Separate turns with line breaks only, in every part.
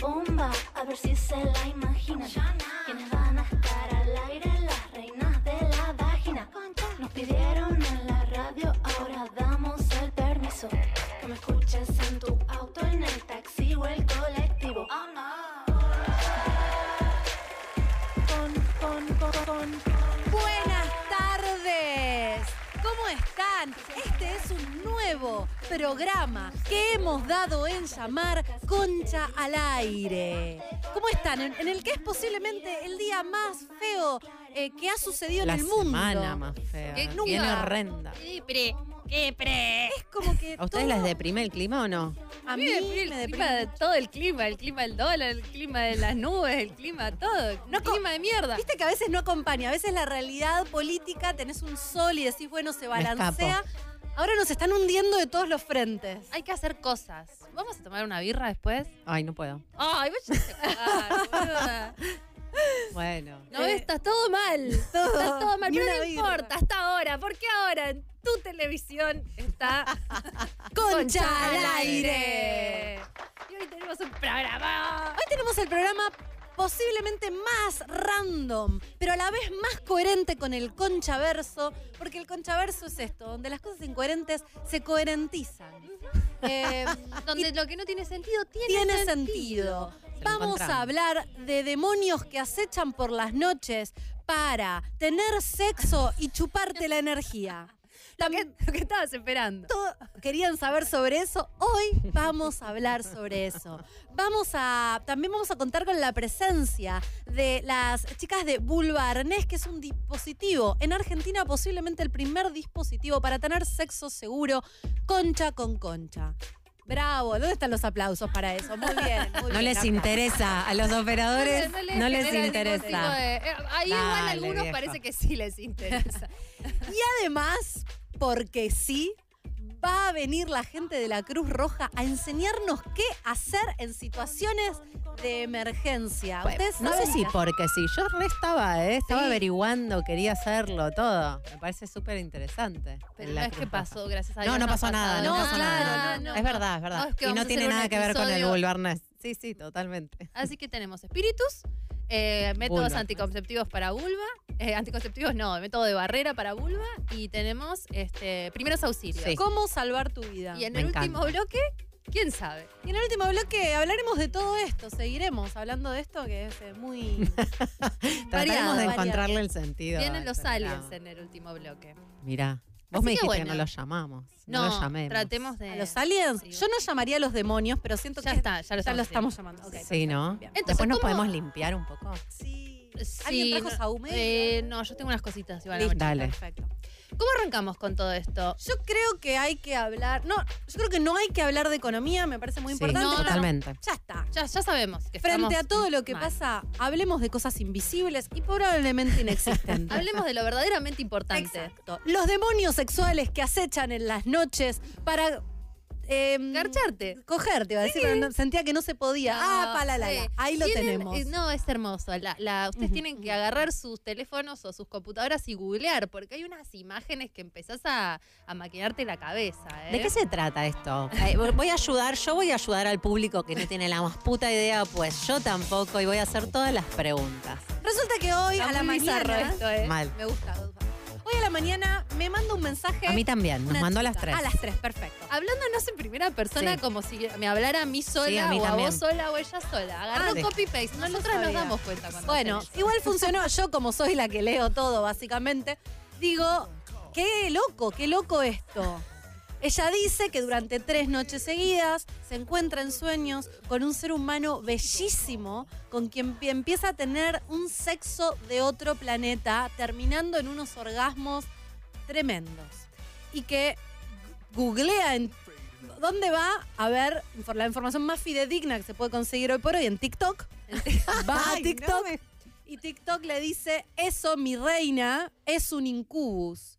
bomba, a ver si se la imaginan. Quienes van a estar al aire, las reinas de la vagina. Nos pidieron en la radio, ahora damos el permiso. Que me escuches en tu auto, en el taxi o el colectivo. Oh, Pon, pon, pon, pon.
Buenas tardes. ¿Cómo están? Este es un nuevo programa que hemos dado en llamar Concha al Aire. ¿Cómo están? En, en el que es posiblemente el día más feo eh, que ha sucedido
La
en el mundo.
semana más fea.
Que nunca-
Viene horrenda.
¡Qué pre! ¡Qué pre!
Es como que.
¿A
todo-
ustedes las deprime el clima o no?
A mí
el
me
clima
deprime.
de todo el clima, el clima del dólar, el clima de las nubes, el clima, todo.
No
No
co-
clima de mierda.
Viste que a veces no acompaña, a veces la realidad política tenés un sol y decís, bueno, se balancea. Ahora nos están hundiendo de todos los frentes.
Hay que hacer cosas. ¿Vamos a tomar una birra después?
Ay, no puedo.
Ay, vos ya te cagás, boluda.
Bueno.
No, está todo mal.
Todo.
Está todo mal.
Ni
Pero
una
no
birra.
importa, hasta ahora. ¿Por qué ahora en tu televisión está
Concha al aire.
Y hoy tenemos un programa.
Hoy tenemos el programa posiblemente más random, pero a la vez más coherente con el conchaverso, porque el conchaverso es esto, donde las cosas incoherentes se coherentizan. Eh,
Donde lo que no tiene sentido tiene,
tiene sentido.
Se lo
Vamos
encontramos.
a hablar de demonios que acechan por las noches para tener sexo y chuparte la energía. También
Lo que estabas esperando.
todo- querían saber sobre eso. Hoy vamos a hablar sobre eso. Vamos a también vamos a contar con la presencia de las chicas de Bulbarnés, que es un dispositivo en Argentina posiblemente el primer dispositivo para tener sexo seguro concha con concha. Bravo, ¿dónde están los aplausos para eso? Muy bien, muy
No
bien.
les interesa. A los operadores no les,
genera ningún tipo
interesa.
de- eh, ahí igual
Dale,
algunos
vieja.
parece que sí les interesa.
Y además, porque sí, va a venir la gente de la Cruz Roja a enseñarnos qué hacer en situaciones de emergencia. Ustedes
No sé
saben
si
que-
porque sí. Yo re estaba, ¿eh? Estaba
Sí.
averiguando, quería hacerlo todo. Me parece súper interesante.
Pero
La
no es que
Cruz
pasó,
Roja.
gracias a Dios.
No, no pasó nada, no,
nada.
pasó
No,
nada.
claro,
no,
no,
no. Es verdad, es
No,
verdad.
es que
y
vamos a
no tiene
hacer un
nada que ver con el
episodio-
vulvarness. Sí, sí, totalmente.
Así que tenemos espíritus, eh, métodos
Vulva. pues.
anticonceptivos para vulva, eh, anticonceptivos no, método de barrera para vulva y tenemos este, primeros auxilios.
Sí.
¿Cómo salvar tu vida?
Y en
Me
el
encanta.
último bloque, quién sabe.
Y en el último bloque hablaremos de todo esto, seguiremos hablando de esto que es eh, muy...
Trataremos de
variado.
encontrarle el sentido.
Vienen
a
los
este
aliens
programa.
en el último bloque.
Mirá. Vos
Así
me
que
dijiste que
bueno.
no los llamamos. No,
No,
los llamemos.
tratemos de...
¿A los aliens?
Sí.
Yo no llamaría a los demonios, pero siento
Ya
que
está, ya lo
ya lo
estamos
estamos llamando. Ok,
Sí, ¿no?
bien.
Entonces,
Después nos
¿cómo-
podemos limpiar un poco.
Sí.
Sí,
¿Alguien trajo
no-
saúme?
eh, no, yo tengo unas cositas. Ivana,
Listo,
Dale.
perfecto.
¿Cómo arrancamos con todo esto?
Yo creo que hay que hablar. No, yo creo que no hay que hablar de economía, me parece muy
Sí,
importante.
No, no,
totalmente.
Ya está.
Ya, ya sabemos que
Frente
estamos
a todo lo que
mal.
pasa, hablemos de cosas invisibles y probablemente inexistentes.
Hablemos de lo verdaderamente importante.
Exacto. Los demonios sexuales que acechan en las noches para. Eh,
Garcharte.
Cogerte, iba a decir, pero no- sentía que no se podía. ah, para la,
sí.
Ahí lo
Tienen-
tenemos.
eh, No, es hermoso. La- la- ustedes tienen que agarrar sus teléfonos o sus computadoras y googlear, porque hay unas imágenes que empezás a, a maquinarte la cabeza. ¿eh?
¿De qué se trata esto? Eh, voy a ayudar, yo voy a ayudar al público que no tiene la más puta idea, pues yo tampoco, y voy a hacer todas las preguntas.
Resulta que hoy
Está
a la
muy bizarro
mañana.
esto, ¿eh?
Mal.
Me gusta. me gusta. Hoy a la mañana me manda un mensaje.
A mí también, nos
una
mandó a
chica.
las tres.
A las tres, perfecto.
Hablándonos en primera persona
Sí.
como si me hablara a mí sola
Sí, a mí
o a
también.
vos sola o ella sola. Agarró
Ah, sí.
copy-paste.
No lo
Nosotros nos
sabía.
damos cuenta cuando
Bueno,
hacen eso.
igual funcionó. Yo, como soy la que leo todo, básicamente, digo, qué loco, qué loco esto. Ella dice que durante tres noches seguidas se encuentra en sueños con un ser humano bellísimo con quien pi- empieza a tener un sexo de otro planeta, terminando en unos orgasmos tremendos. Y que googlea en dónde va a ver infor- la información más fidedigna que se puede conseguir hoy por hoy en TikTok. Va a
Ay, no
TikTok y TikTok le dice, eso, mi reina, es un incubus.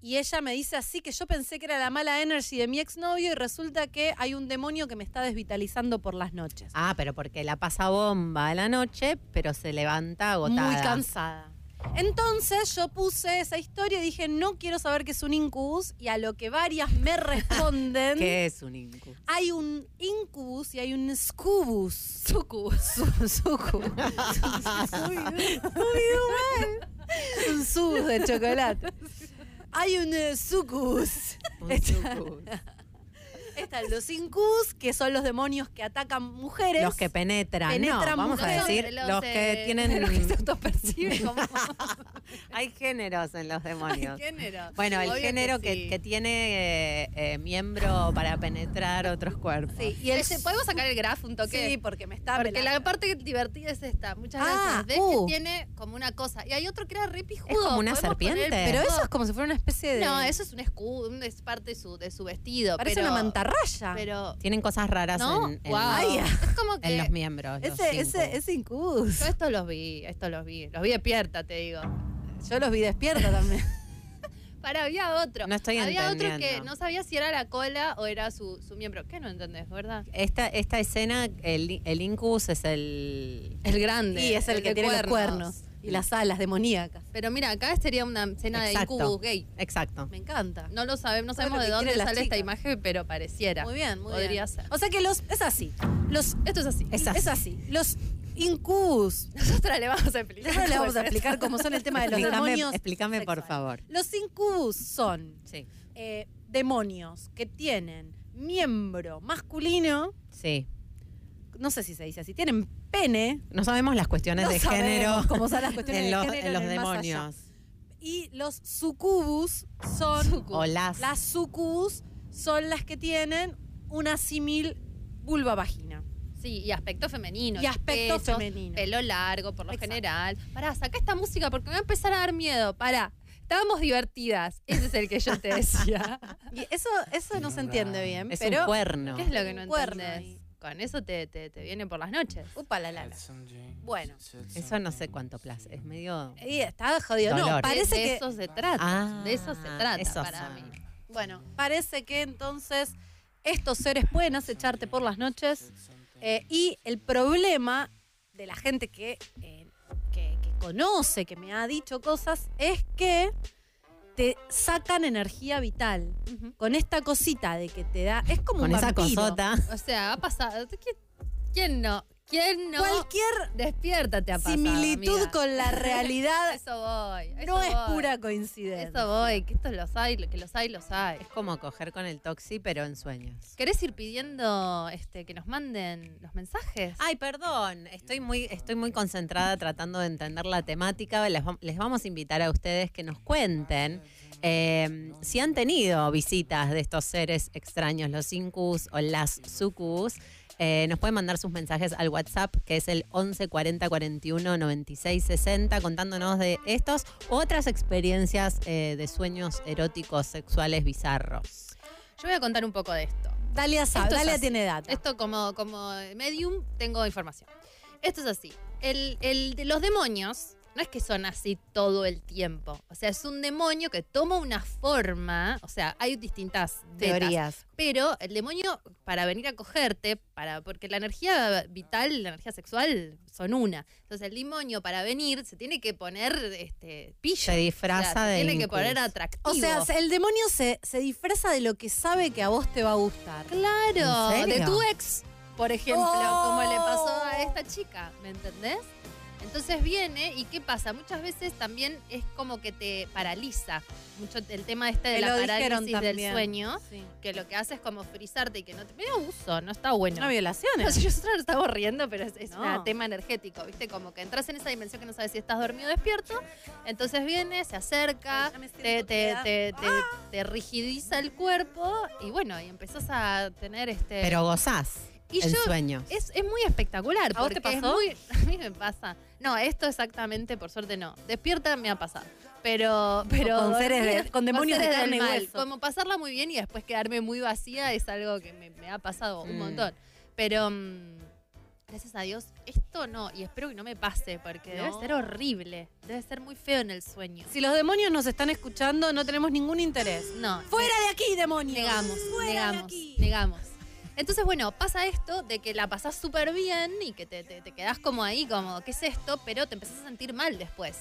Y ella me dice así que yo pensé que era la mala energy de mi exnovio y resulta que hay un demonio que me está desvitalizando por las noches.
Ah, pero porque la pasa bomba a la noche, pero se levanta agotada.
Muy cansada. Entonces yo puse esa historia y dije, no quiero saber qué es un incubus. Y a lo que varias me responden,
¿Qué es un incu?
hay un incubus
sucubus y hay un scubus. Sucubus. Sucubus. Un subus de chocolate. Hay un eh, sucubus. Están los incubus, que son los demonios que atacan mujeres.
Los que penetran.
Penetran
no, vamos a
mujeres.
decir
Los,
los,
eh,
que
Pero que se
tienen.
autoperciben como-
Hay géneros en los demonios.
género.
Bueno, el
Obvio
género que,
sí.
que tiene eh, eh, miembro para penetrar otros cuerpos.
Sí, y
Y
el
el- ¿Podemos sacar el grafo un toque?
Sí, porque me está
Porque
velando.
la parte divertida es esta. Muchas
Ah,
gracias. Ves
uh.
que tiene como una cosa. Y hay otro que era re pijudo.
Es como una
¿Podemos poner
serpiente.
el
Pero
pico?
eso es como si fuera una especie de.
No, eso es un escudo, un- es parte de su, de su vestido.
Parece
pero-
una mantarraya.
Pero.
Tienen cosas raras
¿No?
en, en-
Wow.
Ay,
Es como
en los
que.
miembros. los
ese, ese,
cinco.
ese incubus.
Yo estos los vi, estos los vi. Los vi despierta, te digo.
Yo los vi despierta también.
Para, había otro.
No estoy
había otro que
entendiendo.
no sabía si era la cola o era su, su miembro. ¿Qué no entendés, verdad?
Esta, esta escena, el, el incubus es el.
El grande.
y es el, que
de
tiene los cuernos y las alas demoníacas.
Pero mira, acá sería una escena
Exacto.
de incubus gay.
Exacto.
Me encanta.
No lo sabemos, no sabemos
Todo lo
de
que
dónde
quieren las
sale esta
chicas.
imagen, pero pareciera.
Muy bien, muy
Podría
bien.
ser.
O sea que los. Es así. Los.
Esto es así.
Es así. Los incubus.
Nosotras le vamos a explicar.
Nosotros le vamos a
cómo es
explicar cómo son el tema de los
explícame,
demonios.
explícame, por
sexuales.
favor.
Los incubus son
Sí.
eh, demonios que tienen miembro masculino.
Sí.
No sé si se dice así. Tienen pene.
No sabemos las cuestiones
No
de
sabemos
género
cómo son las cuestiones
en
de
los,
género
en los
en el más allá.
demonios.
Y los sucubus son.
O las.
Las sucubus son las que tienen una símil vulva vagina.
eso. Sí, y aspecto femenino.
Y aspecto
pechos,
femenino.
Pelo largo, por lo
Exacto.
general. Pará, saca esta música porque me va a empezar a dar miedo. Pará. Estábamos divertidas. Ese es el que yo te decía.
Y eso, eso no se entiende bien,
Es un
pero.
cuerno.
¿Qué es lo que no
Un cuerno
entendés?
ahí.
Con eso te, te, te viene por las noches.
Upa la la. la. Bueno,
Eso no sé cuánto plaza. Es medio.
ahí está jodido. No,
Dolor.
parece
de, de
que.
eso se trata.
Ah,
de eso se trata
esos
para
son.
mí.
Bueno, parece que entonces estos seres pueden acecharte por las noches. eh, y el problema de la gente que, eh, que, que conoce, que me ha dicho cosas, es que te sacan energía vital.
Ujú.
Con esta cosita de que te da. Es como
Con
un
esa
vampiro.
cosota.
O sea, ha pasado. ¿Qui- ¿Quién no? ¿Quién no?
Cualquier
Despiértate a pasado,
similitud
amiga.
con la realidad
Eso voy. eso
no es
voy.
pura coincidencia.
Eso voy, que estos los hay, que los hay, los hay.
Es como coger con el toxi, pero en sueños.
¿Querés ir pidiendo este, que nos manden los mensajes?
Ah.
Ay, perdón, estoy muy, estoy muy concentrada tratando de entender la temática. Les, vam- les vamos a invitar a ustedes que nos cuenten eh, si han tenido visitas de estos seres extraños, los incus o las sucus. Eh, nos pueden mandar sus mensajes al WhatsApp, que es el 11 40 41 96 60, contándonos de estos u otras experiencias eh, de sueños eróticos, sexuales, bizarros.
Yo voy a contar un poco de esto.
Dalia sabe,
Esto es
Dalia
así.
tiene data.
Esto como, como medium tengo información. Esto es así. El, el de los demonios no es que son así todo el tiempo. O sea, es un demonio que toma una forma. O sea, hay distintas teorías. Pero el demonio, para venir a cogerte, para, porque la energía vital, la energía sexual, son una. Entonces el demonio para venir se tiene que poner este, pilla.
Se
O sea,
disfraza de.
se tiene que
incus.
poner atractivo.
O sea, el demonio se, se disfraza de lo que sabe que a vos te va a gustar.
claro,
¿En serio?
de tu ex, por ejemplo,
Oh.
como le pasó a esta chica, ¿me entendés? Entonces viene y ¿qué pasa? Muchas veces también es como que te paraliza mucho el tema este de
Me
la
lo dijeron
parálisis del
también.
sueño,
Sí.
que lo que hace es como frizarte y que no te... Medio abuso, no está bueno.
Una violación.
No, si nosotros nos estamos riendo, pero es, es
No.
un tema energético, ¿viste? Como que entras en esa dimensión que no sabes si estás dormido o despierto. Entonces viene, se acerca, te, te, te, te- te rigidiza el cuerpo y bueno, y empezás a tener este.
Pero gozás
y
el
yo.
sueño.
Es, es muy espectacular.
¿A vos te
porque es
pasó?
muy- a mí me pasa. No, esto exactamente, por suerte no. Despierta me ha pasado. Pero. pero
con seres de-
dormir-
con demonios de
seres del
carne y
mal.
hueso.
Como pasarla muy bien y después quedarme muy vacía es algo que me, me ha pasado un
Mm.
montón. Pero. mm, gracias a Dios, esto no. Y espero que no me pase porque debe
No.
ser horrible. Debe ser muy feo en el sueño.
Si los demonios nos están escuchando, no tenemos ningún interés.
No.
¡Fuera de aquí, demonios!
Negamos,
¡Fuera de
negamos,
aquí!
negamos. Entonces, bueno, pasa esto de que la pasás súper bien y que te, te, te quedás como ahí, como, ¿qué es esto? Pero te empezás a sentir mal después.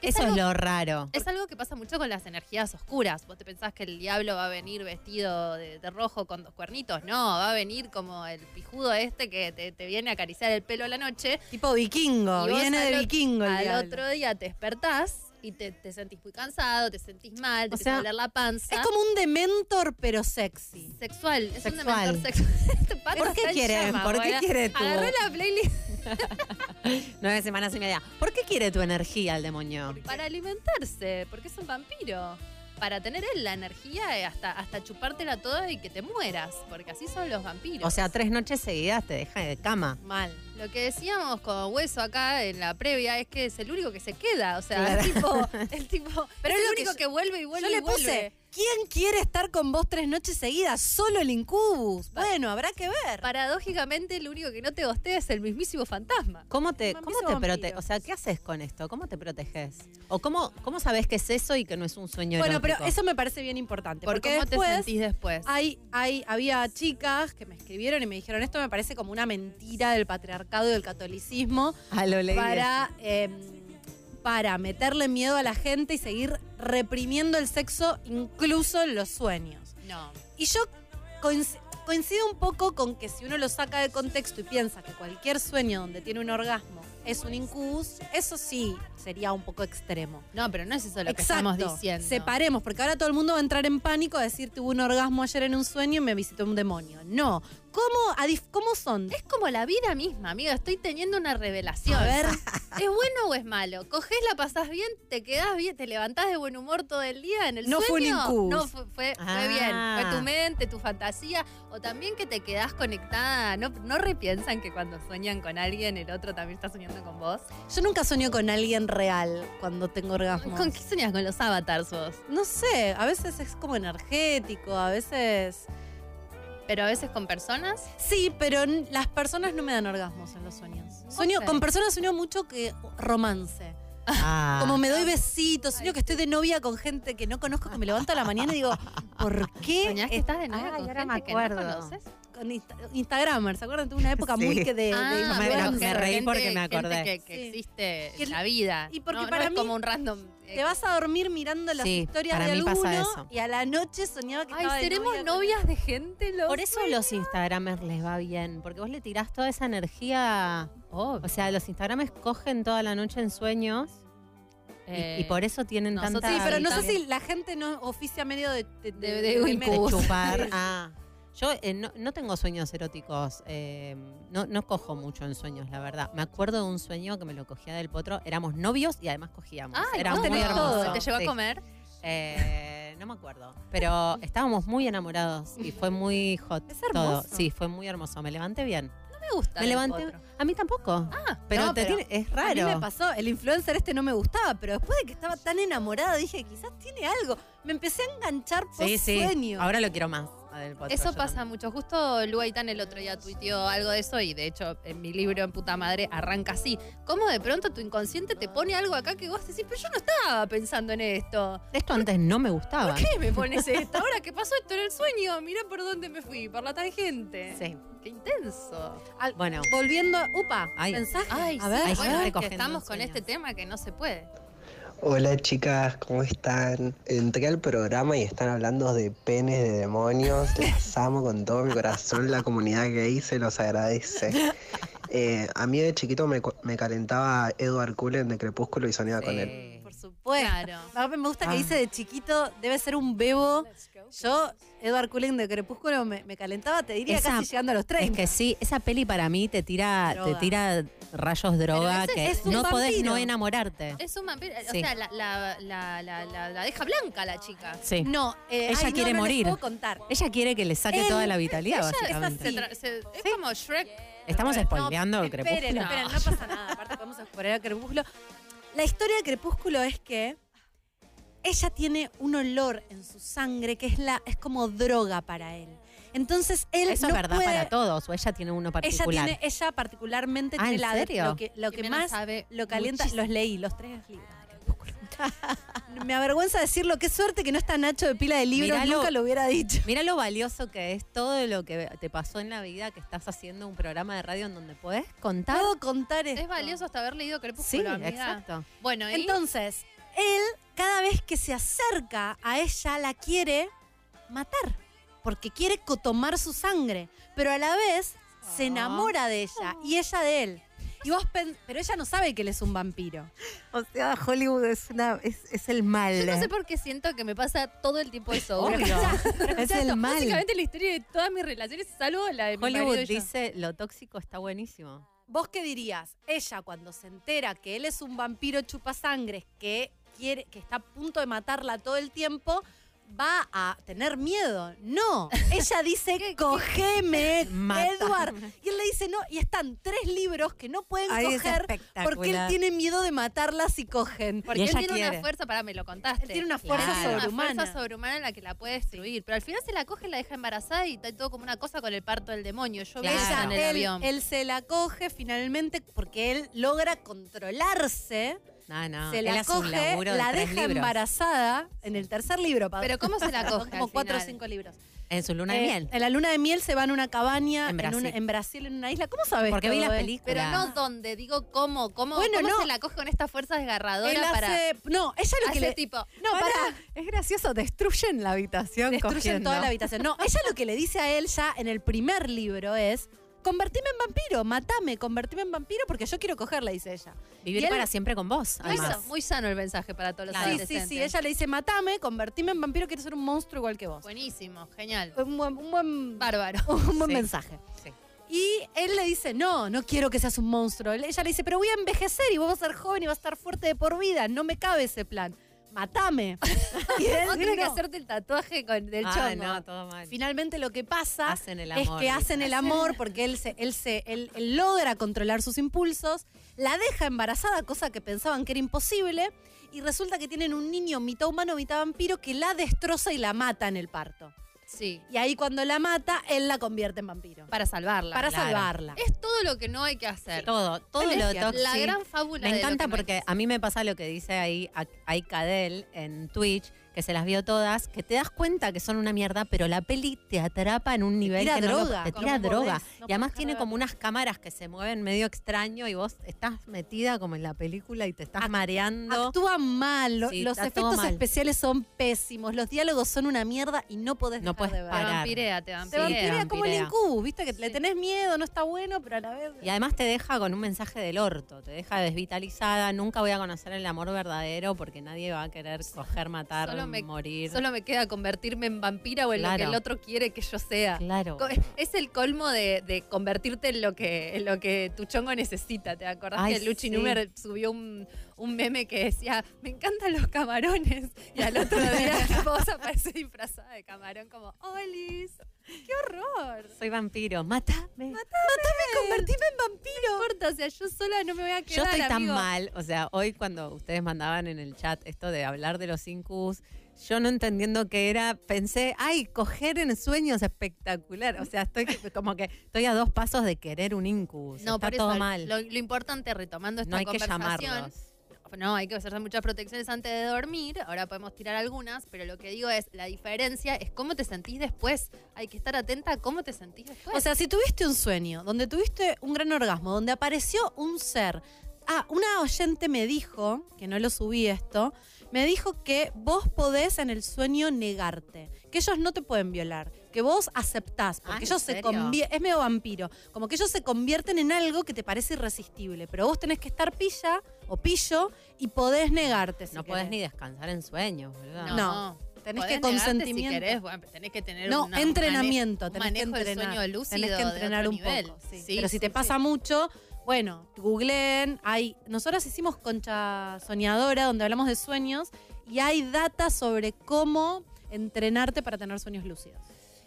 Que
Eso es
algo-
lo raro.
Es algo que pasa mucho con las energías oscuras. Vos te pensás que el diablo va a venir vestido de, de rojo con dos cuernitos. No, va a venir como el pijudo este que te, te viene a acariciar el pelo a la noche.
Tipo vikingo,
Y vos
viene
al
de
ot-
vikingo el
Al
diablo.
otro día te despertás y te, te sentís muy cansado, te sentís mal,
O
te empieza
sea,
a doler la panza.
Es como un dementor, pero sexy.
Sexual, es un
Sexual.
dementor sexual. Este pato
¿Por qué
está en
quiere-
llama,
por qué
boluda.
quiere tu-
Agarró la playlist
Nueve semanas y media. ¿Por qué quiere tu energía el demonio?
para alimentarse, porque es un vampiro. Para tener él la energía eh, hasta, hasta chupártela toda y que te mueras, porque así son los vampiros.
O sea, tres noches seguidas te deja de cama.
Mal. Lo que decíamos con Hueso acá en la previa es que es el único que se queda. O sea, el tipo, el tipo. Pero es
es
el
lo que
único
yo-
que, vuelve y vuelve
Yo le
y vuelve.
puse, ¿quién quiere estar con vos tres noches seguidas? Solo el incubus. Bueno, habrá que ver.
Paradójicamente, el único que no te gostea es el mismísimo fantasma.
¿Cómo te,
Vampiro,
cómo te prote
vampiro.
O sea, ¿qué haces con esto? ¿Cómo te proteges? ¿O cómo, cómo sabes que es eso y que no es un sueño
Bueno, pero
erótico?
eso me parece bien importante.
¿Por
porque
cómo
después Ah.
te sentís después?
hay, hay, había chicas que me escribieron y me dijeron, esto me parece como una mentira del patriarcado y del catolicismo
A lo leí
para, eh, para meterle miedo a la gente y seguir reprimiendo el sexo incluso en los sueños.
No.
Y yo coinc- coincido un poco con que si uno lo saca de contexto y piensa que cualquier sueño donde tiene un orgasmo es un incubus, eso sí sería un poco extremo.
No, pero no es eso lo que estamos diciendo.
Separemos, porque ahora todo el mundo va a entrar en pánico a decir tuve un orgasmo ayer en un sueño y me visitó un demonio. No. ¿Cómo, a dif- cómo son?
Es como la vida misma, amiga. Estoy teniendo una revelación.
A ver.
¿Es bueno o es malo? Cogés, la pasás bien, te quedás bien, te levantás de buen humor todo el día en el
No
sueño.
fue un incubus.
No, fue, fue- fue
Ah.
bien. Fue tu mente, tu fantasía. O también que te quedás conectada. ¿No, no repiensan que cuando sueñan con alguien, el otro también está soñando con vos?
Yo nunca sueño con alguien real cuando tengo orgasmos.
¿Con qué soñas con los avatars vos?
No sé, a veces es como energético, a veces...
Pero a veces con personas.
Sí, pero n- las personas no me dan orgasmos en los sueños. Sueño,
Ok.
Con personas sueño mucho que romance.
Ah.
Como me doy besitos, sueño que estoy de novia con gente que no conozco, que me levanto a la mañana y digo, ¿por qué?
¿Soñás que
es-
estás de novia
Ay,
con
ahora me
gente que no
acuerdo.
conoces?
con Insta- Instagramers, ¿se acuerdan? Tuve una época
Sí.
muy que de, de
Ah,
me- me-
Instagramers.
me reí porque me acordé.
gente que, que
Sí.
existe
Que-
en la vida.
y porque
No- no
para
es
mí
como un random. eh,
Te vas a dormir mirando las
Sí,
historias
para
de
mí pasa
alguno
eso.
y a la noche soñaba que
Ay,
estaba de
seremos
novia con-
novias de gente, loco.
Por eso a los Instagramers les va bien, porque vos le tirás toda esa energía. oh, O sea, los Instagramers cogen toda la noche en sueños y-
Eh,
y, por eso tienen
nosotros-
tanta...
Sí, pero no sé
También.
si la gente no oficia medio de... De,
De- de un
medio.
de
incubus.
chupar. Ah. Yo eh, no, no tengo sueños eróticos, eh, no, no cojo mucho en sueños, la verdad. Me acuerdo de un sueño que me lo cogía del potro, éramos novios y además cogíamos.
Ah,
Era
vos
muy
tenés
hermoso.
todo.
Te llevó
Sí.
a comer.
Eh, no me acuerdo, pero estábamos muy enamorados y fue muy hot
Es
todo.
hermoso.
Sí, fue muy hermoso, me levanté bien.
Me gusta.
Me
el
levanté.
potro.
A mí tampoco.
Ah,
pero
no,
te tiene- es
A mí
raro.
me pasó, el influencer este no me gustaba, pero después de que estaba tan enamorada dije, quizás tiene algo. Me empecé a enganchar por
sí, sí.
sueño.
Ahora lo quiero más. a Del potro,
Eso
yo
pasa
también.
mucho. Justo Luaitán el otro día tuiteó algo de eso y de hecho en mi libro en puta madre arranca así. ¿Cómo de pronto tu inconsciente te pone algo acá que vos decís, pero yo no estaba pensando en esto?
Esto antes no me gustaba.
¿Qué me pones esto? Ahora que pasó esto en el sueño, mirá por dónde me fui, por la tangente.
Sí.
Qué intenso.
Al-
Bueno.
Volviendo a. Upa,
Ay.
mensaje.
Ay,
a ver.
Ay,
bueno,
gente
es que
cogiendo
estamos con
sueños.
este tema que no se puede.
Hola chicas, ¿cómo están? Entré al programa y están hablando de penes de demonios. Las amo con todo mi corazón. La comunidad gay se los agradece. Eh, a mí de chiquito me, cu- me calentaba Edward Cullen de Crepúsculo y soñaba con él.
Sí.
Por supuesto.
Claro.
Pues, A mí Me gusta que
Ah.
dice de chiquito, debe ser un bebo. Yo, Edward Cullen de Crepúsculo, me, me calentaba, te diría
Esa-
casi llegando a los 30.
Es que sí, esa peli para mí te tira,
Droga.
te tira rayos droga
ese
que
es un
no podés
vampiro.
no enamorarte.
Es un vampiro. O
Sí.
sea, la, la, la, la, la- la deja blanca la chica.
Sí.
No, eh,
Ella
ay, no,
quiere
no les
morir.
puedo contar.
Ella quiere que le saque
Él-
toda la vitalidad,
ella es
Se
básicamente.
así.
tra- se- es como Shrek.
Estamos spoileando el
Esperen,
crepúsculo.
esperen, no pasa nada. Aparte, podemos explorar Crepúsculo. La historia de Crepúsculo es que ella tiene un olor en su sangre que es, la, es como droga para él. Entonces él
Eso
no
es verdad
puede-
para todos, o ella tiene uno
Ella
particular.
tiene, ella particularmente
Ah,
tiene
¿en
la
serio?
lo que, lo que
Jimena
más
sabe
lo calienta.
muchísimo.
Los leí, los tres libros. de Crepúsculo. Me avergüenza decirlo. Qué suerte que no está Nacho de pila de libros.
Míralo.
Nunca lo hubiera dicho.
Mira lo valioso que es todo lo que te pasó en la vida, que estás haciendo un programa de radio en donde puedes contar.
Puedo contar esto.
Es valioso hasta haber leído
Sí,
Crepúsculo, amiga.
exacto.
Bueno, ¿y?
Entonces, él cada vez que se acerca a ella la quiere matar, porque quiere co- tomar su sangre, pero a la vez se enamora de ella y ella de él. Y vos pen- pero ella no sabe que él es un vampiro.
O sea, Hollywood es, una, es, es el mal.
yo no sé por qué siento que me pasa todo el tiempo eso.
Obvio.
Pero escuchá, pero
Es
escuchá
el
esto.
mal.
Básicamente la historia de todas mis relaciones, salvo la de mi marido
Hollywood
y yo.
dice lo tóxico está buenísimo.
¿Vos qué dirías? Ella cuando se entera que él es un vampiro chupasangres que quiere que está a punto de matarla todo el tiempo, va a tener miedo. No, ella dice, "Cogeme,
Mata.
Edward." Y él le dice, "No", y están tres libros que no pueden
Ahí es
coger porque él
espectacular.
tiene miedo de matarlas si cogen.
Porque
Y
él
ella
tiene
quiere.
una fuerza, para me lo contaste.
Él tiene una fuerza
Él tiene una
sobrehumana.
fuerza sobrehumana en la que la puede destruir. Pero al final se la coge, la deja embarazada y está todo como una cosa con el parto del demonio. Yo vi
Claro.
eso en el
él,
avión.
él se la coge finalmente porque él logra controlarse,
No, no.
se
él
la
hace un
coge,
laburo de
la
tres
deja
libros.
embarazada en el tercer libro. pa-
Pero ¿cómo se la
Son
coge?
como
al
cuatro o
final?
cinco libros.
En su luna
Eh,
de miel.
En la luna de miel se van a una cabaña
En
en, una-
Brasil.
en Brasil, en una isla. ¿Cómo sabes?
Porque vi
todo
la
esto?
película.
Pero no dónde, digo cómo, cómo,
Bueno,
cómo
no.
se la coge con esta fuerza desgarradora
Él
para
hace- no, ella lo que
hace
le
tipo
no,
Pará,
pará,
Es gracioso, destruyen la habitación.
destruyen
cogiendo.
toda la habitación. No, ella lo que le dice a él ya en el primer libro es convertime en vampiro, matame, convertime en vampiro porque yo quiero cogerla, dice ella.
Vivir
y él-
para siempre con vos.
Muy
además.
sa- muy sano el mensaje para todos los
Claro.
Sí, sí,
adolescentes.
sí. Ella le dice matame, convertime en vampiro, quiero ser un monstruo igual que vos.
Buenísimo, genial.
Un buen, un buen,
Bárbaro.
un buen
Sí.
mensaje.
Sí.
Y él le dice, no, no quiero que seas un monstruo. Él- Ella le dice, pero voy a envejecer y vos vas a ser joven y vas a estar fuerte de por vida. No me cabe ese plan. Matame. y él,
Vos tenés que
no.
hacerte el tatuaje con del
Ah,
chongo.
no, todo mal.
Finalmente lo que pasa
Hacen el
es
amor,
que
dice.
hacen el amor porque él, se, él, se, él, él logra controlar sus impulsos, la deja embarazada, cosa que pensaban que era imposible, y resulta que tienen un niño mitad humano, mitad vampiro que la destroza y la mata en el parto.
Sí,
Y ahí cuando la mata, él la convierte en vampiro.
para salvarla.
Para
claro.
salvarla.
Es todo lo que no hay que hacer.
Todo, todo
Es
lo
la
tóxico.
gran fábula
Me
de lo
encanta
que no
porque
es.
a mí me pasa lo que dice ahí a- Aikadel en Twitch, que se las vio todas, que te das cuenta que son una mierda, pero la peli te atrapa en un nivel
tira
que no lo-
droga.
te tira
¿Cómo
droga.
podés? No
y además
podés
tiene
dejar de
como unas cámaras que se mueven medio extraño y vos estás metida como en la película y te estás mareando.
Actúa mal, lo-
Sí,
los
está todo
efectos
mal.
espéciales son pésimos, los diálogos son una mierda y no podés
No
dejar
puedes
de
Te
ver.
parar.
vampirea,
Te
te
Sí,
vampirea.
vampirea como el
vampirea.
incú, viste que le
Sí.
tenés miedo, no está bueno, pero a la vez...
Y además te deja con un mensaje del orto, te deja desvitalizada, nunca voy a conocer el amor verdadero porque nadie va a querer coger, matar,
Solo me-
morir.
Solo me queda convertirme en vampira o en lo que
Claro.
el otro quiere que yo sea.
claro.
Co- Es el colmo de, de convertirte en lo que en lo que tu chongo necesita. ¿Te acordás
Ay,
que Luchi
sí.
Numer subió un, un meme que decía, me encantan los camarones? Y al otro día vos aparece disfrazada de camarón como, ¡Olis! ¡Qué horror!
Soy vampiro, mátame.
Convertirme en vampiro. No importa, o sea, yo sola no me voy a quedar.
Yo estoy tan
amigo.
mal, o sea, hoy cuando ustedes mandaban en el chat esto de hablar de los incus, yo no entendiendo qué era, pensé, ay, coger en sueños espectacular. O sea, estoy como que estoy a dos pasos de querer un incus.
No,
Está
por
todo
eso,
mal.
Lo, lo importante, retomando esta
no hay que
conversación,
llamarlos.
No, hay que hacer muchas protecciones antes de dormir. Ahora podemos tirar algunas, pero lo que digo es, la diferencia es cómo te sentís después. Hay que estar atenta a cómo te sentís después.
O sea, si tuviste un sueño, donde tuviste un gran orgasmo, donde apareció un ser. Ah, una oyente me dijo, que no lo subí esto, me dijo que vos podés en el sueño negarte, que ellos no te pueden violar, que vos aceptás,
Ah,
porque
¿en
ellos se
serio?
convierten, es medio vampiro, como que ellos se convierten en algo que te parece irresistible, pero vos tenés que estar pilla o pillo y podés negarte. si
no podés
querés.
ni descansar en sueños, boludo.
no. Tenés
Podés
que
negarte
consentimiento.
Si querés, bueno, pero tenés que tener
No,
una- un
entrenamiento.
mane-
tenés
un
que
manejo del
entrenar.
sueño lúcido.
Tenés que
de
entrenar
otro
un
nivel.
poco. sí.
Sí,
Pero
sí,
si te
sí.
pasa mucho, bueno, googleen. Hay, nosotros hicimos Concha Soñadora, donde hablamos de sueños, y hay data sobre cómo entrenarte para tener sueños lúcidos.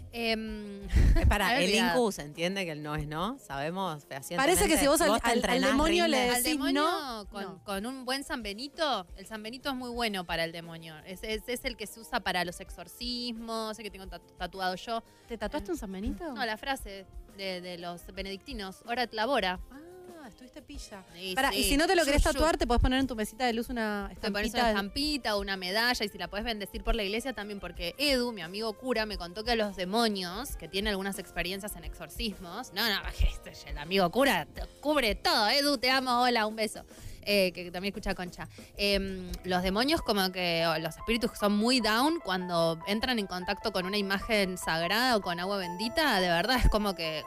Em,
Es para
Me
el
había olvidado.
incus, entiende que el no es no, sabemos.
Parece que si vos al,
te
al- al
entrenás,
demonio le
rindes.
decís
al demonio
no,
con,
no.
con un buen San Benito, el San Benito es muy bueno para el demonio. Es, es, es el que se usa para los exorcismos, el que tengo tatu- tatuado yo.
¿Te tatuaste un San Benito?
No, la frase de, de los benedictinos, orat labora.
Ah,
estuviste pilla.
Y
Pará,
sí,
y si no te lo
yo-
querés
yo-
tatuar, te podés poner en tu mesita de luz una
Te pones una
estampita.
estampita, una medalla, y si la puedes bendecir por la iglesia también, porque Edu, mi amigo cura, me contó que los demonios, que tiene algunas experiencias en exorcismos, no, no, este es el amigo cura te cubre todo, Edu, te amo, hola, un beso. Eh, que también escucha Concha. Eh, los demonios, como que o los espíritus que son muy down, cuando entran en contacto con una imagen sagrada o con agua bendita, de verdad es como que.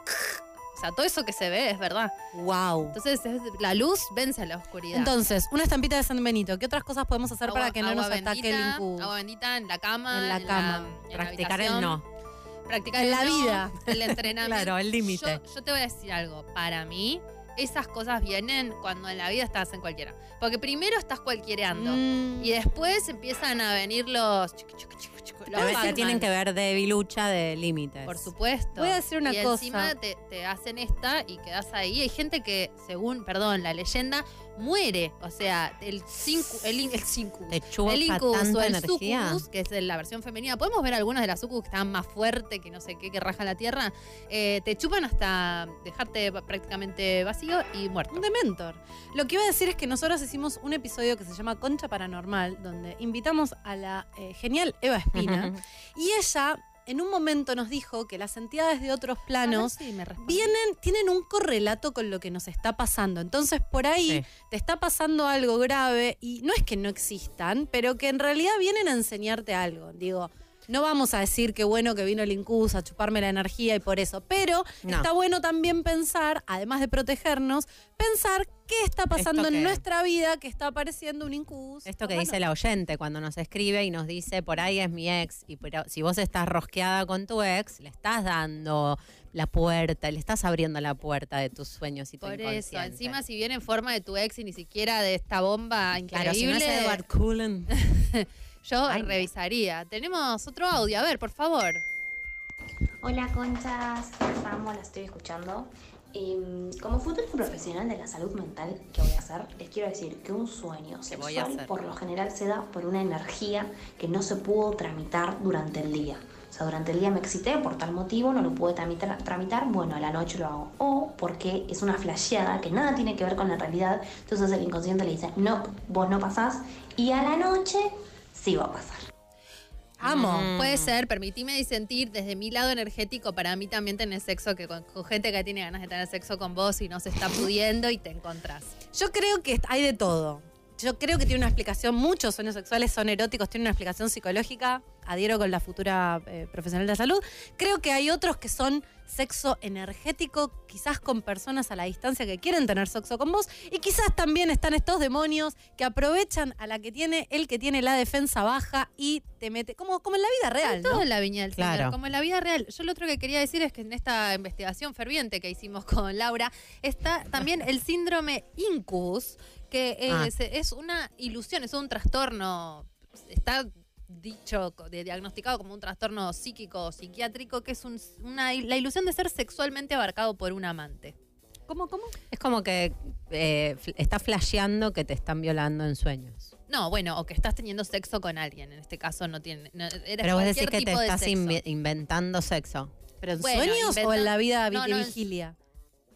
O sea, todo eso que se ve es verdad.
Wow.
Entonces, es- la luz vence la oscuridad.
Entonces, una estampita de San Benito. ¿Qué otras cosas podemos hacer para
Agua-
que no
agua
nos ataque el
bendita,
incubus?
Agua bendita en la cama.
En la cama.
en la
Practicar el
habitación,
no.
Practicar
En
el
la
no,
vida.
El entrenamiento.
Claro, el límite.
Yo, yo te voy a decir algo. Para mí, esas cosas vienen cuando en la vida estás en cualquiera. Porque primero estás cualquiereando.
Mm.
Y después empiezan a venir los. chucu, chucu, chucu, chucu, los
A veces
Batman.
tienen que ver de bilucha de límites.
Por supuesto.
Voy a decir una
y
cosa.
encima te, te hacen esta y quedas ahí. Hay gente que, según, perdón, la leyenda, muere. O sea, el cinco, el, in- el cinco.
Te chupa
El incubus o
tanta
el
energía.
sucubus, que es la versión femenina. Podemos ver algunas de las sucubus que están más fuertes, que no sé qué, que rajan la tierra. Eh, te chupan hasta dejarte prácticamente vacío y muerto.
Un dementor. Lo que iba a decir es que nosotros hicimos un episodio que se llama Concha Paranormal, donde invitamos a la eh, genial Eva Espina. y ella, en un momento, nos dijo que las entidades de otros planos
sí, me responde.
vienen, tienen un correlato con lo que nos está pasando. Entonces, por ahí
Sí.
te está pasando algo grave y no es que no existan, pero que en realidad vienen a enseñarte algo. Digo. No vamos a decir que bueno que vino el incubus a chuparme la energía y por eso, pero
No.
está bueno también pensar, además de protegernos, pensar qué está pasando
Esto
en
que-
nuestra vida que está apareciendo un incubus.
Esto que
Bueno,
dice la oyente cuando nos escribe y nos dice, por ahí es mi ex, y pero si vos estás rosqueada con tu ex, le estás dando la puerta, le estás abriendo la puerta de tus sueños y tu
Por eso,
inconsciente.
encima si viene en forma de tu ex y ni siquiera de esta bomba increíble.
Claro, si no es Edward Cullen.
Yo
Ay, no.
revisaría. Tenemos otro audio, a ver, por favor.
Hola conchas, las amo, las estoy escuchando. Em, como futuro profesional de la salud mental que voy a hacer, les quiero decir que un sueño
Que voy a
sexual
hacer.
por lo general se da por una energía que no se pudo tramitar durante el día. O sea, durante el día me excité por tal motivo, no lo pude tramitar, tramitar, bueno, a la noche lo hago. O porque es una flasheada que nada tiene que ver con la realidad, entonces el inconsciente le dice, no, vos no pasás, y a la noche sí va a pasar.
Amo.
Mm.
Puede ser, permitime disentir desde mi lado energético, para mí también tenés sexo que con, con gente que tiene ganas de tener sexo con vos y no se está pudiendo y te encontrás.
Yo creo que hay de todo. Yo creo que tiene una explicación, muchos sueños sexuales son eróticos, tiene una explicación psicológica, adhiero con la futura eh, profesional de la salud. Creo que hay otros que son sexo energético, quizás con personas a la distancia que quieren tener sexo con vos, y quizás también están estos demonios que aprovechan a la que tiene el que tiene la defensa baja y te mete, como, como en la vida real,
Todo
¿no?
en la viña del señor,
Claro.
como en la vida real. Yo lo otro que quería decir es que en esta investigación ferviente que hicimos con Laura está también el síndrome incubus, que
Ah.
es, es una ilusión, es un trastorno, está dicho, co- de- diagnosticado como un trastorno psíquico o psiquiátrico, que es un- una, la ilusión de ser sexualmente abarcado por un amante.
¿Cómo, cómo?
Es como que eh, fl- estás flasheando que te están violando en sueños.
No, bueno, o que estás teniendo sexo con alguien. En este caso no tiene. No, era
Pero vos decís
cualquier
que te
tipo de
estás
sexo.
inve- inventando sexo.
¿Pero en
Bueno,
sueños o en
inventa-
la vida
No, no, en-
vitivigilia?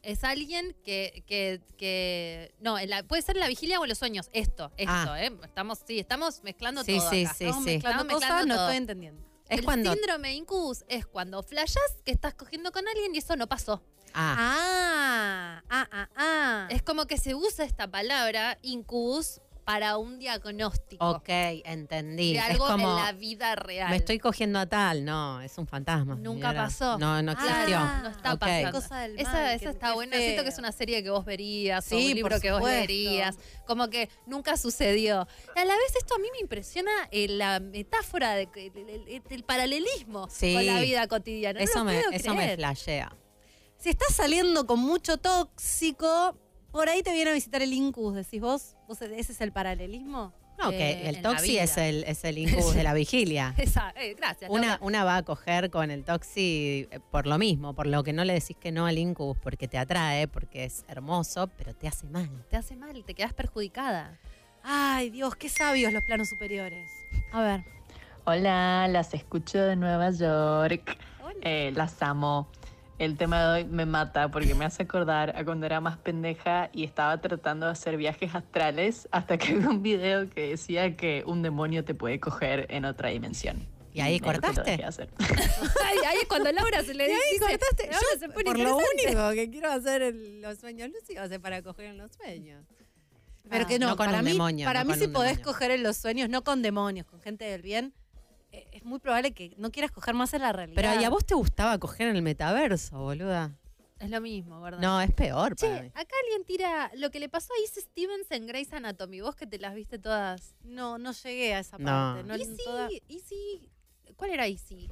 Es alguien que. que, que no, en la- puede ser en la vigilia o en los sueños. Esto, esto,
Ah.
¿eh? Estamos, sí, estamos mezclando
Sí,
todo.
sí,
acá.
sí,
Estamos
sí.
mezclando
Estamos
cosas,
mezclando
no
todo.
estoy entendiendo.
Es
el
cuando...
síndrome incubus es cuando flashas que estás cogiendo con alguien y eso no pasó.
Ah,
Ah, ah, ah, ah.
Es como que se usa esta palabra incubus para un diagnóstico
ok, entendí.
de
es
algo
como...
en la vida real.
Me estoy cogiendo a tal, no, es un fantasma.
Nunca
señora.
pasó.
No, no existió.
Ah,
No está
Ok.
pasando.
Cosa del
esa
mal,
esa
que-
está
qué
buena. Siento que es
feo.
una serie que vos verías, o
Sí,
un libro
por
que vos
supuesto.
leerías. Como que nunca sucedió. Y a la vez esto a mí me impresiona eh, la metáfora, de, que- el, el- el paralelismo
Sí.
con la vida cotidiana. No
eso
lo
me,
puedo
eso me
creer.
flashea.
Si estás saliendo con mucho tóxico, por ahí te viene a visitar el Incus, decís vos. ¿Vos
e-,
ese es el paralelismo?
No,
Eh,
que
en
el
la
toxi
vida.
es el, es el incubus de la vigilia.
Esa- eh, gracias.
Una,
Laura.
una va a coger con el toxi eh, por lo mismo, por lo que no le decís que no al incubus porque te atrae, porque es hermoso, pero te hace mal.
Te hace mal, te quedas perjudicada.
Ay, Dios, qué sabios los planos superiores. A ver.
Hola, las escucho de Nueva York. Eh, las amo. El tema de hoy me mata porque me hace acordar a cuando era más pendeja y estaba tratando de hacer viajes astrales hasta que vi un video que decía que un demonio te puede coger en otra dimensión.
Y ahí
medio que lo
cortaste.
dejé de hacer.
Ay, ahí es cuando Laura se le
Y
dice.
ahí cortaste.
Laura
Yo,
se pone
por lo
interesante.
único que quiero hacer en los sueños lúcidos es para coger en los sueños.
Pero que no,
Ah, no con
para
un
mí,
demonio,
para
no
mí
con
si
un
podés
demonio.
coger en los sueños, no con demonios, con gente del bien, eh, es muy probable que no quieras coger más en la realidad.
Pero ¿y a vos te gustaba coger en el metaverso, boluda?
Es lo mismo, ¿verdad?
No, es peor
Che,
para mí.
acá alguien tira lo que le pasó a Izzy Stevens en Grey's Anatomy. Vos que te las viste todas.
No, no llegué a esa
No.
parte. No, en
Izzy,
toda-
Izzy. ¿Cuál era Izzy?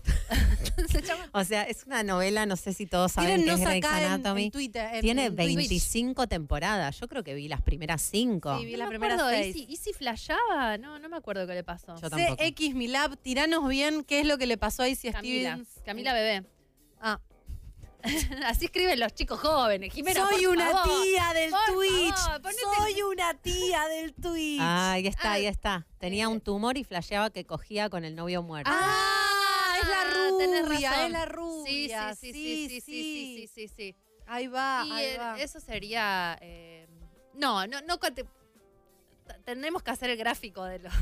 Se llama.
O sea, es una novela, no sé si todos saben
Tienen
que es
nos
Grey's
acá en- en,
Anatomy.
Twitter. en-
Tiene
en Twitch.
25 temporadas. Yo creo que vi las primeras 5.
Sí, vi
No
la
me
primera
acuerdo,
seis.
Izzy, Izzy flasheaba. No, no me acuerdo qué le pasó.
Yo tampoco.
CX Milab, tiranos bien qué es lo que le pasó a Izzy
Camila.
Stevens.
Camila Bebé.
Ah.
Así escriben los chicos jóvenes. Jimena,
Soy
por
una
favor.
tía del
por
Twitch.
favor, ponete-
Soy una tía del Twitch.
Ah, ahí está, ahí está.
Ah.
Tenía
eh.
un tumor y flasheaba que cogía con el novio muerto.
Ah, es la
Ah, tenés
rubia,
razón.
es la
Sí,
rubia.
sí, sí, sí, sí, sí, sí, sí, sí.
Ahí va,
Ah,
y
ahí
el-
va.
eso sería. eh, no, no, no. conte- t- Tenemos que hacer el gráfico de los,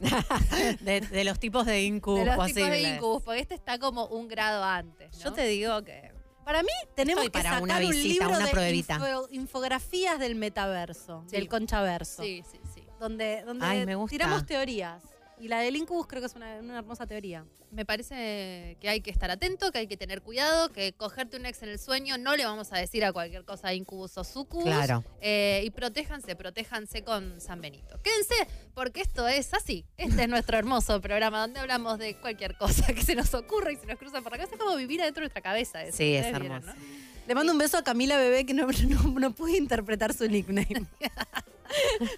De, de los tipos de incubus
de los tipos de
posibles.
incubus, porque este está como un grado antes. ¿no?
Yo te digo que.
Para mí tenemos
Estoy
que
para
sacar
una
un
visita,
libro
una
de
pruebita.
info- infografías del metaverso,
Sí.
del conchaverso,
Sí, sí, sí.
donde, donde
Ay, me gusta.
tiramos teorías. Y la del Incubus creo que es una, una hermosa teoría.
Me parece que hay que estar atento, que hay que tener cuidado, que cogerte un ex en el sueño no le vamos a decir a cualquier cosa incubus o sucubus.
Claro.
Eh, y protéjanse, protéjanse con San Benito. Quédense, porque esto es así. Este es nuestro hermoso programa donde hablamos de cualquier cosa que se nos ocurra y se nos cruza por la cabeza. Es como vivir adentro de nuestra cabeza. eso.
Sí, es
Ustedes vieron,
hermoso.
¿no?
Le mando un beso a Camila Bebé que no, no, no pude interpretar su nickname.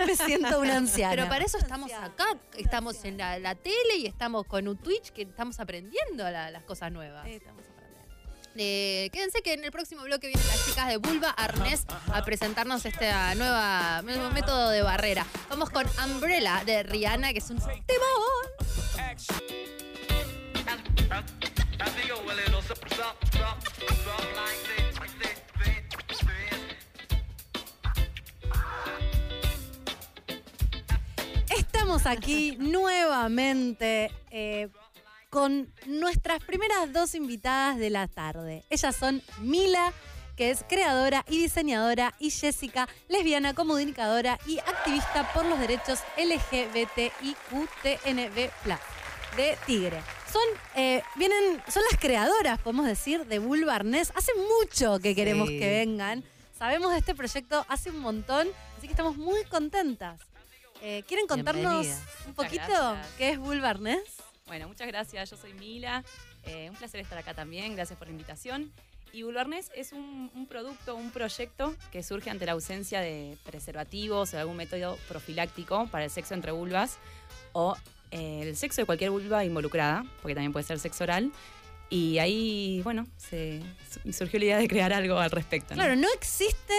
Me siento una anciana.
Pero para eso estamos acá, estamos en la, la tele y estamos con un Twitch que estamos aprendiendo la- las cosas nuevas.
Eh, estamos aprendiendo.
Eh, quédense que en el próximo bloque vienen las chicas de Bulba Arnés a presentarnos este nueva, nuevo método de barrera. Vamos con Umbrella de Rihanna, que es un tema.
Estamos aquí nuevamente eh, con nuestras primeras dos invitadas de la tarde. Ellas son Mila, que es creadora y diseñadora, y Jessica, lesbiana, comunicadora y activista por los derechos LGBTIQTNB+, de Tigre. Son, eh, vienen, son las creadoras, podemos decir, de Bulba Arnés. Hace mucho que queremos
Sí.
que vengan. Sabemos de este proyecto hace un montón, así que estamos muy contentas. Eh, ¿Quieren contarnos
Bienvenidas.
un
Muchas
poquito
gracias.
qué es Bulba Arnés?
Bueno, muchas gracias. Yo soy Mila. Eh, un placer estar acá también. Gracias por la invitación. Y Bulbo Arnés es un, un producto, un proyecto que surge ante la ausencia de preservativos o de algún método profiláctico para el sexo entre vulvas o eh, el sexo de cualquier vulva involucrada, porque también puede ser sexo oral. Y ahí, bueno, se, su- surgió la idea de crear algo al respecto. ¿no?
Claro, no existe.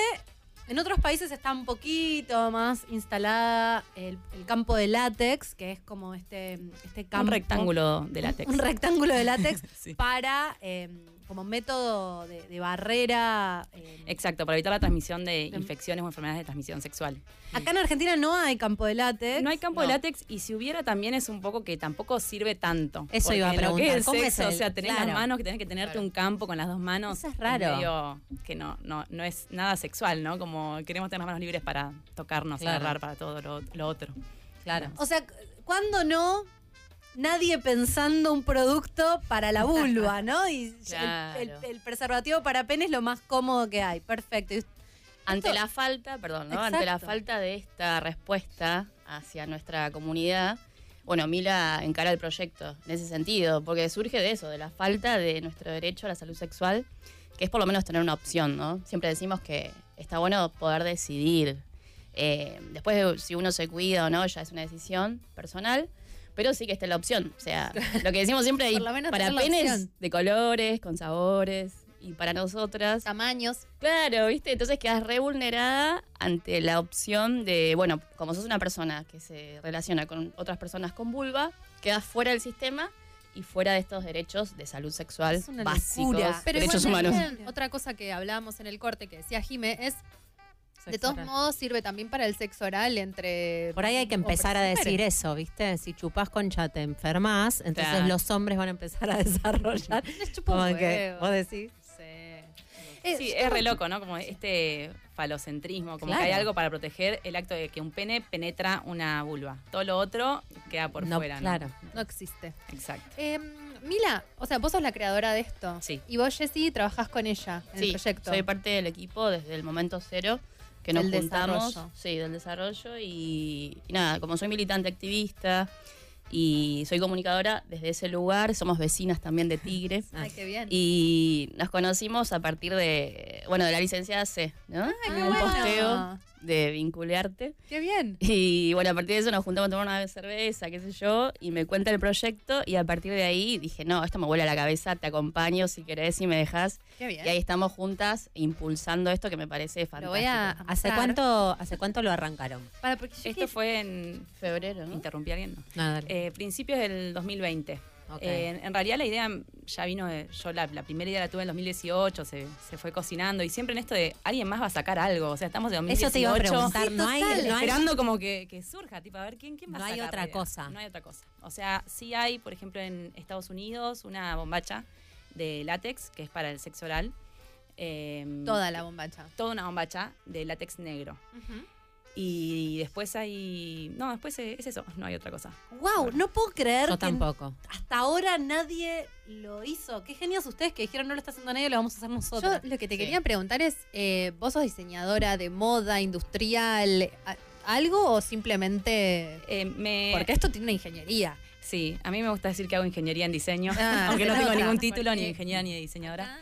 En otros países está un poquito más instalada el, el campo de látex, que es como este, este campo.
Un rectángulo de látex.
Un rectángulo de látex
Sí.
para, eh, como método de, de barrera. eh,
Exacto, para evitar la transmisión de
Bien.
infecciones o enfermedades de transmisión sexual.
Acá en Argentina no hay campo de látex.
No hay campo de
No.
látex y si hubiera también es un poco que tampoco sirve tanto.
Eso iba a
Porque lo que
preguntar,
es
¿cómo es
sexo,
el-
o sea, tener
claro.
las manos, que tenés que tenerte un campo con las dos manos.
Eso es raro.
medio que no, no, no es nada sexual, ¿no? Como queremos tener las manos libres para tocarnos,
Claro.
agarrar para todo lo, lo otro.
Claro.
O sea, cuando no? Nadie pensando un producto para la vulva, ¿no? Y el-
Claro.
el, el preservativo para pene es lo más cómodo que hay. Perfecto. Y
Ante la falta, perdón, ¿no? ante la
Exacto.
falta de esta respuesta hacia nuestra comunidad, bueno, Mila encara el proyecto en ese sentido, porque surge de eso, de la falta de nuestro derecho a la salud sexual, que es por lo menos tener una opción, ¿no? Siempre decimos que está bueno poder decidir. Eh, después, de si uno se cuida o no, ya es una decisión personal, pero sí que está la opción. O sea, lo que decimos siempre hay
Por lo menos
para
tener la
penes
opción.
de colores, con sabores, y para nosotras
Tamaños.
Claro, ¿viste? Entonces quedas re vulnerada ante la opción de, bueno, como sos una persona que se relaciona con otras personas con vulva, quedas fuera del sistema y fuera de estos derechos de salud sexual
Es una
básicos,
locura.
Pero
derechos
igual
humanos.
también, otra cosa que hablábamos en el corte que decía Jime es, de todos modos sirve también para el sexo oral entre...
Por ahí hay que empezar a
hombres y
decir
mujeres.
eso, ¿viste? Si chupás concha te enfermas, entonces
Claro.
los hombres van a empezar a desarrollar.
Les chupa un
Como que
huevo.
vos decís.
Sí.
Sí,
Eh,
es re loco, ¿no? Como este falocentrismo, como que hay
Claro.
algo para proteger el acto de que un pene penetra una vulva. Todo lo otro queda por
no,
fuera, ¿no?
claro.
No existe.
Exacto.
Eh, Mila, o sea, vos sos la creadora de esto.
Sí.
Y vos, Jessy, trabajás con ella en
Sí,
el proyecto.
soy parte del equipo desde el momento cero que nos
Del
juntamos.
desarrollo.
Sí, del desarrollo y, y nada, como soy militante activista y soy comunicadora desde ese lugar, somos vecinas también de Tigre.
Ay,
Ah.
qué bien.
Y nos conocimos a partir de, bueno, de la licenciada C, ¿no?
Ay, qué
un
Ah, bueno.
posteo de vinculearte.
Qué bien.
Y bueno, a partir de eso nos juntamos a tomar una cerveza, qué sé yo, y me cuenta el proyecto y a partir de ahí dije, no, esto me vuela la cabeza, te acompaño si querés y me dejas.
Qué bien.
Y ahí estamos juntas impulsando esto que me parece fantástico.
Lo voy a. a
¿Hace
mostrar.
cuánto, ¿Hace cuánto lo arrancaron?
Eh,
Para, porque yo
Esto
que-
fue en.
febrero, ¿no?
¿Interrumpí a alguien? No.
Nada. dale.
Eh, principios del 2020.
Ok.
Eh, en, en realidad la idea ya vino, de- yo la, la primera idea la tuve en 2018, se, se fue cocinando y siempre en esto de alguien más va a sacar algo, o sea, estamos en 2018
Eso te iba a preguntar.
Sí,
no hay,
total.
no hay-
esperando como que, que surja, tipo, a ver, ¿quién, quién va
No
a
hay
sacar
otra
idea?
cosa.
No hay otra cosa. O sea, sí hay, por ejemplo, en Estados Unidos una bombacha de látex que es para el sexo oral. Em,
Toda la bombacha.
toda una bombacha de látex negro. Y después hay... No, después es, es eso, no hay otra cosa.
Wow, no puedo creer
Yo
que
tampoco.
hasta ahora nadie lo hizo. Qué genios ustedes que dijeron no lo está haciendo nadie, lo vamos a hacer
Yo
nosotros.
lo que te
Sí.
quería preguntar es: eh, ¿vos sos diseñadora de moda, industrial, a- algo o simplemente.?
Eh, me,
Porque esto tiene una ingeniería.
Sí, a mí me gusta decir que hago ingeniería en diseño,
Ah,
aunque
se
no tengo
nota,
ningún título, ni
porque-
ingeniera ni de diseñadora,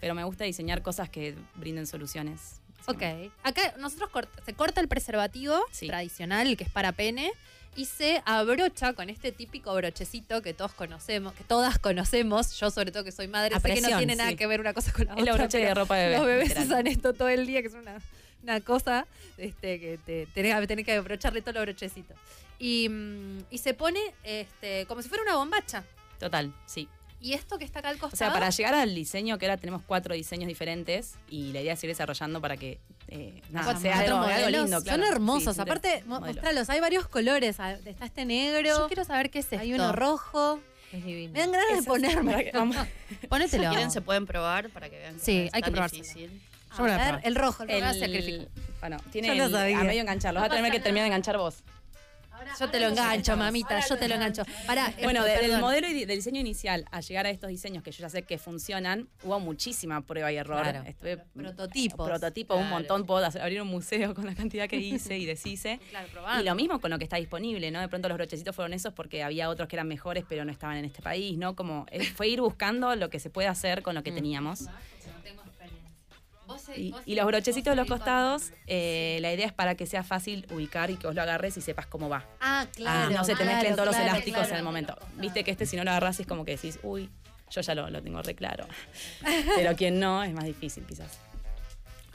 pero me gusta diseñar cosas que brinden soluciones.
Ok. Acá nosotros cort- se corta el preservativo
Sí.
tradicional, que es para pene, y se abrocha con este típico brochecito que todos conocemos, que todas conocemos, yo sobre todo que soy madre,
A
sé que no
presión,
tiene nada
sí.
que ver una cosa con la
Es
otra.
la broche de
pero
ropa de bebé.
Los bebés
literal.
usan esto todo el día, que es una, una cosa este, que te, tenés, tenés que abrocharle todos los brochecitos. Y, mm, y se pone este, como si fuera una bombacha.
Total, sí.
Y esto que está acá al
O sea,
costado.
para llegar al diseño, que ahora tenemos cuatro diseños diferentes y la idea es ir desarrollando para que eh, nada,
Cuatro
sea algo, algo
modelos.
lindo.
Son
claro.
hermosos.
Sí,
Aparte,
modelos.
mo- mostralos. Hay varios colores. Ah, Está este negro,
yo quiero saber qué es esto.
hay uno rojo.
Es divino.
Me dan ganas de
Esas-
ponerme.
para que- vamos.
Si
Ponételo.
quieren se pueden probar para que vean. que
Sí,
no es
hay que
tan
probárselo.
difícil.
A ver, el rojo. el
El-
rojo.
Bueno, tiene
Yo lo
el-
sabía.
a medio engancharlo. Vas a tener que terminar de enganchar vos.
Yo te lo engancho, mamita, yo te lo engancho. Pará,
Bueno,
esto,
de- del
perdón.
modelo y di- del diseño inicial a llegar a estos diseños que yo ya sé que funcionan, hubo muchísima prueba y error.
Claro.
Estuve
Prototipos.
prototipo un montón, puedo hacer- abrir un museo con la cantidad que hice y deshice.
Claro, probando.
Y lo mismo con lo que está disponible, ¿no? De pronto los brochecitos fueron esos porque había otros que eran mejores pero no estaban en este país, ¿no? Como eh, fue ir buscando lo que se puede hacer con lo que teníamos. Y, y los brochecitos de los costados, eh, la idea es para que sea fácil ubicar y que vos lo agarres y sepas cómo va.
Ah, claro.
Ah, no se te mezclen
claro,
todos los
claro,
elásticos
claro.
en el momento. Viste que este si no lo agarras es como que decís, uy, yo ya lo, lo tengo re claro. Pero quien no es más difícil quizás.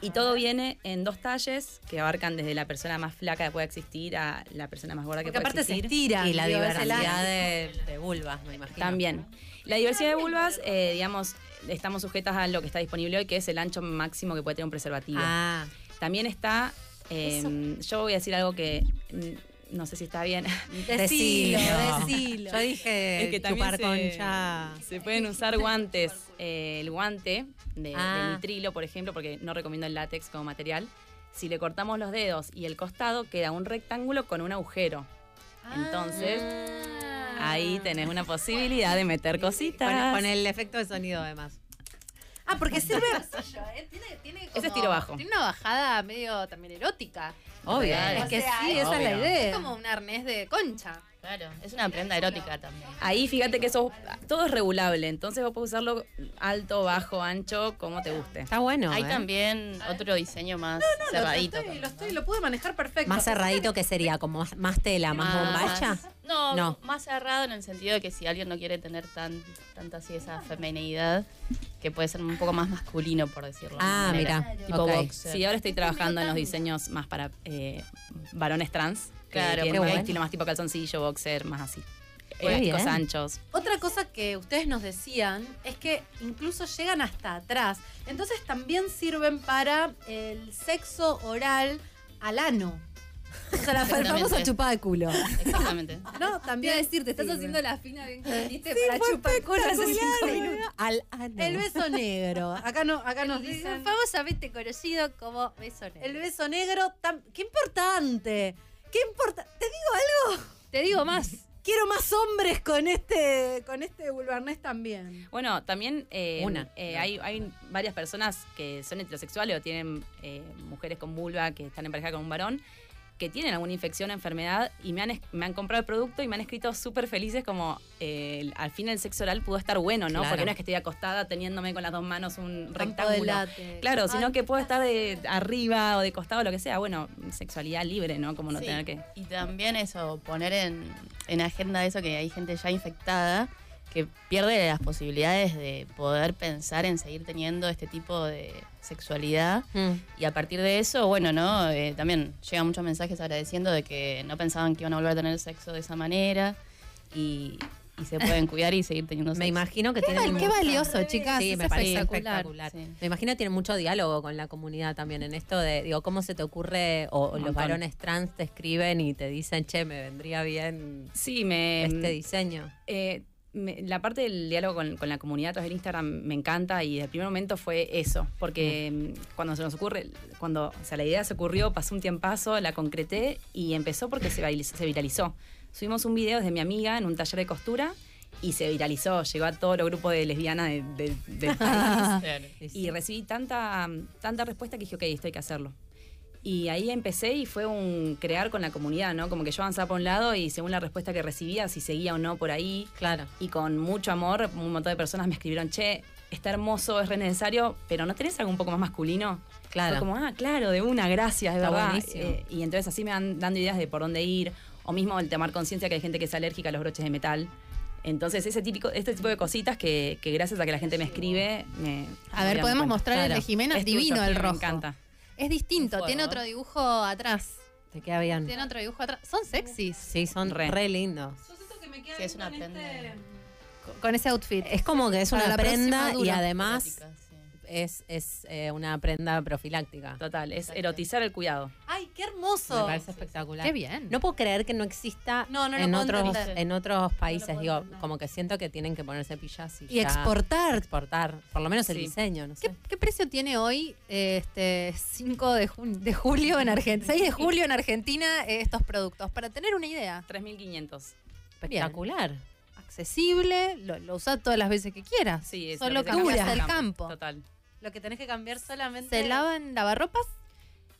Y todo viene en dos talles que abarcan desde la persona más flaca que pueda existir a la persona más gorda que
Porque
pueda
aparte se
existir.
estira.
Y la
digo, es el
diversidad de, de vulvas, me imagino.
También. La diversidad
Ah,
de vulvas, eh, digamos, estamos sujetas a lo que está disponible hoy, que es el ancho máximo que puede tener un preservativo.
Ah,
También está, eh, yo voy a decir algo que mm, no sé si está bien.
Decilo,
Decilo.
decilo.
yo dije
Es que también
chupar
se-
concha.
Se pueden usar guantes. eh, el guante de,
Ah.
de nitrilo, por ejemplo, porque no recomiendo el látex como material. Si le cortamos los dedos y el costado, queda un rectángulo con un agujero.
Ah.
Entonces,
Ah.
ahí tenés una posibilidad de meter cositas.
Con, con el efecto de sonido, además.
Ah, porque sirve.
eh,
tiene, tiene como-
Es estilo bajo.
Tiene una bajada medio también erótica.
Obvio.
Es
Real.
que
O sea,
sí, esa es la
obvio.
idea. Es como un arnés de concha.
Claro, es una prenda erótica también.
Ahí fíjate que eso todo es regulable, entonces vos podés usarlo alto, bajo, ancho, como te guste.
Está bueno.
Hay
¿eh?
también otro diseño más cerradito.
Lo, estoy, lo,
capaz,
estoy,
¿no?
lo pude manejar perfecto.
Más cerradito que sería, como más, más tela, más bombacha.
No,
No.
más cerrado en el sentido de que si alguien no quiere tener tan, tanta así esa femineidad, que puede ser un poco más masculino, por decirlo. de
Ah,
alguna manera.
mira.
Tipo
ok.
boxer.
Sí, eh, ahora estoy trabajando en los diseños más para eh, varones trans. que
Claro,
tienen
qué
un
bueno.
estilo más tipo calzoncillo, boxer, más así.
eh,
bien.
discos anchos.
Otra cosa que ustedes nos decían es que incluso llegan hasta atrás. Entonces también sirven para el sexo oral al ano. O sea, la
Exactamente.
famosa chupada de culo.
Exactamente.
No, también
decir, te estás
sirve.
haciendo la fina bien que viniste
Sí,
para
fue
chupar culo hace cinco
espectacular.
minutos.
Al ano.
El beso negro. Acá, no, acá nos dicen.
Famosamente conocido como beso negro.
El beso negro. tam- ¡Qué importante! ¡Qué importante! Te digo algo.
Te digo más.
Quiero más hombres con este, con este Bulbarnés también.
Bueno, también eh,
Una.
eh, hay, hay varias personas que son heterosexuales o tienen eh, mujeres con vulva que están en pareja con un varón que tienen alguna infección o enfermedad y me han, es- me han comprado el producto y me han escrito súper felices como eh, el- al fin el sexo oral pudo estar bueno, ¿no?
Claro.
Porque no es que estoy acostada teniéndome con las dos manos un
Campo de
rectángulo.
látex.
Claro,
Ay,
sino que puedo estar de arriba o de costado, lo que sea. Bueno, sexualidad libre, ¿no? Como no
Sí,
tener que...
Y también eso, poner en, en agenda eso que hay gente ya infectada que pierde las posibilidades de poder pensar en seguir teniendo este tipo de sexualidad.
Mm.
Y a partir de eso, bueno, ¿no? Eh, también llegan muchos mensajes agradeciendo de que no pensaban que iban a volver a tener sexo de esa manera y, y se pueden cuidar y seguir teniendo sexo.
Me imagino que tienen.
val- qué valioso, chicas,
Sí,
es
me parece espectacular.
espectacular.
Sí.
Me imagino que tienen mucho diálogo con la comunidad también en esto de, digo, ¿cómo se te ocurre? O, o los
montón.
varones trans te escriben y te dicen, che, me vendría bien
Sí, me... mm,
este diseño.
Eh, me- la parte del diálogo con, con la comunidad a través del Instagram me encanta y desde el primer momento fue eso, porque mm, cuando se nos ocurre, cuando o sea, la idea se ocurrió, pasó un tiempazo, la concreté y empezó porque se, vail- se viralizó. Subimos un video desde mi amiga en un taller de costura y se viralizó, llegó a todos los grupos de lesbianas de- de- del país. Y recibí tanta, tanta respuesta que dije, ok, esto hay que hacerlo. Y ahí empecé y fue un crear con la comunidad, ¿no? Como que yo avanzaba por un lado y según la respuesta que recibía, si seguía o no por ahí.
Claro.
Y con mucho amor, un montón de personas me escribieron, che, está hermoso, es re necesario, pero ¿no tenés algo un poco más masculino? Fue
Claro.
como, ah, claro, de una, gracias, de
Está
verdad.
buenísimo.
Eh, y entonces así me van dando ideas de por dónde ir, o mismo el tomar conciencia que hay gente que es alérgica a los broches de metal. Entonces, ese típico, este tipo de cositas que, que gracias a que la gente me escribe, me...
A
me
ver,
dan
podemos
cuenta.
mostrar el
Claro.
de Jimena.
Es
divino
tuyo,
el
sí,
rojo.
Me encanta.
Es distinto,
Concuerdo.
tiene otro dibujo atrás.
Te queda bien.
Tiene otro dibujo atrás. Son sexys.
Sí, son re,
Re.
lindos.
Sí, es una prenda
Con- Con ese outfit.
Es como que es
Para
una
la próxima
prenda y
dura.
además
erótica, sí.
es, es eh, una prenda profiláctica.
Total, es
Exacto.
erotizar el cuidado.
Ay, qué
Me
hermoso.
parece espectacular.
Qué bien.
No puedo creer que no exista
No, no lo
en,
puedo
otros,
entender.
en otros países.
puedo
Digo,
entender.
como que siento que tienen que ponerse pillas y,
Y
ya
exportar.
exportar. Por lo menos el
Sí.
diseño, no sé.
¿Qué, qué precio tiene hoy eh, este 5 de, jun- de julio en Argentina? 6 de julio en Argentina eh, estos productos. Para tener una idea.
3.500.
Espectacular.
Accesible, lo, lo usás todas las veces que quieras.
Sí, es
Solo
lo que se cambia
cambias
es
el campo.
Total.
Lo que tenés que cambiar solamente.
¿Se lavan lavarropas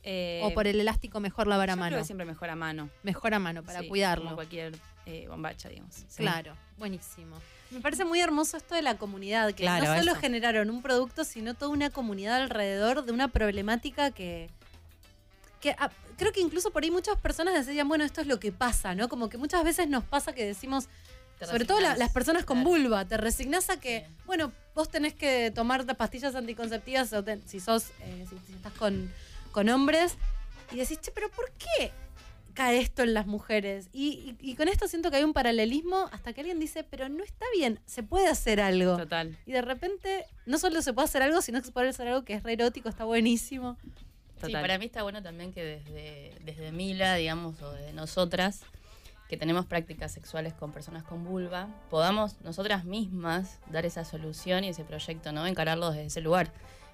Eh,
o por el elástico mejor lavar a
yo creo
mano?
que siempre mejor a mano.
Mejor a mano para
Sí, Como
cuidarlo.
cualquier eh, bombacha, digamos. Sí.
Claro, buenísimo.
Me parece muy hermoso esto de la comunidad, que
Claro,
no solo
eso.
generaron un producto, sino toda una comunidad alrededor de una problemática que. que ah, creo que incluso por ahí muchas personas decían, bueno, esto es lo que pasa, ¿no? Como que muchas veces nos pasa que decimos,
Te
sobre todo la-
resignás,
las personas con
claro.
vulva, te resignás a que,
Sí.
bueno, vos tenés que tomar de pastillas anticonceptivas o ten- si sos, eh, si, si estás con, con hombres, y decís, che, pero ¿por qué cae esto en las mujeres? Y, y- y con esto siento que hay un paralelismo hasta que alguien dice, pero no está bien, se puede hacer algo.
Total.
Y de repente, no solo se puede hacer algo, sino que se puede hacer algo que es re erótico, está buenísimo.
Total.
Sí, para mí está bueno también que desde, desde Mila, digamos, o desde nosotras, que tenemos prácticas sexuales con personas con vulva, podamos nosotras mismas dar esa solución y ese proyecto, ¿no? Encararlo desde ese lugar.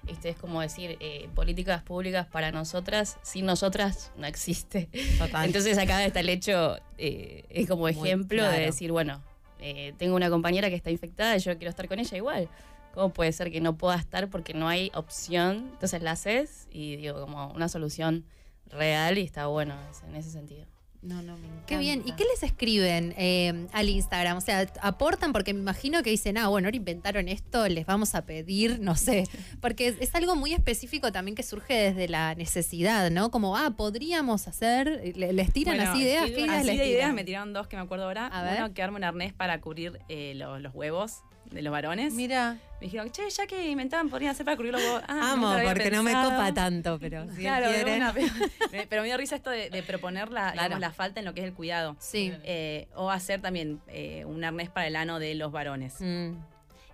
Este es como decir, eh, políticas públicas para nosotras, sin nosotras no existe.
Total.
Entonces acá está el hecho, eh, es como
Muy
ejemplo
claro.
de decir, bueno, eh, tengo una compañera que está infectada y yo quiero estar con ella igual. ¿Cómo puede ser que no pueda estar porque no hay opción? Entonces la haces y digo, como una solución real y está bueno es- en ese sentido.
No, no, Qué bien. ¿Y qué les escriben eh, al Instagram? O sea, aportan porque me imagino que dicen, ah, bueno, ahora inventaron esto, les vamos a pedir, no sé. Porque es, es algo muy específico también que surge desde la necesidad, ¿no? Como, ah, podríamos hacer, le- les tiran
Bueno,
así ideas,
sí,
¿qué ideas
así
les
de
tiran?
ideas me tiraron dos que me acuerdo ahora.
A ver.
Uno, quedarme un arnés para cubrir eh, lo- los, huevos. de los varones.
Mira.
Me dijeron, che, ya que inventaban, podrían hacer para cubrir los huevos. Ah,
Amo,
nunca lo había
porque no me
pensado.
copa tanto, pero si él
claro, de
quiere.
una, pero, me- pero me dio risa esto de, de proponer la, digamos, la falta en lo que es el cuidado.
Sí.
Eh, o hacer también eh, un arnés para el ano de los
Mm.
varones.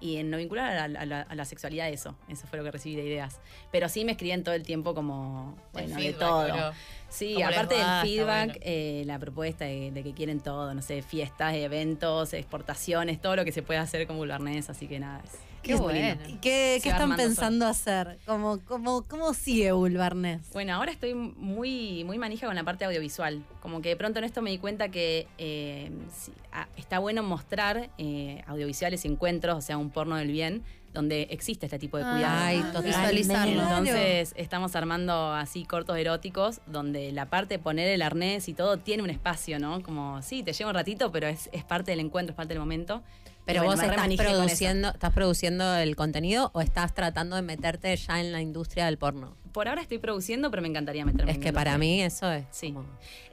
Y en no vincular a la, a la- a la sexualidad eso. Eso fue lo que recibí de ideas. Pero sí me escribían todo el tiempo como, bueno, de
feedback,
todo.
boludo.
Sí,
Como les
aparte del
va, está
feedback,
bueno.
eh, la propuesta de, de que quieren todo, no sé, fiestas, eventos, exportaciones, todo lo que se puede hacer con Bulbarnés, así que nada. es-
¿Qué,
es
bueno.
lindo.
¿Y qué,
Se
qué
va
están
armando
pensando hacer? ¿Cómo, cómo, cómo sigue Bulbarnés?
Bueno, ahora estoy muy, muy manija con la parte audiovisual. Como que de pronto en esto me di cuenta que eh, sí, ah, está bueno mostrar eh, audiovisuales encuentros, o sea, un porno del bien, donde existe este tipo de
Ah,
cuidado.
Ay, visualizarlo.
Entonces, estamos armando así cortos eróticos, donde la parte de poner el arnés y todo tiene un espacio, ¿no? Como, sí, te lleva un ratito, pero es, es parte del encuentro, es parte del momento.
Pero
Y bueno,
vos
me
estás
remanijé con eso.
produciendo, estás produciendo el contenido o estás tratando de meterte ya en la industria del porno.
Por ahora estoy produciendo, pero me encantaría meterme
Es
en
que
industria.
para mí eso es.
Sí.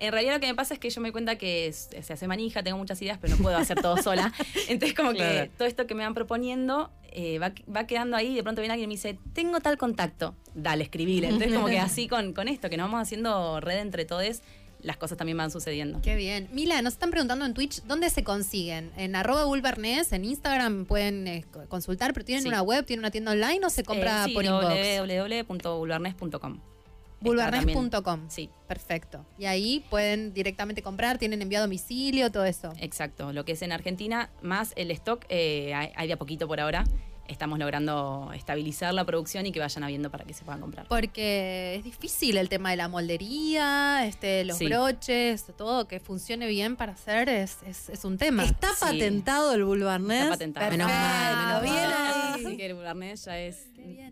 En realidad lo que me pasa es que yo me doy cuenta que es- se hace manija, tengo muchas ideas, pero no puedo hacer todo sola. Entonces como
Claro.
que todo esto que me van proponiendo eh, va, va quedando ahí y de pronto viene alguien y me dice, tengo tal contacto, dale, escribile. Entonces como que así con, con esto, que nos vamos haciendo red entre todos, las cosas también van sucediendo.
Qué bien. Mila, nos están preguntando en Twitch dónde se consiguen. En arroba Bulbernés, en Instagram pueden eh, co- consultar, pero tienen
Sí.
una web, tienen una tienda online o se compra
Eh, sí,
por inbox.
www.bulbarnes.com.
Bulbarnés.com.
Sí.
Perfecto. Y ahí pueden directamente comprar, tienen envío a domicilio, todo eso.
Exacto, lo que es en Argentina, más el stock, eh, hay hay de a poquito por ahora. Estamos logrando estabilizar la producción y que vayan habiendo para que se puedan comprar.
Porque es difícil el tema de la moldería, este, los
Sí.
broches, todo que funcione bien para hacer es, es- es un tema.
¿Está patentado el Bulbarnés?
Está patentado.
Perfecto.
Menos mal,
Bien ahí.
Así que el Bulgarnés ya es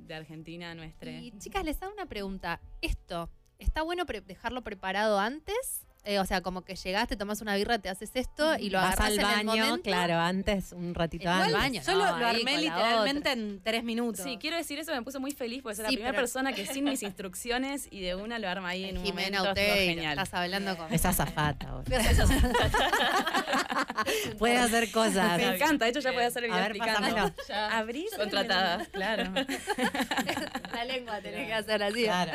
de Argentina nuestra.
Y chicas, les hago una pregunta. Esto, ¿está bueno pre- dejarlo preparado antes? Eh, o sea, como que llegaste, tomas una birra, te haces esto y lo
Vas
agarras
al
en el
baño,
momento.
claro, antes, un ratito
Igual,
antes.
baño,
Yo
no,
lo, lo
ahí
armé
con la
literalmente en tres minutos.
Sí, quiero decir eso, me puso muy feliz porque soy
Sí,
la primera
pero-
persona que sin mis instrucciones y de una lo arma ahí en un
Jimena
momento. estuvo
Utey,
genial.
estás hablando con...
Es azafata, boludo. Puede hacer cosas.
Me encanta, de hecho ya podía hacer el
A
video
ver,
explicando.
pásamelo.
Abrir
Contratada.
Claro.
La lengua tenés que hacer así.
Claro,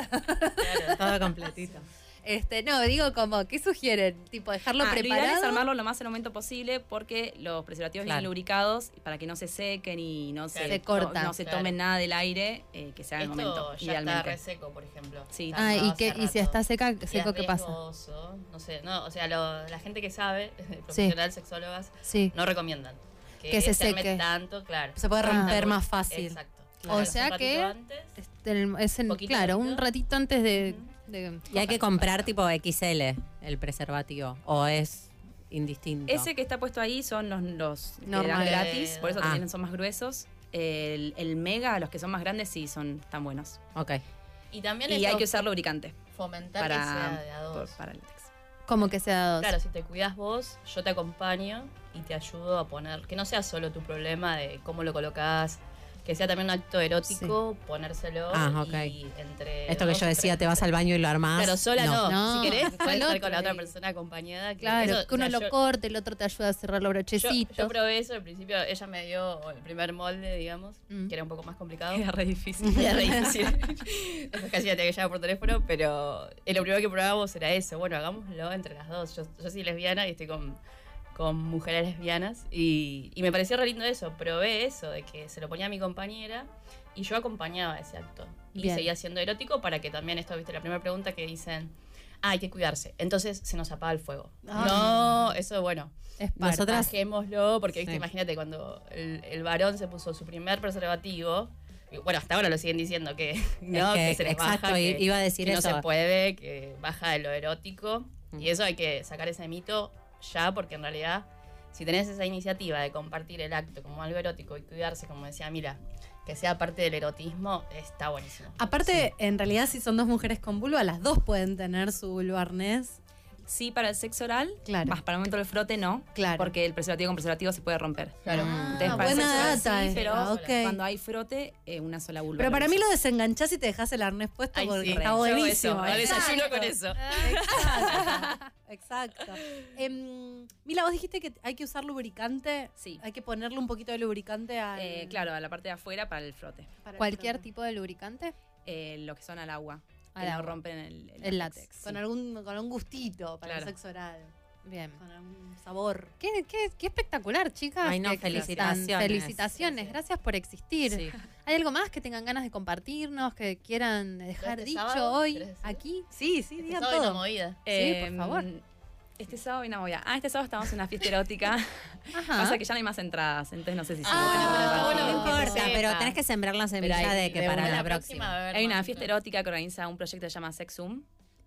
todo completito.
Este, no, digo como, ¿qué sugieren? Tipo, dejarlo
Ah, lo ideal es
preparado.
armarlo lo más en el momento posible porque los preservativos
Claro.
vienen lubricados para que no se sequen y no se,
Se cortan,
no, se
claro.
tomen nada del aire, eh, que se haga en el momento,
Esto ya está
idealmente.
reseco, por ejemplo.
Sí.
Está
ah,
armado
y,
hace
que, y si
rato.
está seca,
Y
seco,
es
¿qué pasa?
riesgoso, No sé, no, o sea, lo- la gente que sabe, profesional, sexólogas,
Sí.
no recomiendan que,
Que se
arme
seque.
tanto, claro.
Se puede
Ah.
romper más fácil.
Exacto.
O sea
un ratito
que-
antes.
Este, en el- es en-
Poquito,
claro, un
poquito.
ratito antes de... de-
Y hay que comprar tipo XL el preservativo. O es indistinto.
Ese que está puesto ahí son los, los que dan
Normales.
gratis, por eso
Ah.
también son más gruesos. El, el mega, los que son más grandes, sí son tan buenos.
Ok.
eh, Y también
Y hay
esto,
que usar lubricante
fomentar que sea de a
para,
dos.
por- para el tex.
Como que sea dos.
Claro, si te cuidas vos, yo te acompaño y te ayudo a poner, que no sea solo tu problema de cómo lo colocás, que sea también un acto erótico, ponérselo
Ah, ok.
y entre
Esto que
dos
yo
o
decía,
tres.
te vas al baño y lo armás.
Claro, sola no.
No.
Si querés,
Al
puedes estar
otro,
con la otra
ahí.
persona acompañada. que
Claro,
eso,
que uno
o sea,
lo
yo-
corte, el otro te ayuda a cerrar los
yo, yo
brochecitos.
probé eso al principio, ella me dio el primer molde, digamos,
Mm.
que era un poco más complicado.
Era re difícil.
Era re difícil. Eso casi la tenía que llamar por teléfono, pero eh, lo primero que probábamos era eso. Bueno, hagámoslo entre las dos. Yo, yo soy lesbiana y estoy con, con mujeres lesbianas. Y, y me pareció re lindo eso. Probé eso, de que se lo ponía a mi compañera y yo acompañaba ese acto. Y
Bien.
seguía siendo erótico para que también esto, viste, la primera pregunta que dicen. Ah, hay que cuidarse. Entonces se nos apaga el fuego. No, eso bueno.
Es
Nosotras-
Bajémoslo, porque viste,
Sí.
imagínate cuando el, el varón se puso su primer preservativo. y Bueno, hasta ahora lo siguen diciendo que, ¿no?
que,
que, se les
exacto,
baja,
i-
que-
iba a decir
que
eso.
no se puede, que baja de lo erótico.
Mm.
Y eso hay que sacar ese mito ya, porque en realidad, si tenés esa iniciativa de compartir el acto como algo erótico y cuidarse, como decía Mila, que sea parte del erotismo, está buenísimo.
Aparte, en realidad, si son dos mujeres con vulva, las dos pueden tener su vulvarnés.
Sí, para el sexo oral,
Claro.
más para el momento del frote no,
Claro.
porque el preservativo con preservativo se puede romper.
Claro.
Entonces,
Ah,
para el
buena
sexo oral
data
sí,
esa,
pero
ok.
cuando hay frote, eh, una sola vulva.
Pero para mí
uso.
lo desenganchás y te dejás el arnés puesto
Ay,
porque
sí.
está
Yo
buenísimo.
eso, al
Exacto.
desayuno con eso.
Exacto. Exacto. Em, Mila, vos dijiste que hay que usar lubricante.
Sí.
Hay que ponerle un poquito de lubricante a.
Eh, claro, a la parte de afuera para el frote.
Cualquier tipo de lubricante.
Eh, lo que son al agua.
Al
que no
agua.
rompen el,
El látex.
Con
Sí.
algún, con algún gustito para el
Claro.
sexo oral.
Bien.
Con algún sabor.
Qué, qué- qué espectacular, chicas.
Ay, no,
que existan.
felicitaciones.
Felicitaciones, gracias por existir.
Sí.
¿Hay algo más que tengan ganas de compartirnos, que quieran dejar
este
dicho
sábado?
hoy,
¿Querés decir?
aquí? Este
Sí, sí, digan
Sábado en la
todo.
movida.
Eh,
por favor.
Este sábado viene a Moya. Ah, este sábado estamos en una fiesta erótica.
Ajá.
Pasa que ya no hay más entradas, entonces no sé si se
Ah,
puede
bueno,
tener
bueno,
para
que
no
participar.
importa,
sepa.
pero tenés que sembrar la
Pero
semilla
ahí,
de que
de
para
una.
la
va a
próxima.
haber
Hay
más,
una fiesta
claro.
erótica que organiza un proyecto que se llama Sexum.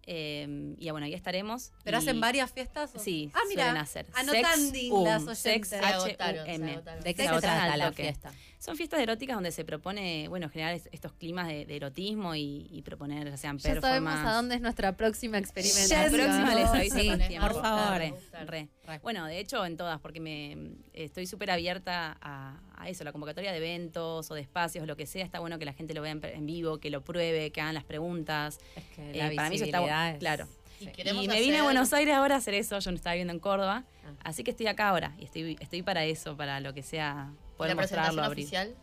eh, y bueno, ahí estaremos.
Pero
Y-
hacen varias fiestas. ¿o?
Sí,
ah, mira,
suelen hacer.
Anotan
Sexum,
las oyentes.
sex,
Se
H, U,
agotaron, se
M.
agotaron.
¿De qué
Sex
se trata
al
la
toque.
fiesta?
Son fiestas eróticas donde se propone, bueno, generar es- estos climas de, de erotismo y, y proponer, ya sean
Ya sabemos
performance.
a dónde es nuestra próxima
La
experimentación.
Yes.
próxima les aviso
Sí,
con tiempo.
por
Me va a
Re,
favor.
gustar, me va a gustar.
re. Bueno, de hecho, en todas, porque me em, estoy súper abierta a, a eso, la convocatoria de eventos o de espacios, lo que sea. Está bueno que la gente lo vea en, en vivo, que lo pruebe, que hagan las preguntas.
Es que
Eh, para mí eso está
visibilidad es-
claro.
Y, queremos
Y me vine a
hacer-
Buenos Aires ahora a hacer eso. Yo no estaba viviendo en Córdoba.
Ah.
Así que estoy acá ahora y estoy, estoy para eso, para lo que sea, poder
La presentación
mostrarlo, abrir.
oficial,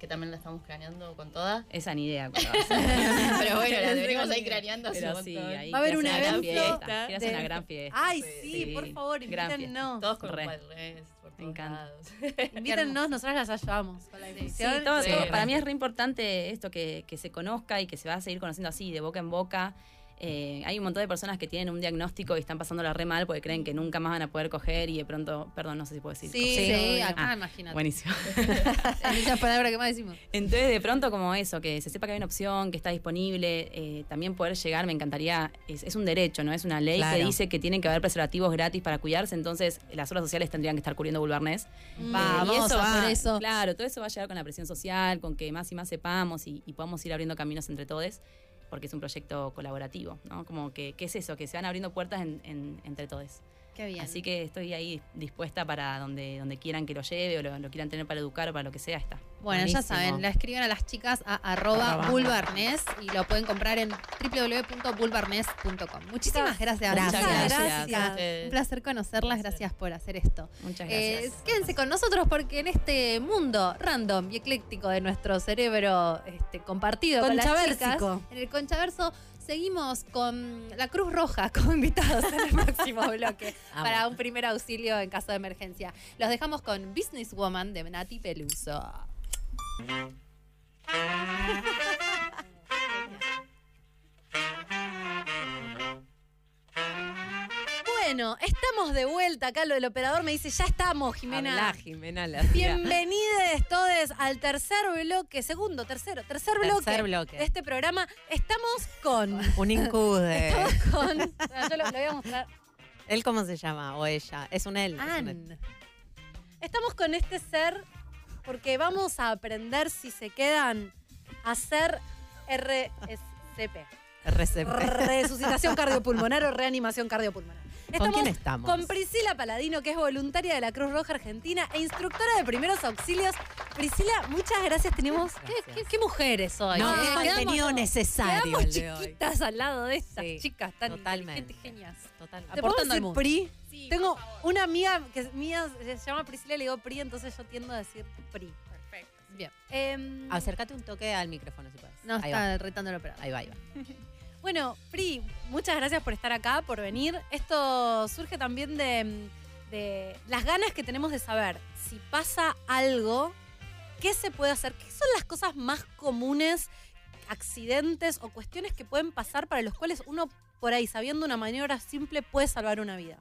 que también la estamos craneando con toda.
Esa ni idea. cuándo va a ser.
Pero bueno, la deberíamos ir craneando. hace un
Pero sí,
montón.
ahí
Va a haber
quiero
un
hacer una gran
evento
fiesta, quiero hacer
de-
una gran fiesta.
Ay, sí,
Sí.
por favor,
Gran fiesta.
invítennos.
Todos con
Re.
cuadres, por todos
encanta.
lados.
Invítennos, nosotras las ayudamos. con la
Sí,
difusión.
todo-
Sí,
todo.
gracias.
Para mí es re importante esto, que, que se conozca y que se va a seguir conociendo así, de boca en boca. Eh, hay un montón de personas que tienen un diagnóstico y están pasándola re mal porque creen que nunca más van a poder coger y de pronto, perdón, no sé si puedo decir.
Sí,
coger.
Sí,
obvio.
acá
Ah,
imagínate.
Buenísimo.
Es la palabra que más decimos.
Entonces, de pronto, como eso, que se sepa que hay una opción, que está disponible, eh, también poder llegar, me encantaría. Es, es un derecho, ¿no? Es una ley que
Claro.
dice que tienen que haber preservativos gratis para cuidarse, entonces las obras sociales tendrían que estar cubriendo vulvarnés.
Mm.
y eso
a
va,
por eso.
Claro, todo eso va a llegar con la presión social, con que más y más sepamos y, y podamos ir abriendo caminos entre todos, porque es un proyecto colaborativo, ¿no? Como que, ¿qué es eso? Que se van abriendo puertas en- en- entre todos.
Qué bien.
Así que estoy ahí dispuesta para donde, donde quieran que lo lleve o lo, lo quieran tener para educar o para lo que sea, está.
Bueno, ya
Buenísimo.
saben, la escriben a las chicas a arroba
Arroba.
bulbarnés y lo pueden comprar en www.bulbarnés.com. Muchísimas gracias.
Muchas
chicas.
gracias.
chicas.
Eh,
Ustedes.
Un placer conocerlas, gracias por hacer esto.
Muchas
Eh,
gracias.
quédense con nosotros porque en este mundo random y ecléctico de nuestro cerebro este, compartido con las chicas,
Conchavérsico.
en el conchaverso seguimos con la Cruz Roja como invitados en el próximo bloque
Amo.
para un primer auxilio en caso de emergencia. Los dejamos con Businesswoman de Nati Peluso.
Bueno, estamos de vuelta acá. Lo del operador me dice, ya estamos, Jimena.
Hablá, Jimena. la-
Bienvenidos todos al tercer bloque, segundo, tercero, tercer bloque,
Tercer bloque.
de este programa. Estamos con.
Un incude.
Estamos con. No, yo lo, lo voy a mostrar.
¿Él cómo se llama? ¿O ella? Es un él. es un
Ah,
él.
Ann.
Estamos con este ser porque vamos a aprender, si se quedan, a hacer RSCP.
RCP.
Resucitación cardiopulmonar o reanimación cardiopulmonar.
¿Con
Estamos
quién estamos?
Con Priscila Paladino, que es voluntaria de la Cruz Roja Argentina e instructora de primeros auxilios. Priscila, muchas gracias. Tenemos. ¿Qué,
Gracias.
qué- qué mujeres hoy?
No,
¿eh?
qué
Quedamos-
contenido necesario
quedamos
el de hoy.
chiquitas al lado de estas
Sí,
chicas tan
totalmente.
inteligentes, genias.
Totalmente.
¿Te puedo
Aportando al
decir
mundo.
PRI? Tengo una amiga que es mía se llama Priscila y le digo PRI, entonces yo tiendo a decir PRI.
Bien.
Em,
Acércate un toque al micrófono si puedes.
No,
ahí
está
va.
retando el operador.
Ahí va, ahí va.
Bueno, Pri, muchas gracias por estar acá, por venir. Esto surge también de, de las ganas que tenemos de saber si pasa algo, qué se puede hacer, qué son las cosas más comunes, accidentes o cuestiones que pueden pasar para los cuales uno por ahí, sabiendo una maniobra simple, puede salvar una vida.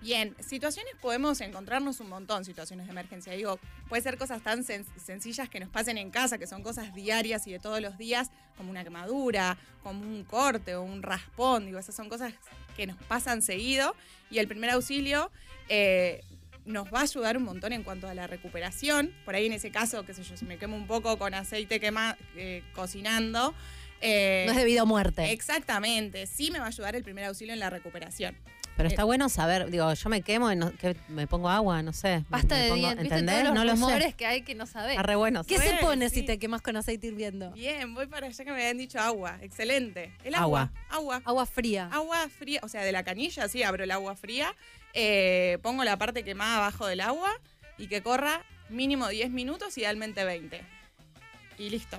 Bien, situaciones podemos encontrarnos un montón, situaciones de emergencia. Digo, puede ser cosas tan sen- sencillas que nos pasen en casa, que son cosas diarias y de todos los días, como una quemadura, como un corte o un raspón. Digo, esas son cosas que nos pasan seguido y el primer auxilio eh, nos va a ayudar un montón en cuanto a la recuperación. Por ahí en ese caso, qué sé yo, si me quemo un poco con aceite quema, eh, cocinando. eh,
No es de vida o muerte.
Exactamente, sí me va a ayudar el primer auxilio en la recuperación.
Pero
Eh,
está bueno saber, digo, yo me quemo y no- que me pongo agua, no sé.
Pasta
me
de
pongo-
dientes. ¿Viste
¿Entendés?
todos
no
los
lo
rumores
sé.
que hay que no sabés?
Está re bueno.
¿Qué se
Re,
pones
sí.
si te quemas con aceite hirviendo?
Bien, voy para allá que me habían dicho agua. Excelente. El
Agua.
agua. Agua.
Agua fría.
Agua fría. O sea, de la canilla, sí, abro el agua fría. eh, pongo la parte quemada abajo del agua y que corra mínimo 10 minutos, idealmente 20. Y listo.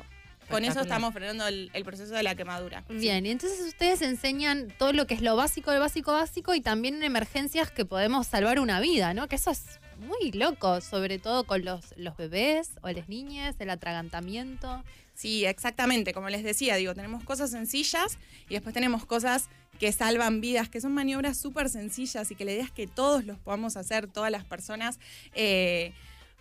Con eso
Espectacular.
estamos frenando el, el proceso de la quemadura.
Bien, y entonces ustedes enseñan todo lo que es lo básico, el básico, básico y también en emergencias que podemos salvar una vida, ¿no? Que eso es muy loco, sobre todo con los, los bebés o las niñas, el atragantamiento.
Sí, exactamente. Como les decía, digo, tenemos cosas sencillas y después tenemos cosas que salvan vidas, que son maniobras súper sencillas y que la idea es que todos los podamos hacer, todas las personas eh,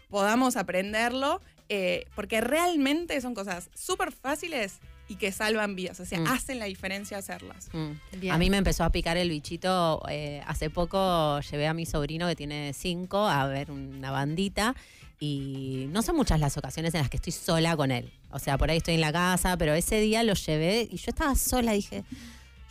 podamos aprenderlo, eh, porque realmente son cosas súper fáciles y que salvan vidas, o sea,
Mm.
hacen la diferencia hacerlas.
Mm.
Bien.
A mí me empezó a picar el bichito. eh, hace poco llevé a mi sobrino que tiene cinco a ver una bandita. Y no son muchas las ocasiones en las que estoy sola con él. O sea, por ahí estoy en la casa, pero ese día lo llevé y yo estaba sola. y Dije,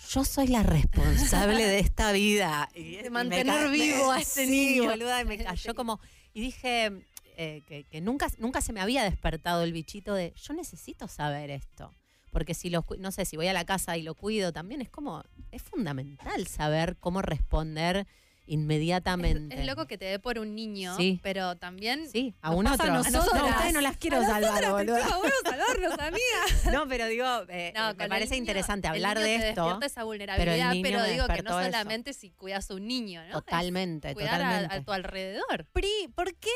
yo soy la responsable de esta vida. Y- y me
mantener
ca-
vivo a este niño.
boluda, y me cayó como. Y dije eh, que, que nunca, nunca se me había despertado el bichito de yo necesito saber esto. Porque si lo, cu- no sé, si voy a la casa y lo cuido también, es como, es fundamental saber cómo responder inmediatamente.
Es loco que te dé por un niño,
Sí.
pero también...
Sí, a
nos
un
pasa
otro.
A nosotros.
No, ustedes no las quiero salvar, boludo.
salvarnos, amiga.
No, pero digo, eh, eh, me parece interesante hablar de esto.
Despierta esa vulnerabilidad,
el
pero,
niño me
digo que no
despertó eso.
solamente si cuidas a un niño, ¿no?
Totalmente,
Es cuidar a-
totalmente.
A, tu alrededor.
Eh, Pri, ¿por qué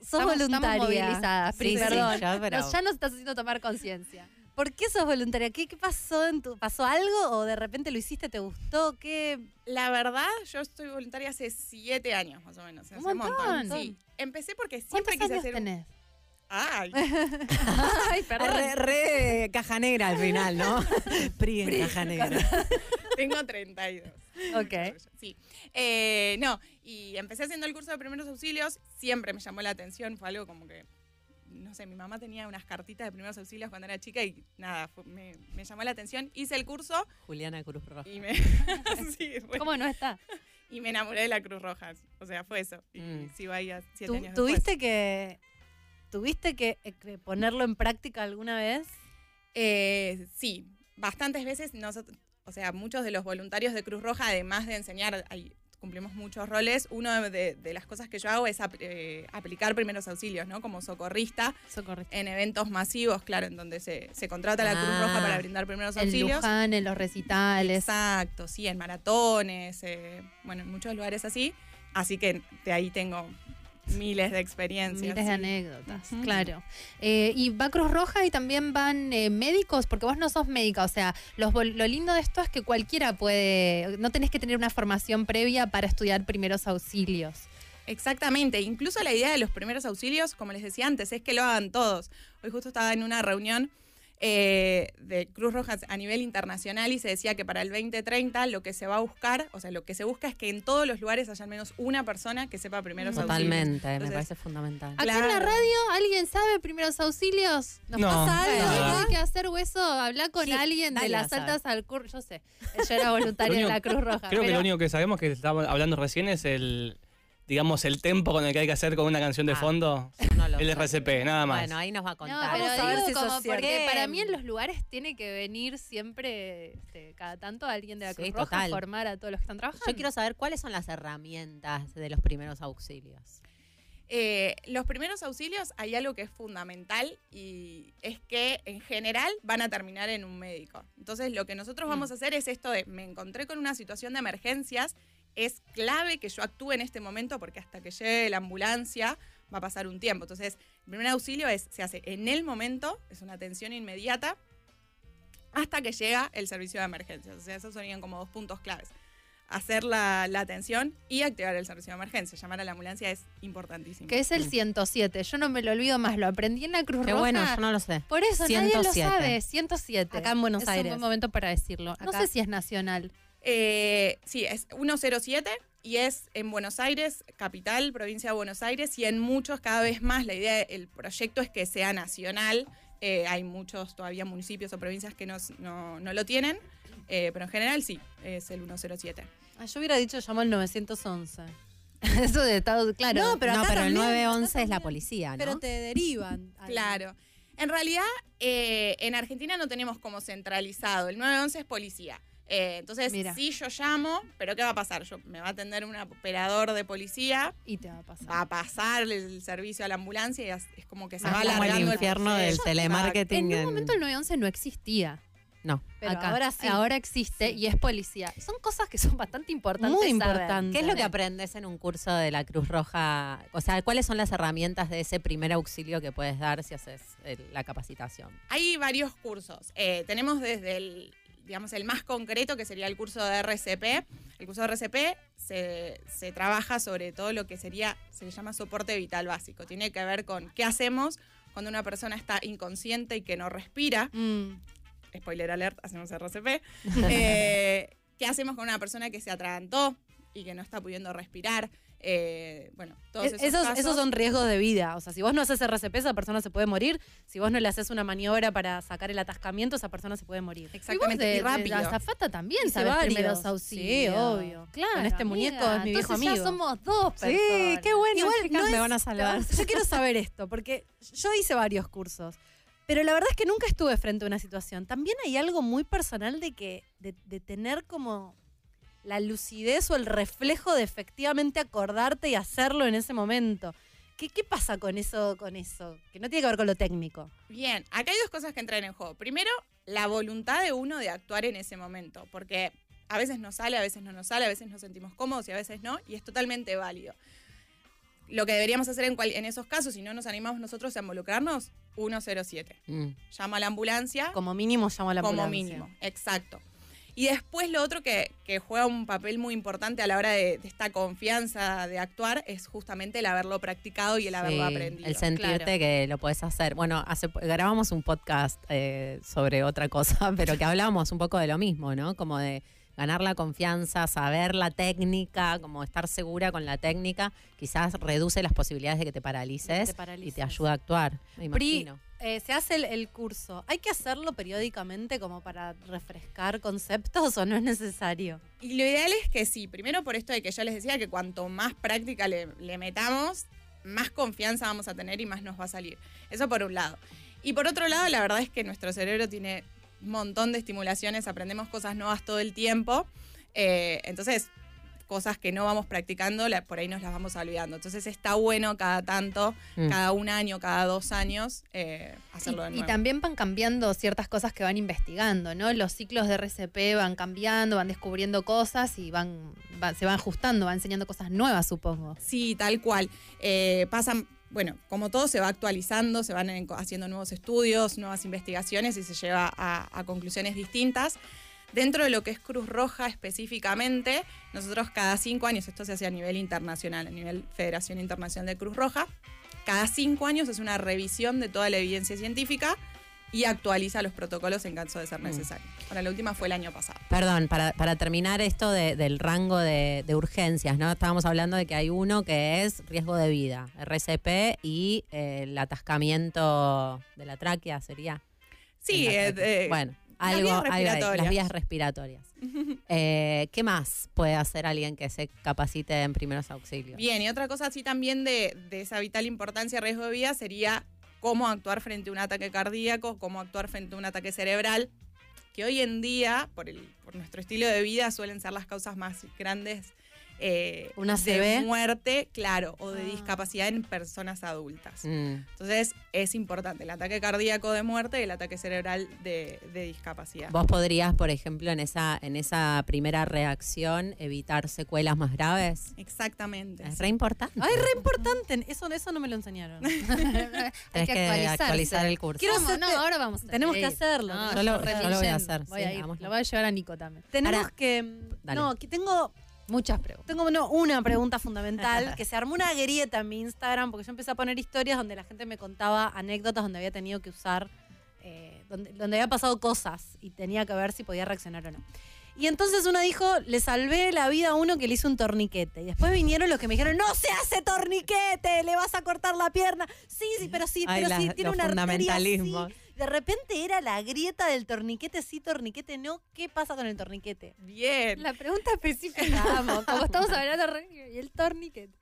sos
Estamos-
voluntaria?
Estamos movilizadas, Pri,
Sí, sí,
perdón.
ya,
Nos-
pero-
ya nos estás haciendo tomar conciencia.
¿Por qué sos voluntaria? ¿Qué, qué pasó en tu, pasó algo o de repente lo hiciste, te gustó? ¿Qué?
La verdad, yo estoy voluntaria hace siete años más o menos. hace
Un montón.
sí. Empecé porque siempre
¿Cuántos años
quise hacer. un-
tenés?
Ay.
Ay,
Re, re caja negra al final, ¿no? Pri en caja negra.
Tengo 32.
Ok.
Sí. Eh, no, y empecé haciendo el curso de primeros auxilios, siempre me llamó la atención, fue algo como que, no sé, mi mamá tenía unas cartitas de primeros auxilios cuando era chica y nada, fue- me, me llamó la atención, hice el curso
Juliana Cruz Roja.
y me... sí, fue-
¿Cómo no está?
Y me enamoré de la Cruz Roja, o sea, fue eso. Y
Mm.
sigo ahí a siete
Tu-
años después.
¿Tuviste que, tuviste que eh, que ponerlo en práctica alguna vez?
Eh, sí, bastantes veces nosotros, o sea, muchos de los voluntarios de Cruz Roja, además de enseñar, hay- cumplimos muchos roles, una de, de las cosas que yo hago es ap- eh, aplicar primeros auxilios, ¿no? Como socorrista
Socorrista.
en eventos masivos, claro, en donde se, se contrata la Cruz
Ah,
Roja para brindar primeros
En
auxilios.
Luján, en los recitales.
Exacto, sí, en maratones, eh, bueno, en muchos lugares así. Así que de ahí tengo miles de experiencias.
Miles de
sí.
anécdotas,
Ujú.
claro. Eh, y va Cruz Roja y también van eh, médicos, porque vos no sos médica, o sea, los vol- lo lindo de esto es que cualquiera puede, no tenés que tener una formación previa para estudiar primeros auxilios.
Exactamente, incluso la idea de los primeros auxilios, como les decía antes, es que lo hagan todos. Hoy justo estaba en una reunión eh, de Cruz Roja a nivel internacional y se decía que para el 2030 lo que se va a buscar, o sea, lo que se busca es que en todos los lugares haya al menos una persona que sepa primeros auxilios.
Totalmente, me
Entonces,
parece fundamental.
Aquí en la
Claro.
radio, ¿alguien sabe primeros auxilios? ¿Nos
No,
pasa algo?
nada.
¿Qué hay que hacer hueso? Hablar con
Sí,
alguien de
Dalia
las
sabe.
altas al curso. Yo sé, yo era voluntaria de
Lo único-
la Cruz Roja.
Creo que
pero-
lo único que sabemos que estábamos hablando recién es el, digamos, el tempo con el que hay que hacer con una canción de fondo. el RCP, nada más.
Bueno, ahí nos va a
No,
contar.
pero
Vamos a ver
digo
si sos
como porque
cierto.
para mí en los lugares tiene que venir siempre, este, cada tanto, alguien de la
Sí,
Cruz Roja a
total.
formar a todos los que están trabajando.
Yo quiero saber cuáles son las herramientas de los primeros auxilios.
Eh, los primeros auxilios hay algo que es fundamental y es que en general van a terminar en un médico. Entonces lo que nosotros vamos a hacer es esto de, me encontré con una situación de emergencias, es clave que yo actúe en este momento porque hasta que llegue la ambulancia va a pasar un tiempo. Entonces el primer auxilio es, se hace en el momento, es una atención inmediata, hasta que llega el servicio de emergencias. O sea, esos serían como dos puntos claves. Hacer la, la atención y activar el servicio de emergencia. Llamar a la ambulancia es importantísimo.
Que es el 107. Yo no me lo olvido más. Lo aprendí en la Cruz
Qué
Roja.
bueno, yo no lo sé.
Por eso nadie
107.
lo sabe. 107.
Acá en Buenos
es
Aires.
un buen momento para decirlo. No
Acá.
sé si es nacional.
Eh, sí, es 107 y es en Buenos Aires, capital, provincia de Buenos Aires, y en muchos cada vez más. La idea, el proyecto es que sea nacional. Eh, hay muchos todavía municipios o provincias que no, no- no lo tienen. Eh, pero en general sí, es el 107.
Ah, yo hubiera dicho llamó al 911.
Eso de estado claro.
No, pero acá
el
también,
911 es la policía, Ah, ¿no?
Pero te derivan.
Claro. En realidad, eh, en Argentina no tenemos como centralizado. El 911 es policía. Eh, entonces,
Mira.
sí, yo llamo, pero ¿qué va a pasar? Yo, me va a atender un operador de policía.
Y te va a pasar.
Va a pasar el servicio a la ambulancia y as- es como que se
Ah,
va
como el
alargando el
infierno del
proceso.
telemarketing en-
En un momento el 911 no existía.
No.
Pero
Acá.
ahora sí. Ahora existe y es policía. Son cosas que son bastante importantes.
Muy
saber.
importante. ¿Qué es lo que aprendes en un curso de la Cruz Roja? O sea, ¿cuáles son las herramientas de ese primer auxilio que puedes dar si haces el- la capacitación?
Hay varios cursos. Eh, tenemos desde el, digamos, el más concreto, que sería el curso de RCP. El curso de RCP se, se trabaja sobre todo lo que sería, se le llama soporte vital básico. Tiene que ver con qué hacemos cuando una persona está inconsciente y que no respira.
Mm.
Spoiler alert, hacemos RCP. Eh, ¿Qué hacemos con una persona que se atragantó y que no está pudiendo respirar? Eh, bueno, todos
Es-
esos,
E-, esos,
casos-
esos son riesgos de vida. O sea, si vos no haces RCP, esa persona se puede morir. Si vos no le haces una maniobra para sacar el atascamiento, esa persona se puede morir.
Exactamente, Y vos de- y rápido. de la azafata también sabés primeros
Sí,
auxilios.
obio.
Claro,
Con este
amiga,
muñeco es mi viejo
entonces ya
amigo.
somos dos
Sí,
personas.
qué bueno.
Igual
chicas,
no es- te-
Yo quiero saber esto, porque yo hice varios cursos. Pero la verdad es que nunca estuve frente a una situación. También hay algo muy personal de que, de, de tener como la lucidez o el reflejo de efectivamente acordarte y hacerlo en ese momento. ¿Qué, qué pasa con eso, con eso? Que no tiene que ver con lo técnico.
Bien, acá hay dos cosas que entran en juego. Primero, la voluntad de uno de actuar en ese momento, porque a veces nos sale, a veces no nos sale, a veces nos sentimos cómodos y a veces no, y es totalmente válido. Lo que deberíamos hacer en, cual- en esos casos, si no nos animamos nosotros a involucrarnos, 107.
Mm.
Llama a la ambulancia.
Como mínimo llamo a la
Como
ambulancia.
mínimo, exacto. Y después lo otro que, que juega un papel muy importante a la hora de, de esta confianza de actuar es justamente el haberlo practicado y el haberlo
Sí,
aprendido.
El sentirte que lo podés hacer. Bueno, hace, po- grabamos un podcast eh, sobre otra cosa, pero que hablábamos un poco de lo mismo, ¿no? Como de ganar la confianza, saber la técnica, como estar segura con la técnica, quizás reduce las posibilidades de que te paralices, y te ayuda a actuar, me
Pri,
imagino.
eh, se hace el, el curso. ¿Hay que hacerlo periódicamente como para refrescar conceptos o no es necesario?
Y lo ideal es que sí, primero por esto de que yo les decía que cuanto más práctica le, le metamos, más confianza vamos a tener y más nos va a salir. Eso por un lado. Y por otro lado, la verdad es que nuestro cerebro tiene un montón de estimulaciones, aprendemos cosas nuevas todo el tiempo. Eh, entonces, cosas que no vamos practicando, la- por ahí nos las vamos olvidando. Entonces está bueno cada tanto,
Mm.
cada un año, cada dos años, eh, hacerlo de
Y,
nuevo.
también van cambiando ciertas cosas que van investigando, ¿no? Los ciclos de RCP van cambiando, van descubriendo cosas y van, van- se van ajustando, van enseñando cosas nuevas, supongo.
Sí, tal cual. Eh, pasan, bueno, como todo se va actualizando, se van en- haciendo nuevos estudios, nuevas investigaciones y se lleva a, a conclusiones distintas. Dentro de lo que es Cruz Roja específicamente, nosotros cada cinco años, esto se hace a nivel internacional, a nivel Federación Internacional de Cruz Roja, cada cinco años es una revisión de toda la evidencia científica y actualiza los protocolos en caso de ser necesario. Ahora, la última fue el año pasado.
Perdón, para, para terminar esto de- del rango de, de urgencias, ¿no? Estábamos hablando de que hay uno que es riesgo de vida, RCP y eh, el atascamiento de la tráquea sería.
Sí,
En la
eh,
tráquea.
eh,
bueno,
las
algo,
vías
algo ahí, las
respiratorias.
vías respiratorias. Eh, ¿Qué más puede hacer alguien que se capacite en primeros auxilios?
Bien, y otra cosa así también de, de esa vital importancia de riesgo de vida sería cómo actuar frente a un ataque cardíaco, cómo actuar frente a un ataque cerebral, que hoy en día, por, el, por nuestro estilo de vida, suelen ser las causas más grandes eh,
Una
de
ACV.
muerte, claro, o de discapacidad en personas adultas.
Ah. Mm.
Entonces es importante el ataque cardíaco de muerte y el ataque cerebral de, de discapacidad.
¿Vos podrías, por ejemplo, en esa, en esa primera reacción evitar secuelas más graves?
Exactamente.
Es re importante.
Ay, re importante. Eso, eso no me lo enseñaron.
Tenés que,
actualizarse.
actualizar el curso.
Quiero
Vamos,
hacer-
no, ahora vamos a-
Tenemos que
Sí.
hacerlo.
No,
yo lo- yo lo voy a
reviviendo.
hacer,
Voy
sí,
a ir,
hagámoslo.
lo voy a llevar a Nico también.
Tenemos
Ahora,
que. mm,
Dale.
No, que tengo.
Muchas preguntas.
Tengo no, una pregunta fundamental, que se armó una grieta en mi Instagram, porque yo empecé a poner historias donde la gente me contaba anécdotas donde había tenido que usar, eh, donde, donde había pasado cosas y tenía que ver si podía reaccionar o no. Y entonces una dijo, le salvé la vida a uno que le hizo un torniquete. Y después vinieron los que me dijeron, no se hace torniquete, le vas a cortar la pierna. Sí, sí, pero sí,
Ay,
pero
la-
sí, tiene
los
una arteria así.
fundamentalismos.
De repente era la grieta del torniquete, sí, torniquete, no. ¿Qué pasa con el torniquete?
Bien.
La pregunta específica, amo. Como estamos hablando, re- y el torniquete.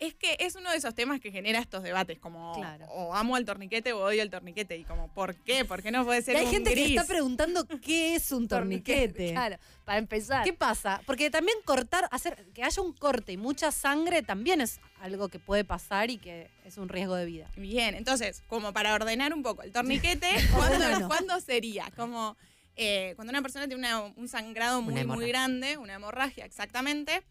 Es que es uno de esos temas que genera estos debates, como o amo el torniquete o odio el torniquete, y como, ¿por qué? ¿Por qué no puede ser
Y hay
un
gente
gris?
que está preguntando qué es un torniquete.
Claro, para empezar.
¿Qué pasa? Porque también cortar, hacer que haya un corte y mucha sangre también es algo que puede pasar y que es un riesgo de vida.
Bien, entonces, como para ordenar un poco, el torniquete, ¿cuándo, cuándo sería? Como eh, cuando una persona tiene una- un sangrado
Una
muy, muy
hemorragia.
grande, una hemorragia, exactamente.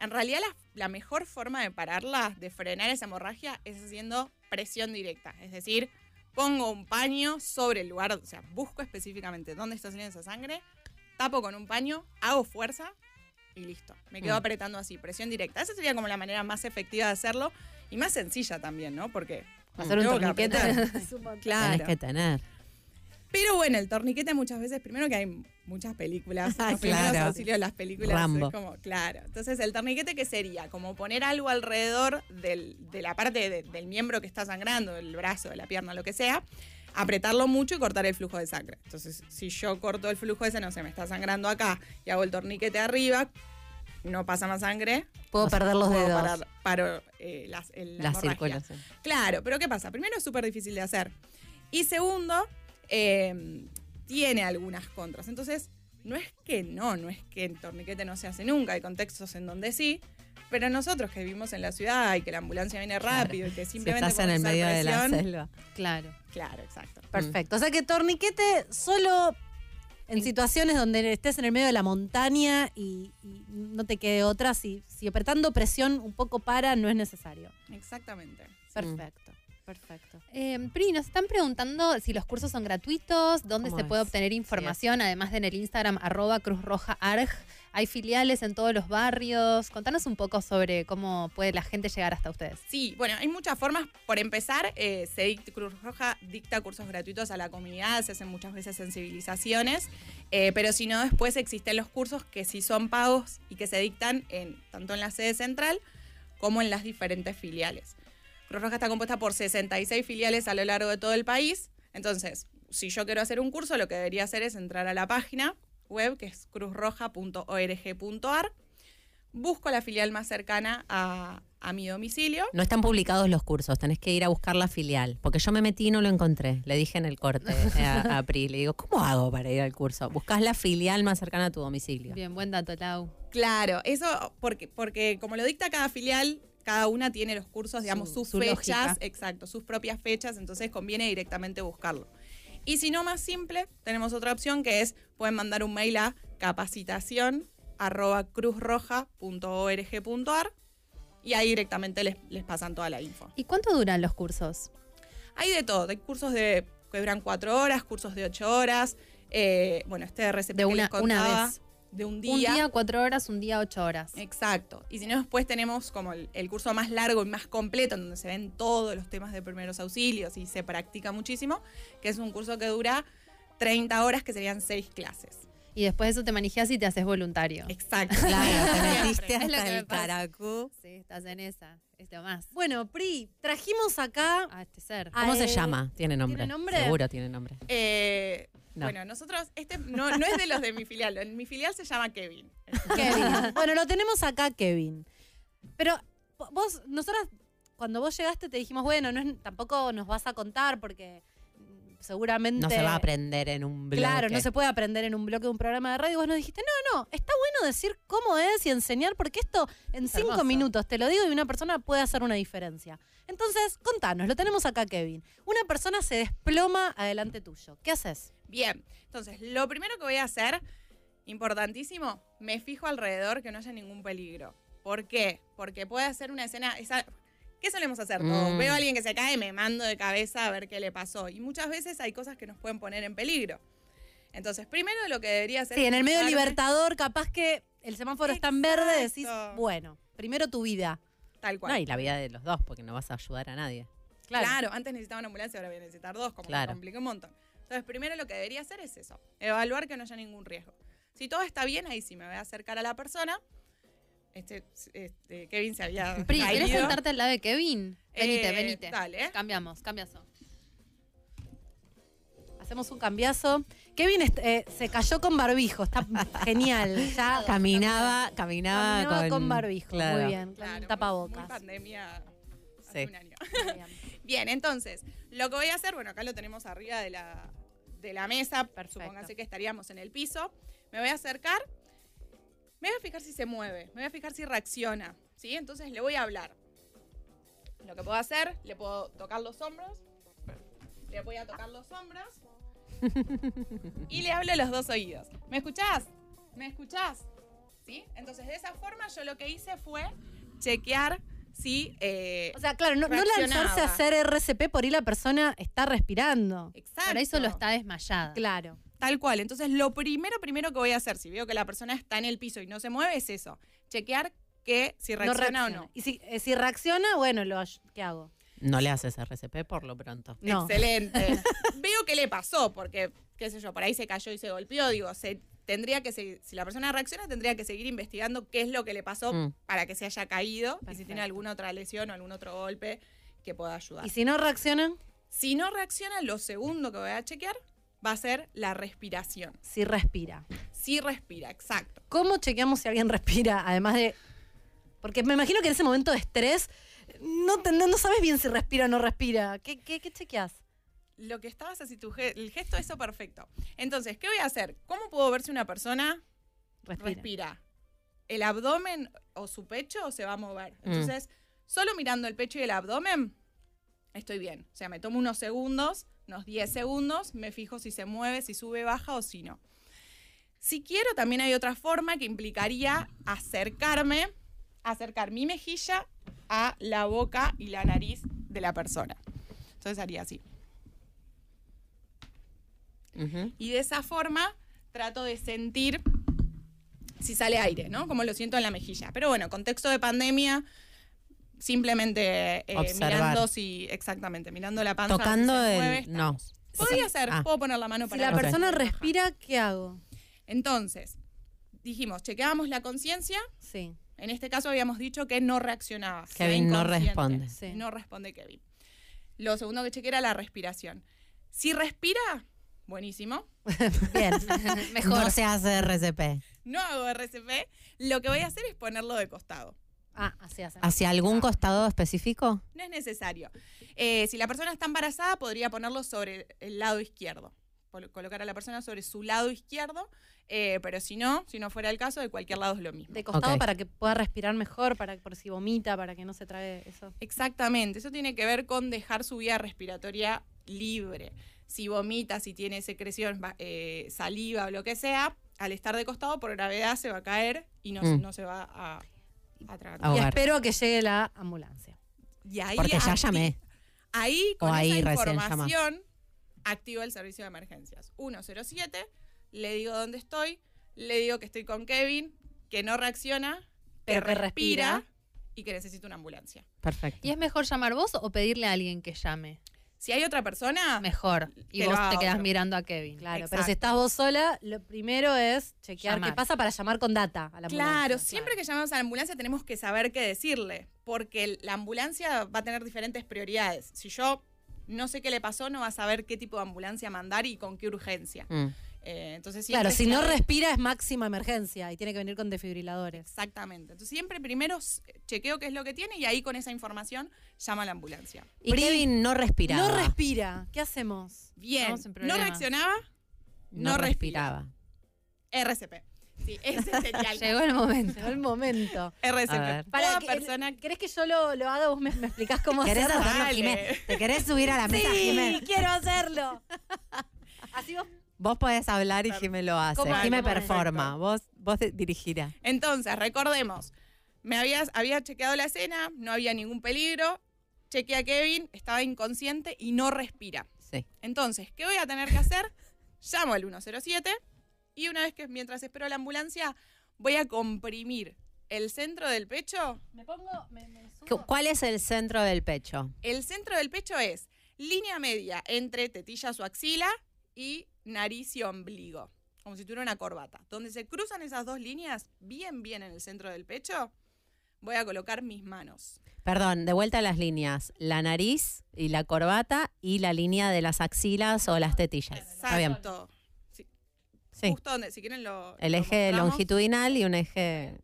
En realidad, la, la mejor forma de pararla, de frenar esa hemorragia, es haciendo presión directa. Es decir, pongo un paño sobre el lugar, o sea, busco específicamente dónde está saliendo esa sangre, tapo con un paño, hago fuerza y listo. Me quedo
Mm.
apretando así, presión directa. Esa sería como la manera más efectiva de hacerlo y más sencilla también, ¿no? Porque
Hacer un
tengo que
torniquete.
apretar.
Tenés
claro.
que tener.
Pero bueno, el torniquete muchas veces, primero que hay muchas películas,
Ah,
los primeros
claro.
auxilios de las películas
Rambo.
es como, claro. Entonces, el torniquete que sería como poner algo alrededor del- de la parte de- del miembro que está sangrando, del brazo, de la pierna, lo que sea, apretarlo mucho y cortar el flujo de sangre. Entonces, si yo corto el flujo ese, no se me está sangrando acá y hago el torniquete arriba, no pasa más sangre.
Puedo perder los
puedo
dedos.
parar- paro eh, las, el- la
La
hemorragia.
circulación.
Claro, pero ¿qué pasa? Primero es súper difícil de hacer. Y segundo, eh, tiene algunas contras. Entonces, no es que no, no es que el torniquete no se hace nunca, hay contextos en donde sí, pero nosotros que vivimos en la ciudad y que la ambulancia viene rápido y que simplemente...
estás en el
podemos
medio
hacer
de la
presión,
selva.
Claro.
Claro, exacto.
Mm.
Perfecto. O sea que torniquete solo en situaciones donde estés en el medio de la montaña y, y no te quede otra. Si, si apretando presión un poco para, no es necesario.
Exactamente.
Perfecto, perfecto.
Eh, Mm. Pri, nos están preguntando si los cursos son gratuitos, dónde
¿Cómo
se
es?
puede obtener
Sí,
información, además de en el Instagram arroba Cruz Roja Arg. Hay filiales en todos los barrios. Contanos un poco sobre cómo puede la gente llegar hasta ustedes.
Sí, bueno, hay muchas formas. Por empezar, eh, CEDIC Cruz Roja dicta cursos gratuitos a la comunidad, se hacen muchas veces sensibilizaciones, eh, pero si no, después existen los cursos que sí son pagos y que se dictan en, tanto en la sede central como en las diferentes filiales. Cruz Roja está compuesta por 66 filiales a lo largo de todo el país, entonces, si yo quiero hacer un curso, lo que debería hacer es entrar a la página web, que es cruzroja.org.ar, busco la filial más cercana a, a mi domicilio,
No están publicados los cursos, tenés que ir a buscar la filial. Porque yo me metí y no lo encontré. Le dije en el corte eh, a, a Pri, le digo, ¿cómo hago para ir al curso? Buscas la filial más cercana a tu domicilio.
Bien, buen dato, Lau.
Claro, eso porque, porque como lo dicta cada filial, cada una tiene los cursos, digamos,
Su-
sus
su
fechas,
lógica.
eh,
exacto, sus propias fechas, entonces conviene directamente buscarlo. Y si no más simple, tenemos otra opción que es, pueden mandar un mail a capacitación arroba cruzroja.org.ar y ahí directamente les, les pasan toda la info.
¿Y cuánto duran los cursos?
Hay de todo, hay cursos de que duran cuatro horas, cursos de ocho horas, eh, bueno, este de
De
recepción
una, una vez.
de un Eh.
Un día, cuatro horas, un día, ocho horas.
Exacto. Y si no, después tenemos como el, el curso más largo y más completo, en donde se ven todos los temas de primeros auxilios y se practica muchísimo, que es un curso que dura 30 horas, que serían 6 clases.
Y después de eso te manejas y te haces voluntario.
Exacto.
Claro,
te metiste
Es lo
hasta
que me
el
pasa.
caracú.
Sí, estás en esa. Es lo más.
Bueno, Pri, trajimos acá.
A este ser.
¿Cómo
a
se
él.
llama? ¿Tiene nombre?
nombre?
Seguro tiene nombre.
Eh,
No.
Bueno, nosotros, este no, no es de los de mi filial, en mi filial se llama Kevin.
Kevin. Bueno, lo tenemos acá, Kevin. Pero vo- vos, nosotras, cuando vos llegaste te dijimos, bueno, no es- tampoco nos vas a contar porque mm, seguramente...
No se va a aprender en un blog.
Claro, no se puede aprender en un bloque de un programa de radio. Vos nos dijiste, no, no, está bueno decir cómo es y enseñar, porque esto en
Es
cinco
hermoso.
minutos, te lo digo, y una persona puede hacer una diferencia. Entonces, contanos, lo tenemos acá, Kevin. Una persona se desploma adelante tuyo. ¿Qué haces?
Bien, entonces lo primero que voy a hacer, importantísimo, me fijo alrededor que no haya ningún peligro. ¿Por qué? Porque puede hacer una escena... Esa, ¿Qué solemos hacer todos?
Mm.
Veo a alguien que se cae, me mando de cabeza a ver qué le pasó. Y muchas veces hay cosas que nos pueden poner en peligro. Entonces, primero lo que debería hacer...
Sí,
es
en el medio del
fijarme-
libertador, capaz que el semáforo está en verde, decís,
Exacto.
bueno, primero tu vida.
Tal cual.
No, y la vida de los dos, porque no vas a ayudar a nadie.
Claro. antes necesitaba una ambulancia, ahora voy a necesitar dos, como
Claro.
me complica un montón. Entonces, primero lo que debería hacer es eso, evaluar que no haya ningún riesgo. Si todo está bien, ahí sí me voy a acercar a la persona. Este, este, Kevin se había
Pri, ¿querés
caído.
sentarte al lado de Kevin? Venite,
Eh,
venite.
dale.
Cambiamos, cambiazo.
Hacemos un cambiazo. Kevin est- eh, se cayó con barbijo, está genial. Ya
Caminaba, caminaba,
Caminaba con barbijo, muy
claro.
bien.
Claro,
tapabocas.
muy pandemia hace
Sí.
un año. Bien, entonces, lo que voy a hacer, bueno, acá lo tenemos arriba de la, de la mesa, supónganse que estaríamos en el piso. Me voy a acercar, me voy a fijar si se mueve, me voy a fijar si reacciona, ¿sí? Entonces le voy a hablar. Lo que puedo hacer, le puedo tocar los hombros, le voy a tocar los hombros y le hablo a los dos oídos. ¿Me escuchás? ¿Me escuchás? ¿Sí? Entonces, de esa forma, yo lo que hice fue chequear si. eh,
O sea, claro, no, no lanzarse a
reaccionaba.
hacer RCP por ahí la persona está respirando.
Exacto. Por eso lo está
desmayada.
Claro.
Tal cual. Entonces, lo primero, primero que voy a hacer, si veo que la persona está en el piso y no se mueve, es eso. Chequear que si reacciona, o no.
Y si, eh, si reacciona, bueno, lo, ay- ¿qué hago?
No le haces RCP por lo pronto.
No.
Excelente. veo que le pasó, porque, qué sé yo, por ahí se cayó y se golpeó. Digo, se, tendría que se- si la persona reacciona, tendría que seguir investigando qué es lo que le pasó
Mm.
para que se haya caído y si tiene alguna otra lesión o algún otro golpe que pueda ayudar.
¿Y si no reacciona?
Si no reacciona, lo segundo que voy a chequear va a ser la respiración.
Si respira.
Si respira, exacto.
¿Cómo chequeamos si alguien respira? Además de. Porque me imagino que en ese momento de estrés no, te- no- no sabes bien si respira o no respira. ¿Qué, qué, qué chequeas?
Lo que estabas así, tu ge- el gesto, eso perfecto. Entonces, ¿qué voy a hacer? ¿Cómo puedo ver si una persona respira? El abdomen o su pecho se va a mover.
Mm.
Entonces, solo mirando el pecho y el abdomen, estoy bien. O sea, me tomo unos segundos, unos 10 segundos, me fijo si se mueve, si sube, baja o si no. Si quiero, también hay otra forma que implicaría acercarme, acercar mi mejilla a la boca y la nariz de la persona. Entonces haría así. Y de esa forma trato de sentir si sale aire, ¿no? Como lo siento en la mejilla. Pero bueno, contexto de pandemia, simplemente eh,
Observar.
mirando si, exactamente, mirando la panza.
Tocando
si se mueve,
el. No.
Podría ser,
Ah.
puedo poner la mano
Si
para
la
abajo.
persona respira, ¿qué hago?
Entonces, dijimos, chequeábamos la conciencia.
Sí.
En este caso habíamos dicho que no reaccionaba. se ve
Kevin no
inconsciente.
responde.
Sí.
No responde Kevin. Lo segundo que chequeé era la respiración. Si respira, buenísimo.
Bien.
Mejor.
No se hace RCP.
No hago RCP. Lo que voy a hacer es ponerlo de costado.
Ah, así hace.
¿Hacia
Ah.
algún costado específico?
No es necesario. Eh, si la persona está embarazada, podría ponerlo sobre el lado izquierdo. Col- Colocar a la persona sobre su lado izquierdo, eh, pero si no, si no fuera el caso, de cualquier lado es lo mismo.
De costado para que pueda respirar mejor, para por si vomita, para que no se trague eso.
Exactamente, eso tiene que ver con dejar su vía respiratoria libre. Si vomita, si tiene secreción, va- eh, saliva o lo que sea, al estar de costado por gravedad se va a caer y no,
Mm.
no se va a, a tragar.
Y espero que llegue la ambulancia.
Y ahí
Porque ya
acti-
llamé.
Ahí,
O
con
ahí
esa
recién
información, activo el servicio de emergencias. 107, le digo dónde estoy, le digo que estoy con Kevin, que no reacciona,
Pero que
y que necesito una ambulancia.
Perfecto.
¿Y es mejor llamar vos o pedirle a alguien que llame?
Si hay otra persona.
Mejor. Y
que lo
vos te
haga
quedás
otro.
mirando a Kevin.
Claro, pero si estás vos sola, lo primero es chequear
Llamar.
qué pasa para llamar con data a la
Claro,
ambulancia.
siempre que llamamos a la ambulancia tenemos que saber qué decirle, porque el- la ambulancia va a tener diferentes prioridades. Si yo no sé qué le pasó, no va a saber qué tipo de ambulancia mandar y con qué urgencia.
Mm.
Eh, entonces
Claro,
siempre
si no
estar-
respira es máxima emergencia y tiene que venir con desfibriladores.
Exactamente. Entonces siempre primero s- eh, chequeo qué es lo que tiene y ahí con esa información llama a la ambulancia.
Y Kevin no respiraba.
No respira. ¿Qué hacemos?
Bien.
Estamos en
No
problemas.
reaccionaba,
No
no
respiraba.
RCP. Sí, ese sería
Llegó el momento. Llegó el momento.
RCP.
A ver.
Para que, persona... ¿Querés que yo lo, lo haga? Vos me, me explicás cómo
¿Querés
hacerlo.
hacerlo, Jimé? ¿Te querés subir a la mesa,
sí,
Jimé?
quiero hacerlo. Así vos
Vos podés hablar y Jimé lo hace.
¿Cómo?
Jimé
¿Cómo?
performa. Vos, vos de- dirigirá.
Entonces, recordemos, me habías, había chequeado la escena, no había ningún peligro, chequeé a Kevin, estaba inconsciente y no respira.
Sí.
Entonces, ¿qué voy a tener que hacer? Llamo al 107 y una vez que mientras espero la ambulancia, voy a comprimir el centro del pecho.
Me pongo
Cu- ¿Cuál es el centro del pecho?
El centro del pecho es línea media entre tetilla o axila y nariz y ombligo, como si tuviera una corbata. Donde se cruzan esas dos líneas, bien, bien en el centro del pecho, voy a colocar mis manos.
Perdón, de vuelta a las líneas. La nariz y la corbata y la línea de las axilas o las tetillas. Está bien.
Exacto. Sí.
Sí.
Justo donde, si quieren lo.
El
lo
eje
mostramos.
longitudinal y un eje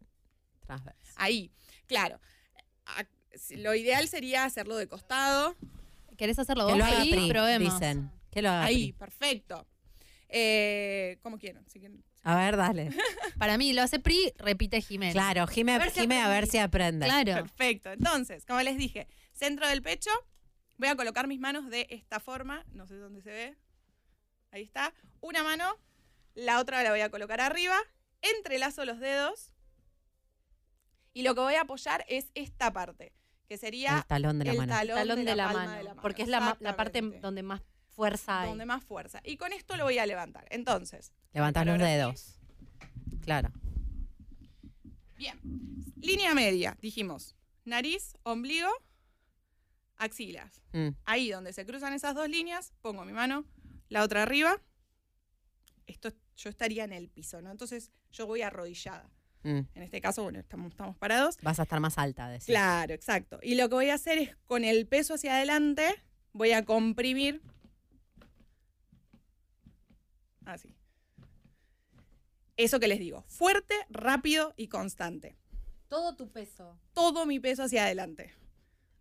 transversal.
Ahí, claro. A- si- Lo ideal sería hacerlo de costado.
¿Querés hacerlo
Que lo haga Pri, dicen. Que lo haga Pri.
Ahí, perfecto. Eh, como quieran, si quieren.
A ver, dale.
Para mí lo hace Pri, repite Jiménez.
Claro, Jime, Jime, a ver si, aprende.
Perfecto. Entonces, como les dije, centro del pecho, voy a colocar mis manos de esta forma. No sé dónde se ve. Ahí está. Una mano, la otra la voy a colocar arriba. Entrelazo los dedos. Y lo que voy a apoyar es esta parte, que sería
El talón de la
el
mano.
talón
Talón
de la, palma
mano,
de la mano.
Porque es la, ma- la parte
Exactamente.
donde más fuerza hay.
donde más fuerza. Y con esto lo voy a levantar. Entonces,
Levantás los dedos. Claro.
Bien. Línea media, dijimos. Nariz, ombligo, axilas.
Mm.
Ahí donde se cruzan esas dos líneas, pongo mi mano, la otra arriba. Esto yo estaría en el piso, ¿no? Entonces yo voy arrodillada.
Mm.
En este caso, bueno, estamos, estamos parados.
Vas a estar más alta, decís.
Claro, exacto. Y lo que voy a hacer es con el peso hacia adelante, voy a comprimir. Así. Eso que les digo. Fuerte, rápido y constante
Todo tu peso.
todo mi peso hacia adelante.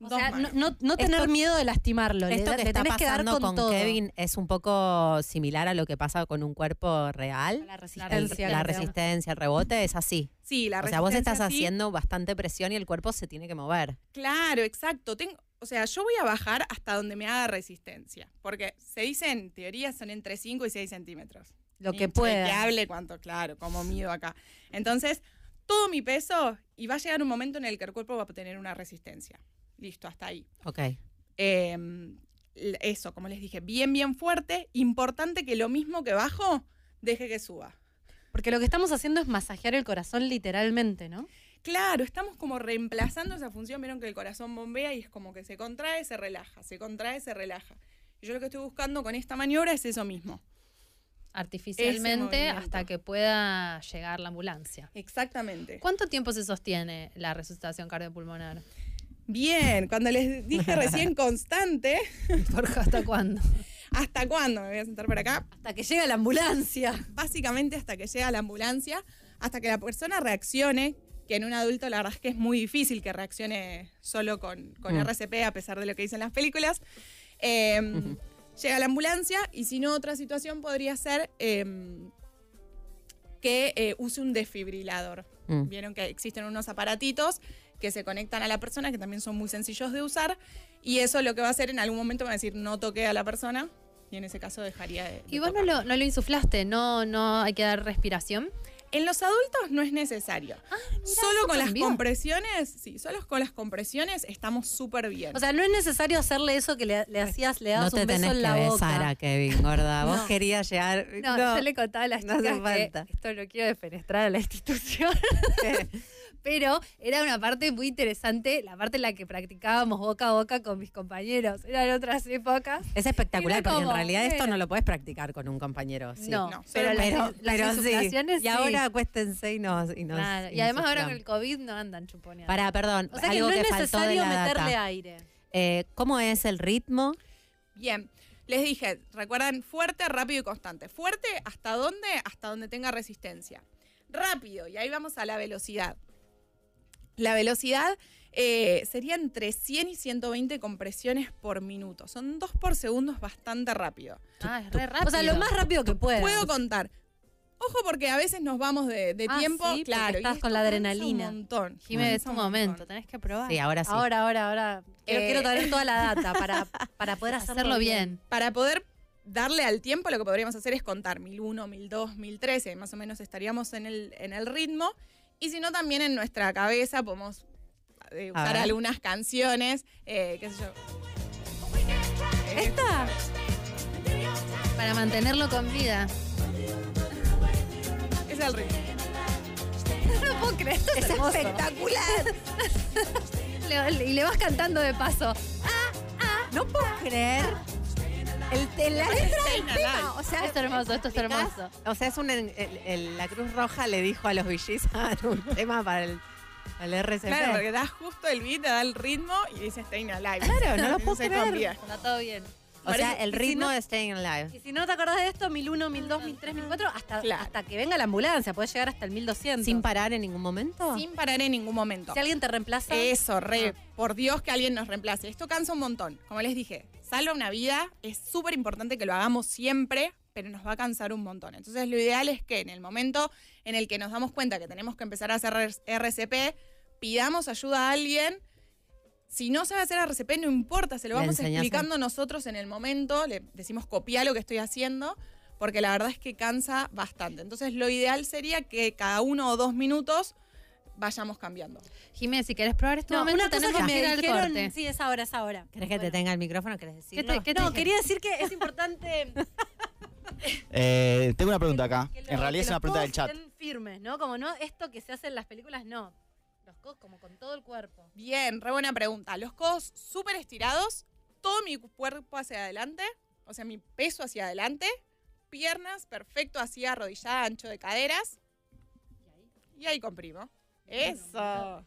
O
Dos
sea, no,
manos.
no- no tener
Esto-
miedo de lastimarlo. le
Esto
da-
que
le
está
tenés que dar
pasando
con,
con,
todo.
Kevin es un poco similar a lo que pasa con un cuerpo real. La
resistencia,
La
que se llama.
resistencia, el rebote es así.
Sí, la
O sea, vos
resistencia
estás
sí.
haciendo bastante presión y el cuerpo se tiene que mover.
Claro, exacto. Tengo, o sea, yo voy a bajar hasta donde me haga resistencia. Porque se dice en teoría son entre 5 y 6 centímetros.
Lo que pueda.
Que hable cuánto, claro, como mido acá. Entonces, todo mi peso y va a llegar un momento en el que el cuerpo va a tener una resistencia. Listo, hasta ahí.
Ok.
Eh, eso, como les dije, bien, bien fuerte. Importante que lo mismo que bajo, deje que suba.
Porque lo que estamos haciendo es masajear el corazón literalmente, ¿no?
Claro, estamos como reemplazando esa función. Vieron que el corazón bombea y es como que se contrae, se relaja, se contrae, se relaja. Y yo lo que estoy buscando con esta maniobra es eso mismo.
Artificialmente
Ese movimiento.
hasta que pueda llegar la ambulancia.
Exactamente.
¿Cuánto tiempo se sostiene la resucitación cardiopulmonar?
Bien, cuando les dije recién constante.
¿Hasta cuándo?
¿Hasta cuándo? Me voy a sentar por acá.
Hasta que llega la ambulancia.
Básicamente hasta que llega la ambulancia, hasta que la persona reaccione, que en un adulto la verdad es que es muy difícil que reaccione solo con, con
Mm.
RCP, a pesar de lo que dicen las películas. Eh, llega la ambulancia y si no, otra situación podría ser eh, que eh, use un desfibrilador.
Mm.
Vieron que existen unos aparatitos que se conectan a la persona, que también son muy sencillos de usar, y eso lo que va a hacer en algún momento va a decir no toque a la persona, y en ese caso dejaría de...
Y vos no lo, no lo insuflaste, no, no hay que dar respiración.
En los adultos no es necesario. solo
Ah, eso
con
cambió.
las compresiones, sí, solo con las compresiones estamos súper bien.
O sea, no es necesario hacerle eso que le, le hacías, le
No
dabas
te
un beso
tenés
en
que
la
besar
boca.
a Kevin, gorda. Vos
No.
querías llegar.
No, yo le contaba a las
no hace
chicas que
falta.
esto lo quiero defenestrar a la institución. Pero era una parte muy interesante, la parte en la que practicábamos boca a boca con mis compañeros. Eran otras épocas.
Es espectacular,
Mira
porque en
cómo,
realidad esto
mira.
no lo podés practicar con un compañero. sí.
No, No, pero las- las insuflaciones
Y
sí.
ahora acuéstense y nos. Y, nos
Claro, Y además ahora con el COVID no andan chuponeando.
Para, perdón.
O sea que
algo
no es
faltó de
necesario
la data.
meterle
aire.
Eh, ¿Cómo es el ritmo?
Bien, les dije, recuerdan fuerte, rápido y constante. Fuerte, ¿hasta dónde? Hasta donde tenga resistencia. Rápido, y ahí vamos a la velocidad. La velocidad eh, sería entre 100 y 120 compresiones por minuto. Son dos por segundo, es bastante rápido.
Ah, es re
O sea, lo más rápido que puedas.
Puedo contar. Ojo porque a veces nos vamos de, de
Ah,
tiempo.
sí, porque
claro, y
estás
esto
con la
cansa
adrenalina.
Un montón.
Jimé, es
Cansa
un
montón.
momento, tenés que probar.
Sí, ahora sí.
Ahora, ahora, ahora. Quiero,
Eh,
quiero tener toda la data para, para poder hacerlo,
Hacerlo bien.
Para poder darle al tiempo, lo que podríamos hacer es contar 1001, 1002, 1013, y más o menos estaríamos en el, en el ritmo. Y si no, también en nuestra cabeza podemos eh,
A
usar
ver.
algunas canciones, eh, qué sé yo. ¿Esta?
Para mantenerlo con vida.
Es el ritmo.
No puedo creer, esto es, espectacular. y le vas cantando de paso.
no puedo creer.
la letra del tema. O sea, esto es hermoso, esto es hermoso.
O sea, es un, el- el- la Cruz Roja le dijo a los villis "Hagan un tema para el Al RCP.
Claro, porque das justo el beat, te da el ritmo y dices Staying Alive.
Claro, no lo puedo
Se
creer.
confía.
Está todo bien.
O sea, el
y si
ritmo
no-
de Staying Alive.
Y si no te acordás de esto, 1001, 1002, 1003, 1004, hasta, hasta que venga la ambulancia, podés llegar hasta el 1200. ¿Sin
parar en ningún momento?
Sin parar en ningún momento.
Si alguien te reemplaza.
Eh,
Eso, re. Por Dios que alguien nos reemplace. Esto cansa un montón. Como les dije, salva una vida. Es súper importante que lo hagamos siempre, pero nos va a cansar un montón. Entonces, lo ideal es que en el momento en el que nos damos cuenta que tenemos que empezar a hacer res- RCP, pidamos ayuda a alguien. Si no sabe hacer RCP, no importa, se lo
Le
vamos
enseñás a-
explicando nosotros en el momento. Le decimos copia lo que estoy haciendo, porque la verdad es que cansa bastante. Entonces, lo ideal sería que cada uno o dos minutos vayamos cambiando.
Jiménez, si querés probar esto
No,
momento,
una cosa
tenemos
este que
que ir
me
al
dijeron,
corte.
sí, es ahora, es ahora.
¿Querés que te tenga el micrófono? ¿Querés
¿Qué
decirlo?
te- qué te no, quería decir que es importante
Eh, tengo una pregunta acá. En realidad es
que los
una pregunta del
codos
chat.
estén firmes, ¿no? Como no, esto que se hace en las películas, no. Los codos como con todo el cuerpo.
Bien, re buena pregunta. Los codos súper estirados, todo mi cuerpo hacia adelante, o sea, mi peso hacia adelante, piernas perfecto así arrodillada, ancho de caderas. Y ahí comprimo. Eso.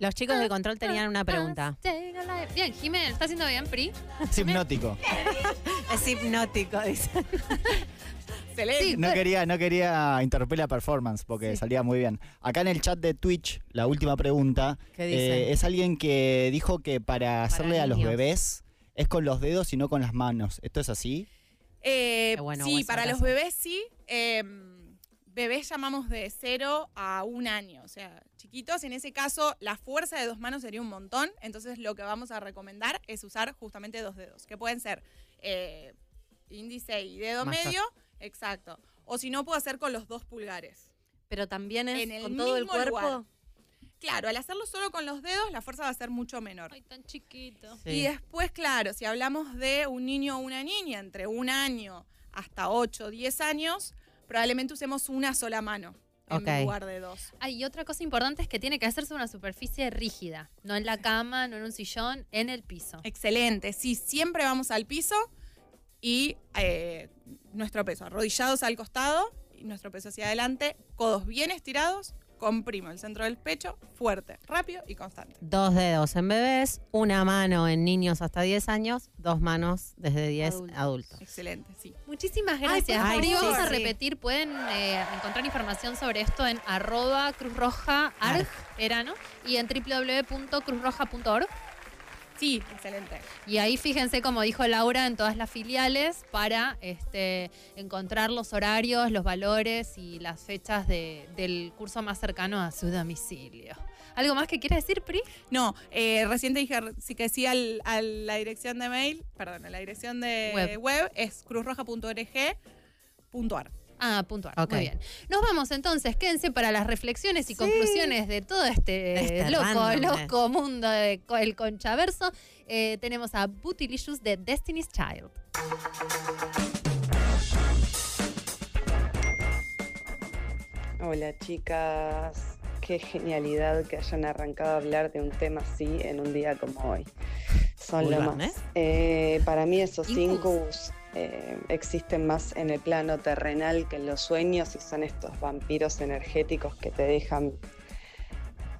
Los chicos de control tenían una pregunta.
Staying Alive. Bien, Jiménez, ¿está haciendo bien, Pri?
Es hipnótico.
Es hipnótico, dice.
Excelente.
No quería, no quería interrumpir la performance porque salía muy bien. Acá en el chat de Twitch, la última pregunta.
¿Qué dice?
Eh, es alguien que dijo que para hacerle a los
niños.
bebés es con los dedos y no con las manos. ¿Esto es así?
Eh,
Qué bueno,
sí,
buen
para los
sarcasmo.
bebés sí. Eh, bebés llamamos de 0 a un año, o sea, chiquitos. En ese caso, la fuerza de dos manos sería un montón. Entonces, lo que vamos a recomendar es usar justamente dos dedos, que pueden ser eh, índice y dedo
Mayor.
medio. Exacto. O si no, puedo hacer con los dos pulgares.
Pero también es
En el
con todo el
mismo
cuerpo.
lugar. Claro, al hacerlo solo con los dedos, la fuerza va a ser mucho menor. Ay, tan chiquito.
Sí.
Y después, claro, si hablamos de un niño o una niña, entre un año hasta 8 o 10 años, probablemente usemos una sola mano
Ok.
en lugar de dos.
Ay, y otra cosa importante es que tiene que hacerse una superficie rígida. No en la cama, no en un sillón, en el piso.
Excelente, sí, siempre vamos al piso y eh, nuestro peso, arrodillados al costado, y nuestro peso hacia adelante, codos bien estirados, comprimo el centro del pecho, fuerte, rápido y constante.
Dos dedos en bebés, una mano en niños hasta 10 años, dos manos desde 10 adultos.
Excelente, sí.
Muchísimas
Ay,
gracias.
por
Pri,
favor.
vamos a
Sí.
repetir, pueden eh, encontrar información sobre esto en arroba Cruz Roja Arg, era, ¿no? y en www.cruzroja.org.
Sí, excelente.
Y ahí fíjense, como dijo Laura, en todas las filiales para este, encontrar los horarios, los valores y las fechas de- del curso más cercano a su domicilio. ¿Algo más que quieras decir, Pri?
No, eh, recién te dije sí que sí al, a la dirección de mail, perdón, a la dirección de
Web.
web, es cruzroja.org.ar.
Ah, puntual.
Ok.
Muy bien. Nos vamos entonces. Quédense para las reflexiones y conclusiones de todo este,
Este
loco,
randomness.
loco mundo del el conchaverso. Eh, tenemos a Bootylicious de Destiny's Child.
Hola chicas, qué genialidad que hayan arrancado a hablar de un tema así en un día como hoy. Son lo
Vulgar,
más. Eh, para mí esos incubus eh, existen más en el plano terrenal que en los sueños y son estos vampiros energéticos que te dejan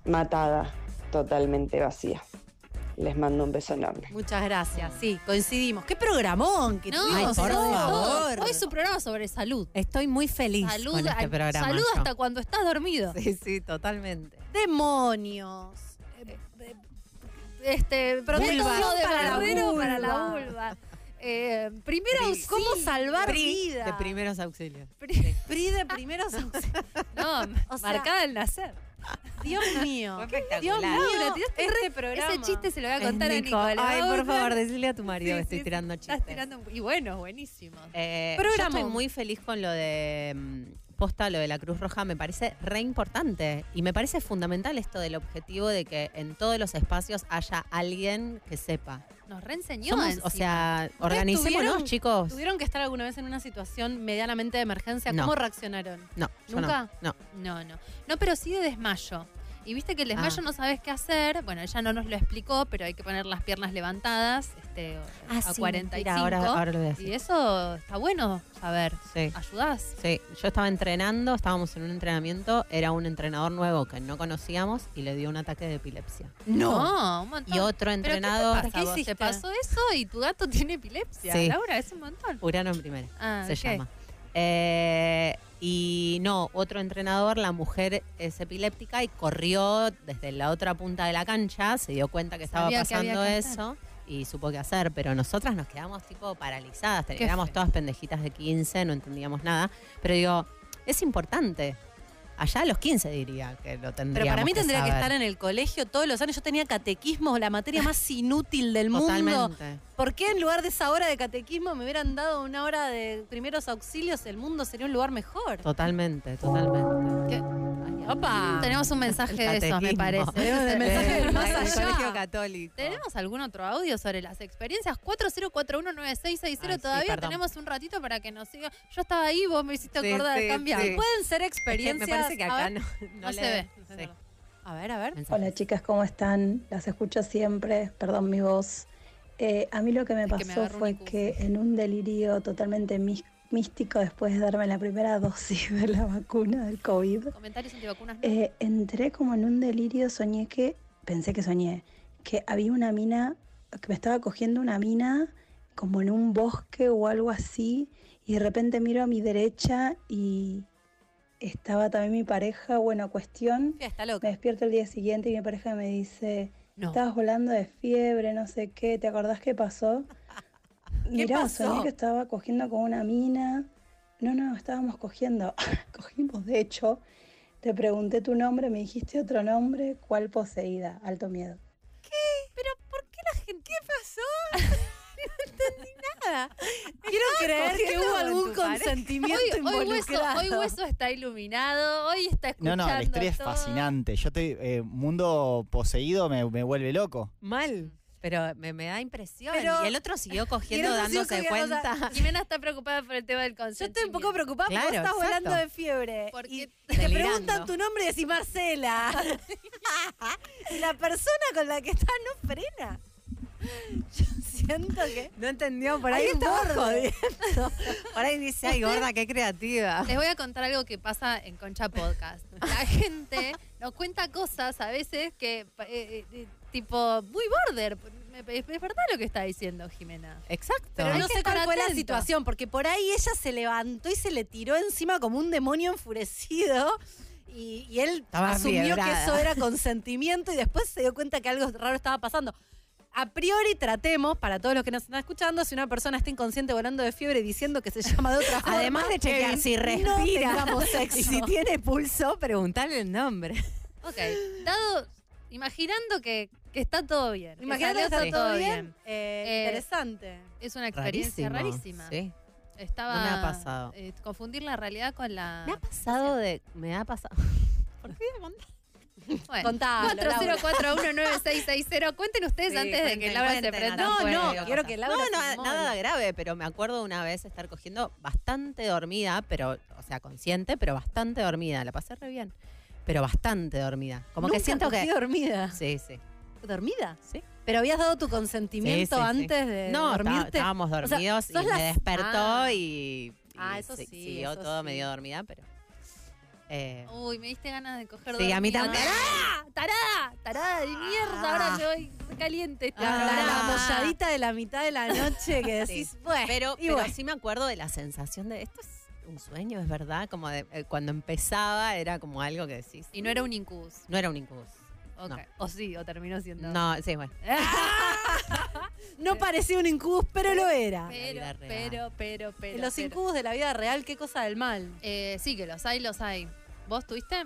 matada, totalmente vacía. Les mando un beso enorme.
Muchas gracias, sí, coincidimos. ¡Qué programón que
No,
tuvimos!
por
hoy!
favor. Hoy es un programa sobre salud.
Estoy muy feliz
Salud,
con este
al-
programa.
salud
yo.
hasta cuando estás dormido.
Sí, sí, totalmente.
¡Demonios! Eh, eh, Este, protección
Vulva.
para la
Guerrero
vulva.
para la vulva. Eh, primero,
¿cómo salvar
Pri
vidas?
de primeros auxilios.
Pri de primeros auxilios.
No, marcada al nacer.
Dios mío.
Fue
Dios
espectacular.
mío,
Laura, tiraste
este
re-
programa.
Ese chiste se lo voy a
Es
contar
Nico.
a Nico.
Ay, por favor, decile a tu marido
Sí,
que
sí,
estoy
sí.
tirando
Estás
chistes.
tirando. un- Y bueno, buenísimo.
Eh, yo
Programa.
estoy muy feliz con lo de mm, posta, lo de la Cruz Roja, me parece re importante y me parece fundamental esto del objetivo de que en todos los espacios haya alguien que sepa.
Nos reenseñó.
Somos, o
encima.
sea, organicémonos,
tuvieron-
chicos.
¿Tuvieron que estar alguna vez en una situación medianamente de emergencia?
No.
¿Cómo reaccionaron?
No, yo
¿Nunca?
No. no.
No, no. No, pero sí de desmayo. Y viste que el desmayo
Ah.
no sabes qué hacer. Bueno, ella no nos lo explicó, pero hay que poner las piernas levantadas este, o-
Ah,
a
sí,
45.
mentira, ahora- ahora lo voy a hacer.
y eso está bueno saber.
Sí.
¿Ayudás?
Sí, yo estaba entrenando, estábamos en un entrenamiento, era un entrenador nuevo que no conocíamos y le dio un ataque de epilepsia.
No, un montón.
Y otro
¿Pero qué te
entrenado.
pasa? ¿Vos te pasó eso y tu gato tiene epilepsia?
Sí.
Laura, es un montón.
Urano en primera,
Ah,
se
ok.
llama. Eh, y no, otro entrenador, la mujer es epiléptica y corrió desde la otra punta de la cancha, se dio cuenta que estaba
Sabía que había
pasando
que
eso y supo qué hacer, pero nosotras nos quedamos tipo paralizadas,
Qué
éramos
feo.
todas pendejitas de 15, no entendíamos nada, pero digo, es importante. Allá a los 15 diría que lo tendríamos
Pero para mí tendría que
saber.
estar en el colegio todos los años. Yo tenía catequismo, la materia más inútil del mundo.
Totalmente.
¿Por qué en lugar de esa hora de catequismo me hubieran dado una hora de primeros auxilios? El mundo sería un lugar mejor.
Totalmente, totalmente.
Opa.
Tenemos un mensaje de esos, me
catequismo.
parece.
Tenemos el mensaje del más allá. Colegio
católico. ¿Tenemos algún otro audio sobre las experiencias? 40419660. Todavía
perdón.
tenemos un ratito para que nos siga. Yo estaba ahí, vos me hiciste
Sí,
acordar,
sí,
cambiar.
sí. Pueden ser experiencias-
me parece que acá
a ver.
no,
No
no,
le-
se ve.
sí. A ver, a ver.
Hola chicas, ¿cómo están? Las escucho siempre, perdón mi voz. Eh, a mí lo que me
que me
pasó
agarró un
fue que en un delirio totalmente mí- místico después de darme la primera dosis de la vacuna del COVID,
Comentarios antivacunas. no.
eh, entré como en un delirio, soñé que, pensé que soñé, que había una mina, que me estaba cogiendo una mina como en un bosque o algo así, y de repente miro a mi derecha y estaba también mi pareja, bueno, cuestión, me despierto el día siguiente y mi pareja me dice, estabas volando de fiebre, no sé qué, ¿te acordás qué pasó? Mirá, soñé
pasó?
que estaba cogiendo con una mina. No, no, estábamos cogiendo. Cogimos, de hecho. Te pregunté tu nombre, me dijiste otro nombre. ¿Cuál poseída? Alto miedo.
¿Qué pasó? Nada. Quiero creer que
cogiendo
hubo
con
algún
tu pareja.
consentimiento
Hoy- hoy, hueso,
involucrado.
hoy Hueso está iluminado, hoy está
No, no,
escuchando
la historia es
todo.
fascinante. Yo estoy. eh, mundo poseído me, me vuelve loco.
Mal. Pero me, me da impresión.
Pero-
Mm. y el otro siguió
Y el
cogiendo,
otro siguió
dándose
cogiendo, o sea,
cuenta.
Jimena está preocupada por el tema del consentimiento. Yo estoy un poco
preocupada Papá, vos estás volando de fiebre. y y te
delirando.
preguntan tu nombre y decís Marcela. y la persona con la que estás no frena. Yo siento que.
No entendió, por ahí
está
está
jodido.
Por ahí dice, ay, gorda, qué creativa.
Les voy a contar algo que pasa en Concha Podcast. La gente nos cuenta cosas a veces que, eh, eh, tipo, muy border. Me- Es es verdad lo que está diciendo Jimena.
Exacto.
Pero
Hay
no
que
sé cuál
estar
fue la
atento.
situación, porque por ahí ella se levantó y se le tiró encima como un demonio enfurecido. Y, y él
Estaba
asumió que
fiebrada.
eso era consentimiento y después se dio cuenta que algo raro estaba pasando. A priori tratemos, para todos los que nos están escuchando, si una persona está inconsciente volando de fiebre y diciendo que se llama de otra forma. eh,
Además de chequear si
no
respira
tengamos sexo.
y si tiene pulso, preguntarle el nombre.
Ok, dado, imaginando que, que está todo bien. que
Imagínate que
salió
está todo bien. eh,
Eh,
interesante.
Es una experiencia
Rarísimo,
rarísima.
sí.
Estaba,
No me ha pasado.
eh, confundir la realidad con la...
Me ha pasado de. Me ha pasado. ¿Por qué me mandás?
Bueno,
Contalo, Laura.
40419660. Cuenten ustedes
Sí,
antes de que
cuenten,
Laura se
cuenten,
prenda.
no, no, quiero
que
Laura
No,
se
no,
inmole.
nada grave, pero me acuerdo una vez estar cogiendo bastante dormida, pero, o sea, consciente, pero bastante dormida. La pasé re bien. Pero bastante dormida. Como que
Nunca
siento
cogí
que.
dormida.
Sí, sí.
¿Dormida?
Sí.
Pero habías dado tu
Sí,
consentimiento
sí, sí.
antes de
No, está-
dormirte.
estábamos
O sea,
dormidos
sos
y
la-
me despertó
Ah.
y, y
Ah, eso
se-
sí,
siguió
eso
todo
sí.
medio dormida, pero. eh,
Uy, me diste ganas de coger
Sí, a mí
dormida.
también. Ah.
¡Tarada! ¡Tarada! ¡Tarada de mierda! Ahora yo voy caliente. este
La, la- Ah. la
programa.
molladita de la mitad de la noche que
Sí.
decís, bueno,
pero,
y
pero
bueno.
sí me acuerdo de la sensación de esto es un sueño, es verdad, como de, eh, cuando empezaba era como algo que decís.
Y no era un incubus.
No era un incubus.
Ok.
No.
O sí, o terminó siendo.
No, sí, bueno.
no parecía un incubus, pero lo era.
Pero, pero, pero, pero.
En los
pero.
incubus de la vida real, qué cosa del mal.
Eh, sí, que los hay, los hay. ¿Vos tuviste?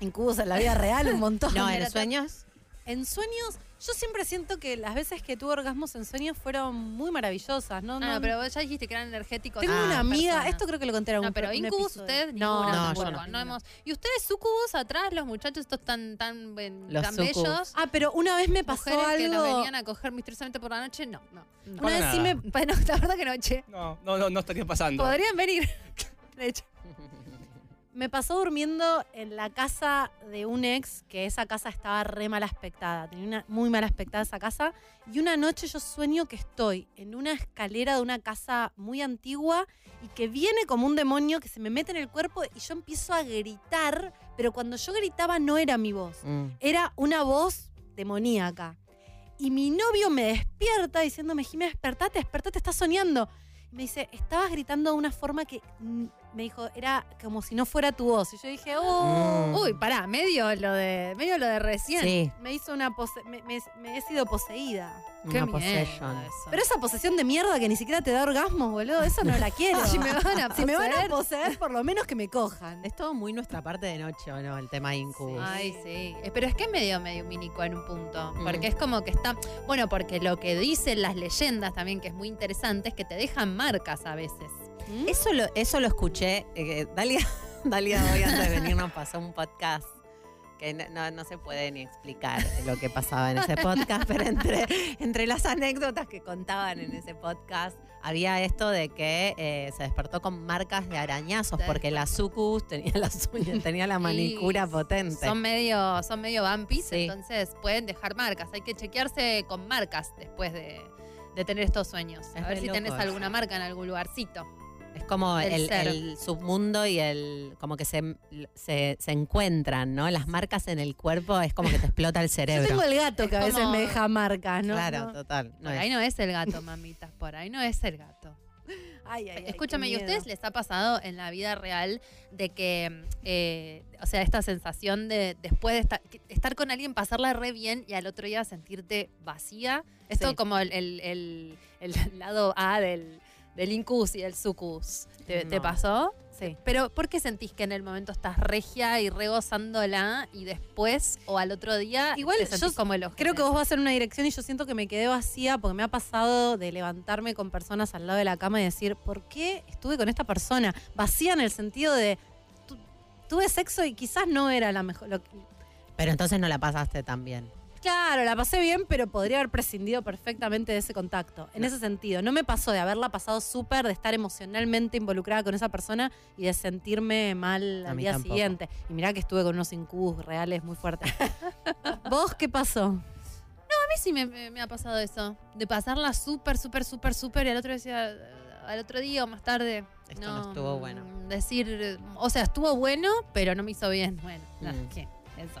Incubus en la vida real, un montón.
No,
Era
en
to-
sueños.
En sueños, yo siempre siento que las veces que tuve orgasmos en sueños fueron muy maravillosas. No,
Ah, no, pero vos ya dijiste que eran energéticos.
Tengo
Ah,
una amiga,
personas.
esto creo que lo conté en algún
No, pero
pro- un
incubus
episodio.
ustedes
No,
ninguna
no,
tampoco,
yo no.
hemos. Y ustedes sucubus atrás, los muchachos estos tan tan ben-
Los
tan
sucubus.
bellos.
Ah, pero una vez me pasó
mujeres que nos
algo-
venían a coger misteriosamente por la noche, no, no. no.
Una vez sí me.
Bueno, la verdad que noche.
No, no, no, no estaría pasando.
Podrían venir. De hecho.
Me pasó durmiendo en la casa de un ex, que esa casa estaba re mal aspectada. Tenía una muy mal aspectada esa casa. Y una noche yo sueño que estoy en una escalera de una casa muy antigua y que viene como un demonio que se me mete en el cuerpo y yo empiezo a gritar. Pero cuando yo gritaba no era mi voz,
Mm.
era una voz demoníaca. Y mi novio me despierta diciéndome, Jimé, despertate, despertate, estás soñando. Y me dice, estabas gritando de una forma que mm, me dijo, era como si no fuera tu voz. Y yo dije, oh.
Mm. Uy, pará, medio lo de, medio lo de recién.
Sí.
Me hizo una pose- me, me- me he sido poseída.
Una possession.
Pero esa posesión de mierda que ni siquiera te da orgasmos, boludo, eso no la quiero.
Si me van a
Si me van a
poseer.
poseer, por lo menos que me cojan.
Es todo muy nuestra parte de noche, ¿o no? El tema incubus.
Ay, sí. Eh, Pero es que medio medio minico en un punto.
Mm.
Porque es como que está. Bueno, porque lo que dicen las leyendas también, que es muy interesante, es que te dejan marcas a veces.
Eso lo, eso lo escuché. eh, Dalia, Dalia hoy antes de venir nos pasó un podcast que no, no- no se puede ni explicar lo que pasaba en ese podcast, pero entre, entre las anécdotas que contaban en ese podcast había esto de que eh, se despertó con marcas de arañazos porque la sucus tenía las uñas, tenía la manicura potente.
Son medio, son medio vampis, entonces pueden dejar marcas. Hay que chequearse con marcas después de, de tener estos sueños.
Es
a ver
re
si
loco
tenés
eso.
alguna marca en algún lugarcito.
Es como
El
el,
ser.
el submundo y el. como que se, se, se encuentran, ¿no? Las marcas en el cuerpo es como que te explota el cerebro.
Yo tengo el gato que a veces
como-
me deja marcas, ¿no?
Claro,
No.
total. no
por
es.
ahí no es el gato, mamitas, por ahí no es el gato.
Ay, ay, ay,
Escúchame,
qué
¿y a
miedo.
ustedes les ha pasado en la vida real de que, eh, o sea, esta sensación de después de esta- que- estar con alguien, pasarla re bien y al otro día sentirte vacía? Esto
Sí.
como el, el- el- el lado A del, del incus y del sucus. ¿Te, te
No.
pasó?
Sí.
Pero ¿por qué sentís que en el momento estás regia y regozándola y después o al otro día
Igual
te sentís
yo
como el
creo que vos vas en una dirección y yo siento que me quedé vacía porque me ha pasado de levantarme con personas al lado de la cama y decir, ¿por qué estuve con esta persona? Vacía en el sentido de, tu- tuve sexo y quizás no era la mejor... lo-
Pero entonces no la pasaste tan bien.
claro, la pasé bien, pero podría haber prescindido perfectamente de ese contacto. En ese sentido, no me pasó de haberla pasado súper, de estar emocionalmente involucrada con esa persona y de sentirme mal
A
al
mí
día
tampoco.
siguiente. Y mirá que estuve con unos incubus reales muy fuertes. ¿Vos qué pasó?
A mí sí me, me- me ha pasado eso. De pasarla súper, súper, súper, súper. Y al otro, decía, al otro día o más tarde.
Esto no estuvo bueno.
mm, Decir, eh, o sea, estuvo bueno, pero no me hizo bien. Bueno, nada,
Mm.
¿qué? Eso.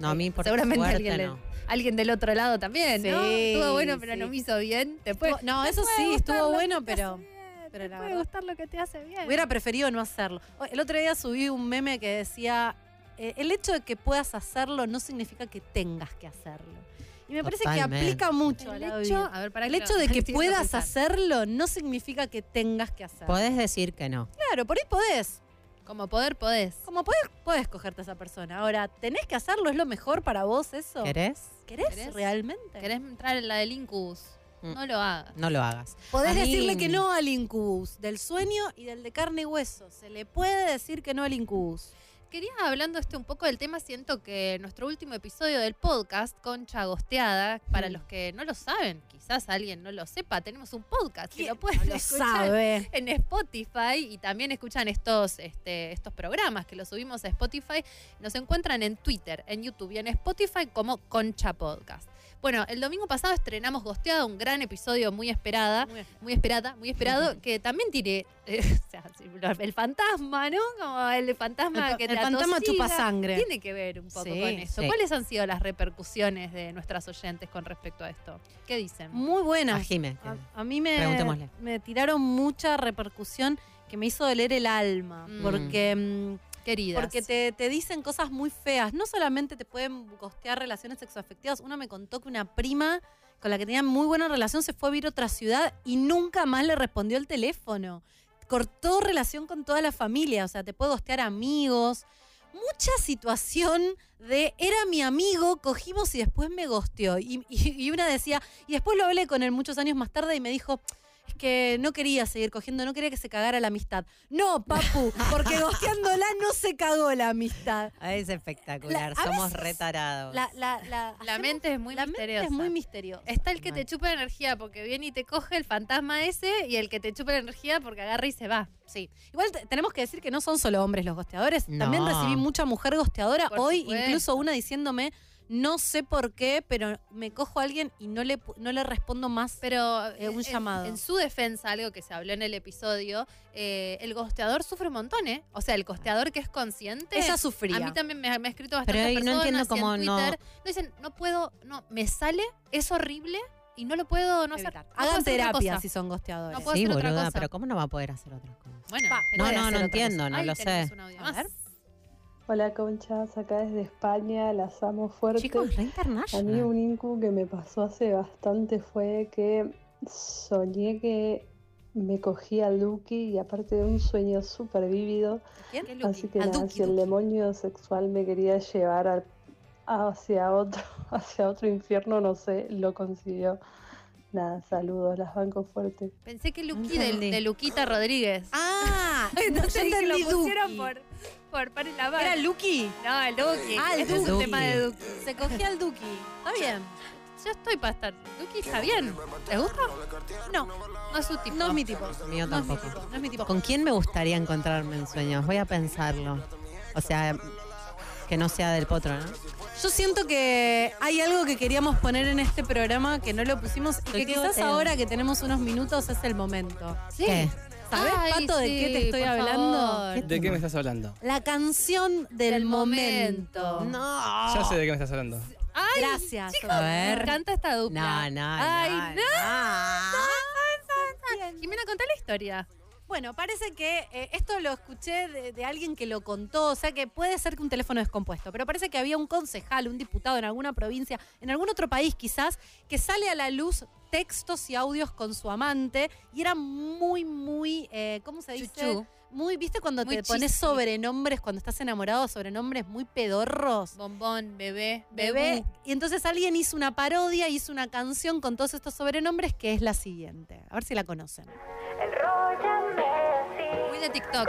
No, a mí por
Seguramente
suerte
alguien, le-
no.
alguien del otro lado también, ¿no?
Sí,
Estuvo bueno, pero
sí.
no me hizo bien. Te puede-
Estuvo- no,
te
eso
puede
sí,
gustar
estuvo
lo
bueno,
que te
pero-
hace bien,
pero
te
la
puede
verdad-
gustar lo que te hace bien.
Hubiera preferido no hacerlo. Hoy- El otro día subí un meme que decía, eh, el hecho de que puedas hacerlo no significa que tengas que hacerlo. Y me parece que
Totalmente.
aplica mucho
El
a la
hecho-
vida.
a ver, pará
el
que
hecho
lo-
de que
estoy
puedas
pensando.
hacerlo no significa que tengas que hacerlo.
Podés decir que no.
Claro, por ahí podés.
Como poder, podés.
Como podés, podés cogerte a esa persona. Ahora, ¿tenés que hacerlo? ¿Es lo mejor para vos eso?
¿Querés?
¿Querés,
¿Querés?
realmente?
¿Querés entrar en la del Incus?
Mm.
No lo hagas.
No lo hagas.
Podés
A mí-
decirle que no al incubus del sueño y del de carne y hueso. Se le puede decir que no al incubus.
Quería, hablando este un poco del tema, siento que nuestro último episodio del podcast, Concha Gosteada, para los que no lo saben, quizás alguien no lo sepa, tenemos un podcast que lo pueden
lo
escuchar
sabe?
en Spotify y también escuchan estos, este, estos programas que los subimos a Spotify. Nos encuentran en Twitter, en YouTube y en Spotify como Concha Podcast. Bueno, el domingo pasado estrenamos Gosteada, un gran episodio muy esperada,
Muy esperada.
muy esperada, muy esperado, que también tiene eh, o sea, el fantasma, ¿no? Como el fantasma
El pa-
que
el
te
fantasma
atosiga.
chupa sangre.
Tiene que ver un poco
Sí,
con eso.
sí.
¿Cuáles han sido las repercusiones de nuestras oyentes con respecto a esto? ¿Qué dicen?
Muy buena.
A Jime.
A, a mí me,
Preguntémosle.
me tiraron mucha repercusión que me hizo doler el alma.
Mm.
Porque. mm,
Queridas.
Porque te, te dicen cosas muy feas. No solamente te pueden costear relaciones sexoafectivas. Una me contó que una prima con la que tenía muy buena relación se fue a vivir a otra ciudad y nunca más le respondió el teléfono. Cortó relación con toda la familia. O sea, te puede costear amigos. Mucha situación de era mi amigo, cogimos y después me gosteó. Y, y- y una decía, y después lo hablé con él muchos años más tarde y me dijo, es que no quería seguir cogiendo, no quería que se cagara la amistad. No, papu, porque gosteándola no se cagó la amistad.
Ah, Es espectacular,
La- a
somos
veces-
retarados.
La, la, la,
La mente es muy misteriosa.
es muy misteriosa.
Está el que te chupa la energía porque viene y te coge el fantasma ese y el que te chupa la energía porque agarra y se va.
Sí. Igual te- tenemos que decir que no son solo hombres los gosteadores.
No.
También recibí mucha mujer gosteadora
Por
hoy,
supuesto.
incluso una diciéndome, no sé por qué, pero me cojo a alguien y no le, pu- no le respondo más eh,
pero, eh,
un
Eh,
en-
llamado.
En su defensa, algo que se habló en el episodio, eh, el gosteador sufre un montón, ¿eh? O sea, el gosteador que es consciente.
Ella sufría.
A mí también me, me ha escrito
Pero
bastante.
ahí no entiendo cómo no-
dicen, no puedo, no, me sale, es horrible y no lo puedo no hacer. no puedo
Hagan
hacer otra
terapia
cosa.
si son gosteadores.
No puedo
sí,
hacer otra
boluda,
cosa.
pero ¿cómo no va a poder hacer otra cosa?
Bueno,
No,
puede
no,
hacer
no
otra
entiendo,
cosa.
no
Ahí
lo
tenemos
sé.
un audio
A
más.
Hola conchas, acá desde España, las amo fuerte.
Chicos, re international.
A mí un incu que me pasó hace bastante fue que soñé que me cogí a Duki y aparte de un sueño súper vívido.
¿Quién?
Así que
A
nada,
Duki,
si el demonio sexual me quería llevar al- hacia otro, hacia otro infierno, no sé, lo consiguió. Nada, saludos, las banco fuerte.
Pensé que Luqui del- de, Luquita Rodríguez.
Ah,
entonces
yo
dije, lo
entendí
pusieron
Duki.
por, por par y la vara.
¿Era Luki?
No, el Duki.
Ah, el
Este es un
Duki.
tema de Duki.
Se cogía al Duki. Está bien.
Yo estoy para estar. Duki está bien. ¿Te gusta?
No,
no es su tipo.
No es mi tipo.
Mío
No es mi
tampoco.
tipo, no es mi tipo.
¿Con quién me gustaría encontrarme en sueños? Voy a pensarlo. O sea, que no sea del potro, ¿no?
Yo siento que hay algo que queríamos poner en este programa que no lo pusimos y que
Estoy
quizás
todo-
ahora que tenemos unos minutos es el momento.
Sí.
¿Qué?
¿Sabés,
Ay,
Pato, de qué te
sí,
estoy
por
hablando?
favor.
¿De qué me estás hablando?
La canción del, momento.
Ah.
No.
Ya sé de qué me estás hablando.
Ay,
Gracias.
chicos,
A ver.
Me encanta esta dupla.
No, no, no,
Ay, no.
no.
Jimena, contá la historia.
Bueno, parece que eh, esto lo escuché de, de alguien que lo contó, o sea que puede ser que un teléfono descompuesto, pero parece que había un concejal, un diputado en alguna provincia, en algún otro país quizás, que sale a la luz textos y audios con su amante y era muy, muy, eh, ¿cómo se dice?
Chuchu.
Muy, ¿viste cuando
Muy
te pones
chisi.
sobrenombres, cuando estás enamorado, sobrenombres muy pedorros?
Bombón, bebé,
Bebé.
bebé.
Y entonces alguien hizo una parodia, hizo una canción con todos estos sobrenombres que es la siguiente. A ver si la conocen.
Muy de TikTok.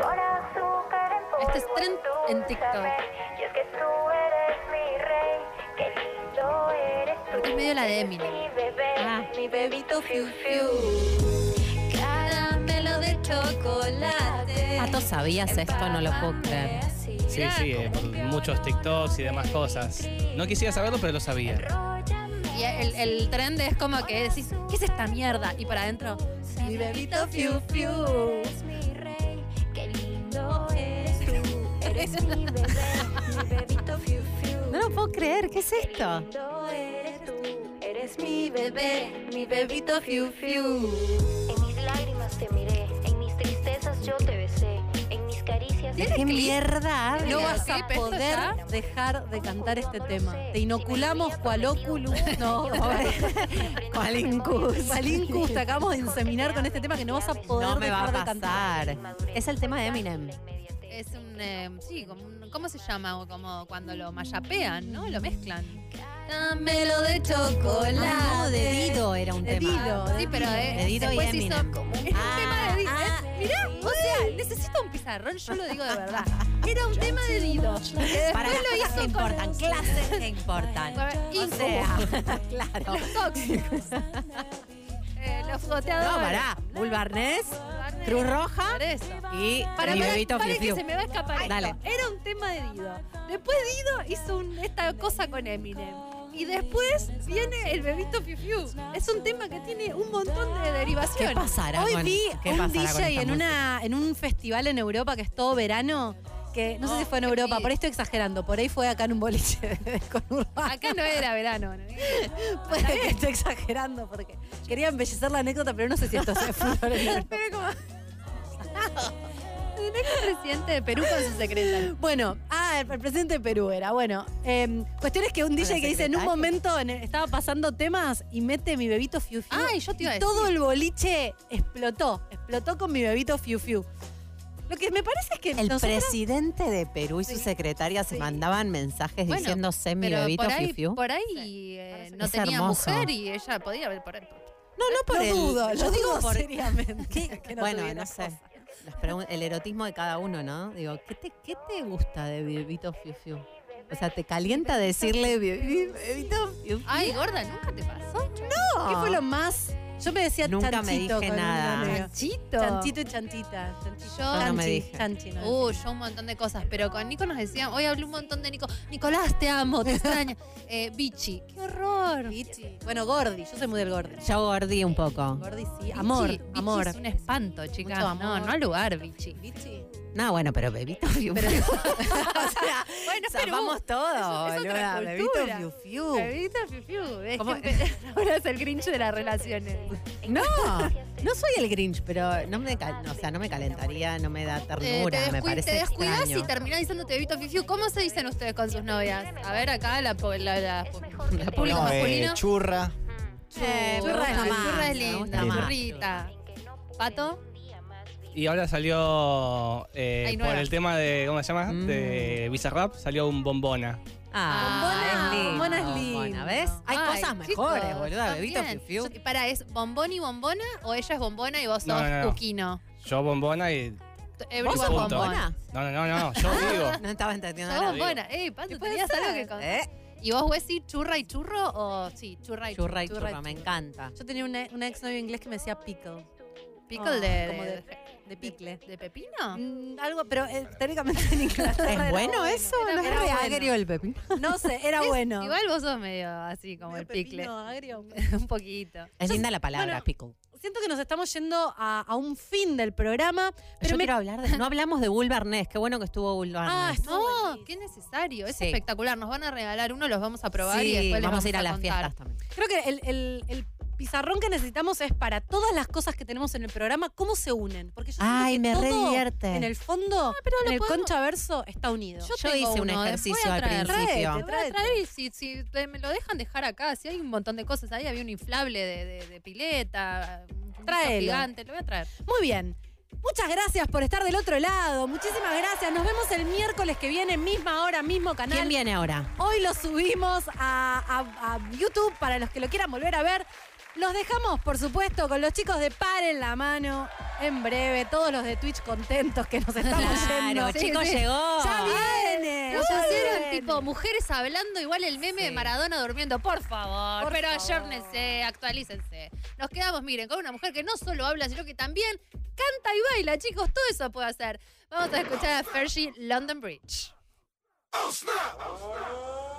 Este es trend en TikTok. Este es medio la de Eminem. Ah.
Mi bebito fiu fiu. Caramelo de chocolate.
Pato, ¿sabías esto? No lo puedo creer.
Sí, sí, eh, por muchos TikToks y demás cosas. No quisiera saberlo, pero lo sabía.
Y el, el trend es como que decís, ¿qué es esta mierda? Y para adentro,
Mi bebito
Fiu fiu. Es mi rey, qué lindo eres tú. Eres mi bebé, mi bebito fiu fiu.
No lo puedo creer, ¿qué es esto?
Lindo eres tú, eres mi bebé, mi bebito fiu fiu. En mis lágrimas te miré, en mis tristezas yo te besé, en mis caricias.
¿De qué mierda
No
hablas?
vas a poder dejar de cantar este tema. Te inoculamos cual óculo. No,
¿Cuál incus?
cual incus. Te acabamos de inseminar con este tema que no vas a poder
No me va
dejar
a
de cantar.
pasar. Es el tema de Eminem.
es un, eh, sí, como un- ¿cómo se llama? O Como cuando lo mayapean, ¿no? Lo mezclan. Dámelo de chocolate.
Ah, no, de Dido era un
De
tema.
Dido,
Sí, pero eh,
De Dido y
después hizo
Eminem.
un tema de Dido.
ah,
Eh, Mirá, o sea, necesito un pizarrón, yo lo digo de verdad. Era un tema de Dido. que
Para
Después lo hizo
que
con-
importan, clases que importan.
con-
O sea, claro.
Los tóxicos. Eh, los goteadores.
No, pará. Bulbarnés, Cruz Roja
Por eso.
y
Para,
mi
para,
bebito
para
Fiu
que
Fiu.
se me va a escapar esto.
Dale.
Era un tema de Dido. Después Dido hizo un- esta cosa con Eminem. Y después viene el bebito Fiu Fiu. Es un tema que tiene un montón de derivaciones.
¿Qué pasará
Hoy
con-
vi
qué
un
pasará con
DJ
esta
en, una, en un festival en Europa que es todo verano. Que no sé si fue en Europa, por ahí estoy exagerando. Por ahí fue acá en un boliche con urbano.
Acá no era verano. ¿no?
Puede que estoy exagerando porque quería embellecer la anécdota, pero no sé si esto se fútbol. en Europa.
Pero como... Tenés que el presidente de Perú con su secretario.
Bueno, ah, el, el presidente de Perú era. Bueno, eh, cuestiones que un DJ que dice en un
secretaria?
momento en el- estaba pasando temas y mete mi bebito fiu fiu.
Ay, yo te iba a
y
decir.
todo el boliche explotó, explotó con mi bebito fiu fiu. Lo que me parece es que
El
nosotras-
presidente de Perú y su secretaria se mandaban mensajes
Bueno,
diciendo semi
Pero
bebito
por ahí,
fiu fiu.
por ahí eh, no
Es
tenía
hermoso.
mujer y ella podía haber por ahí.
No, no por
Lo
el-
dudo, lo digo
por-
seriamente. que no
bueno,
tuviera
no sé. Las pregun- el erotismo de cada uno, ¿no? Digo, ¿qué te, qué te gusta de Vivito Fiu Fiu? O sea, ¿te calienta decirle Bi- Bi- Bebito Fiu Fiu?
Ay, gorda, ¿nunca te pasó?
No. ¿Qué fue lo más? Yo me decía
Nunca me
chanchito. con
dije
un
nada.
amigo.
Chanchito.
Chanchito y chantita. Chanchito.
Yo,
Chanchi, chanchi, no.
Uh, yo un montón de cosas, pero con Nico nos decían, hoy hablé un montón de Nico, Nicolás, te amo, te extraño. Eh, bichi, qué horror.
Bichi. Bueno, Gordi, yo soy muy del Gordi.
Yo gordí un poco.
Gordi, sí. Amor,
Bichi, bichi
amor.
es un espanto, chicas.
Mucho amor.
No, no al lugar, bichi.
Bichi.
No, bueno, pero Bebito Fiu Fiu.
Bueno,
Zapamos todo,
es otra
boluda. Bebito
cultura.
Fiu Fiu.
Bebito fiu fiu. Es que empe- Ahora es el grinch de las relaciones.
No, no soy el Grinch, pero no me, cal- o sea, no me calentaría, no me da
Eh, te,
ternura, me
descuid-
parece
te descuidas
extraño.
y terminás diciéndote Bebito fiu fiu. ¿Cómo se dicen ustedes con sus novias? A ver, acá la, po- la, la- el público
No, eh,
masculino.
churra.
Eh,
me
churra,
gusta
es
más,
churra es
me gusta
linda,
más.
churrita. ¿Pato?
Y ahora salió, eh,
Hay
por
nueva.
el tema de, ¿cómo se llama? De
Mm.
Bizarrap, salió un bombona.
Ah,
Bombona,
es lindo.
bombona es
Bombona, ¿ves? Hay
Ay,
cosas
chicos,
mejores, boluda. Bebito
también.
Fiu Fiu.
Yo- Para, ¿es bombón y bombona o ella es bombona y vos
No,
sos
no, no.
cuquino?
Yo bombona y.
T-
y
everyone
punto.
bombona?
No, no, no, no. Yo digo.
No estaba entendiendo
Sos
nada.
bombona. Ey, Pato, tenías algo que contar.
¿Eh?
¿Y vos, Wessi, churra y churro o sí, churra y churro?
Churra y churra, me encanta.
Yo tenía una, una ex novio inglés que me decía pickle.
Pickle
Ah,
de-
Como
de-
de, de picle.
¿De pepino?
algo, pero eh, teóricamente en Inglaterra. era
¿Es bueno eso? ¿No es
Era
re
bueno.
agrio el pepino?
No sé, era
Es-
bueno.
Igual vos sos medio así como el picle.
pepino agrio.
Un poquito.
Es linda la palabra,
bueno,
pickle.
Siento que nos estamos yendo a, a un fin del programa. Pero
Yo
me-
quiero hablar de. No hablamos de Bull Barnés. Qué bueno que estuvo Bull
Ah,
Barnés.
no, qué necesario. Es
Sí.
espectacular. Nos van a regalar uno, los vamos a probar y
Sí,
después les
vamos a ir a las
contar.
fiestas también.
Creo que el, el- el pizarrón que necesitamos es para todas las cosas que tenemos en el programa, cómo se unen. Porque yo siento
Ay,
que
me Ah,
todo
re divierte.
En el fondo,
lo
en el
podemos-
conchaverso está unido.
Yo,
Yo
tengo
hice un
uno,
ejercicio
después voy a traer.
al principio.
Te voy a traer y si, si te- me lo dejan dejar acá, si hay un montón de cosas ahí, había un inflable de, de- de pileta, un
Tráelo.
gigante, lo voy a traer.
Muy bien. Muchas gracias por estar del otro lado. Muchísimas gracias. Nos vemos el miércoles que viene, misma hora, mismo canal.
¿Quién viene ahora?
Hoy lo subimos a, a- a YouTube para los que lo quieran volver a ver. Los dejamos, por supuesto, con los chicos de Par en la mano en breve. Todos los de Twitch contentos que nos estamos
Claro,
yendo.
chicos, llegó.
¡Ya viene!
Nos
ya
pusieron
viene.
tipo mujeres hablando, igual el meme de Maradona durmiendo, por favor.
Por
pero
favor.
ayornense, actualícense. Nos quedamos, miren, con una mujer que no solo habla, sino que también canta y baila, chicos, todo eso puede hacer. Vamos a escuchar a Fergie London Bridge.
Oh, snap!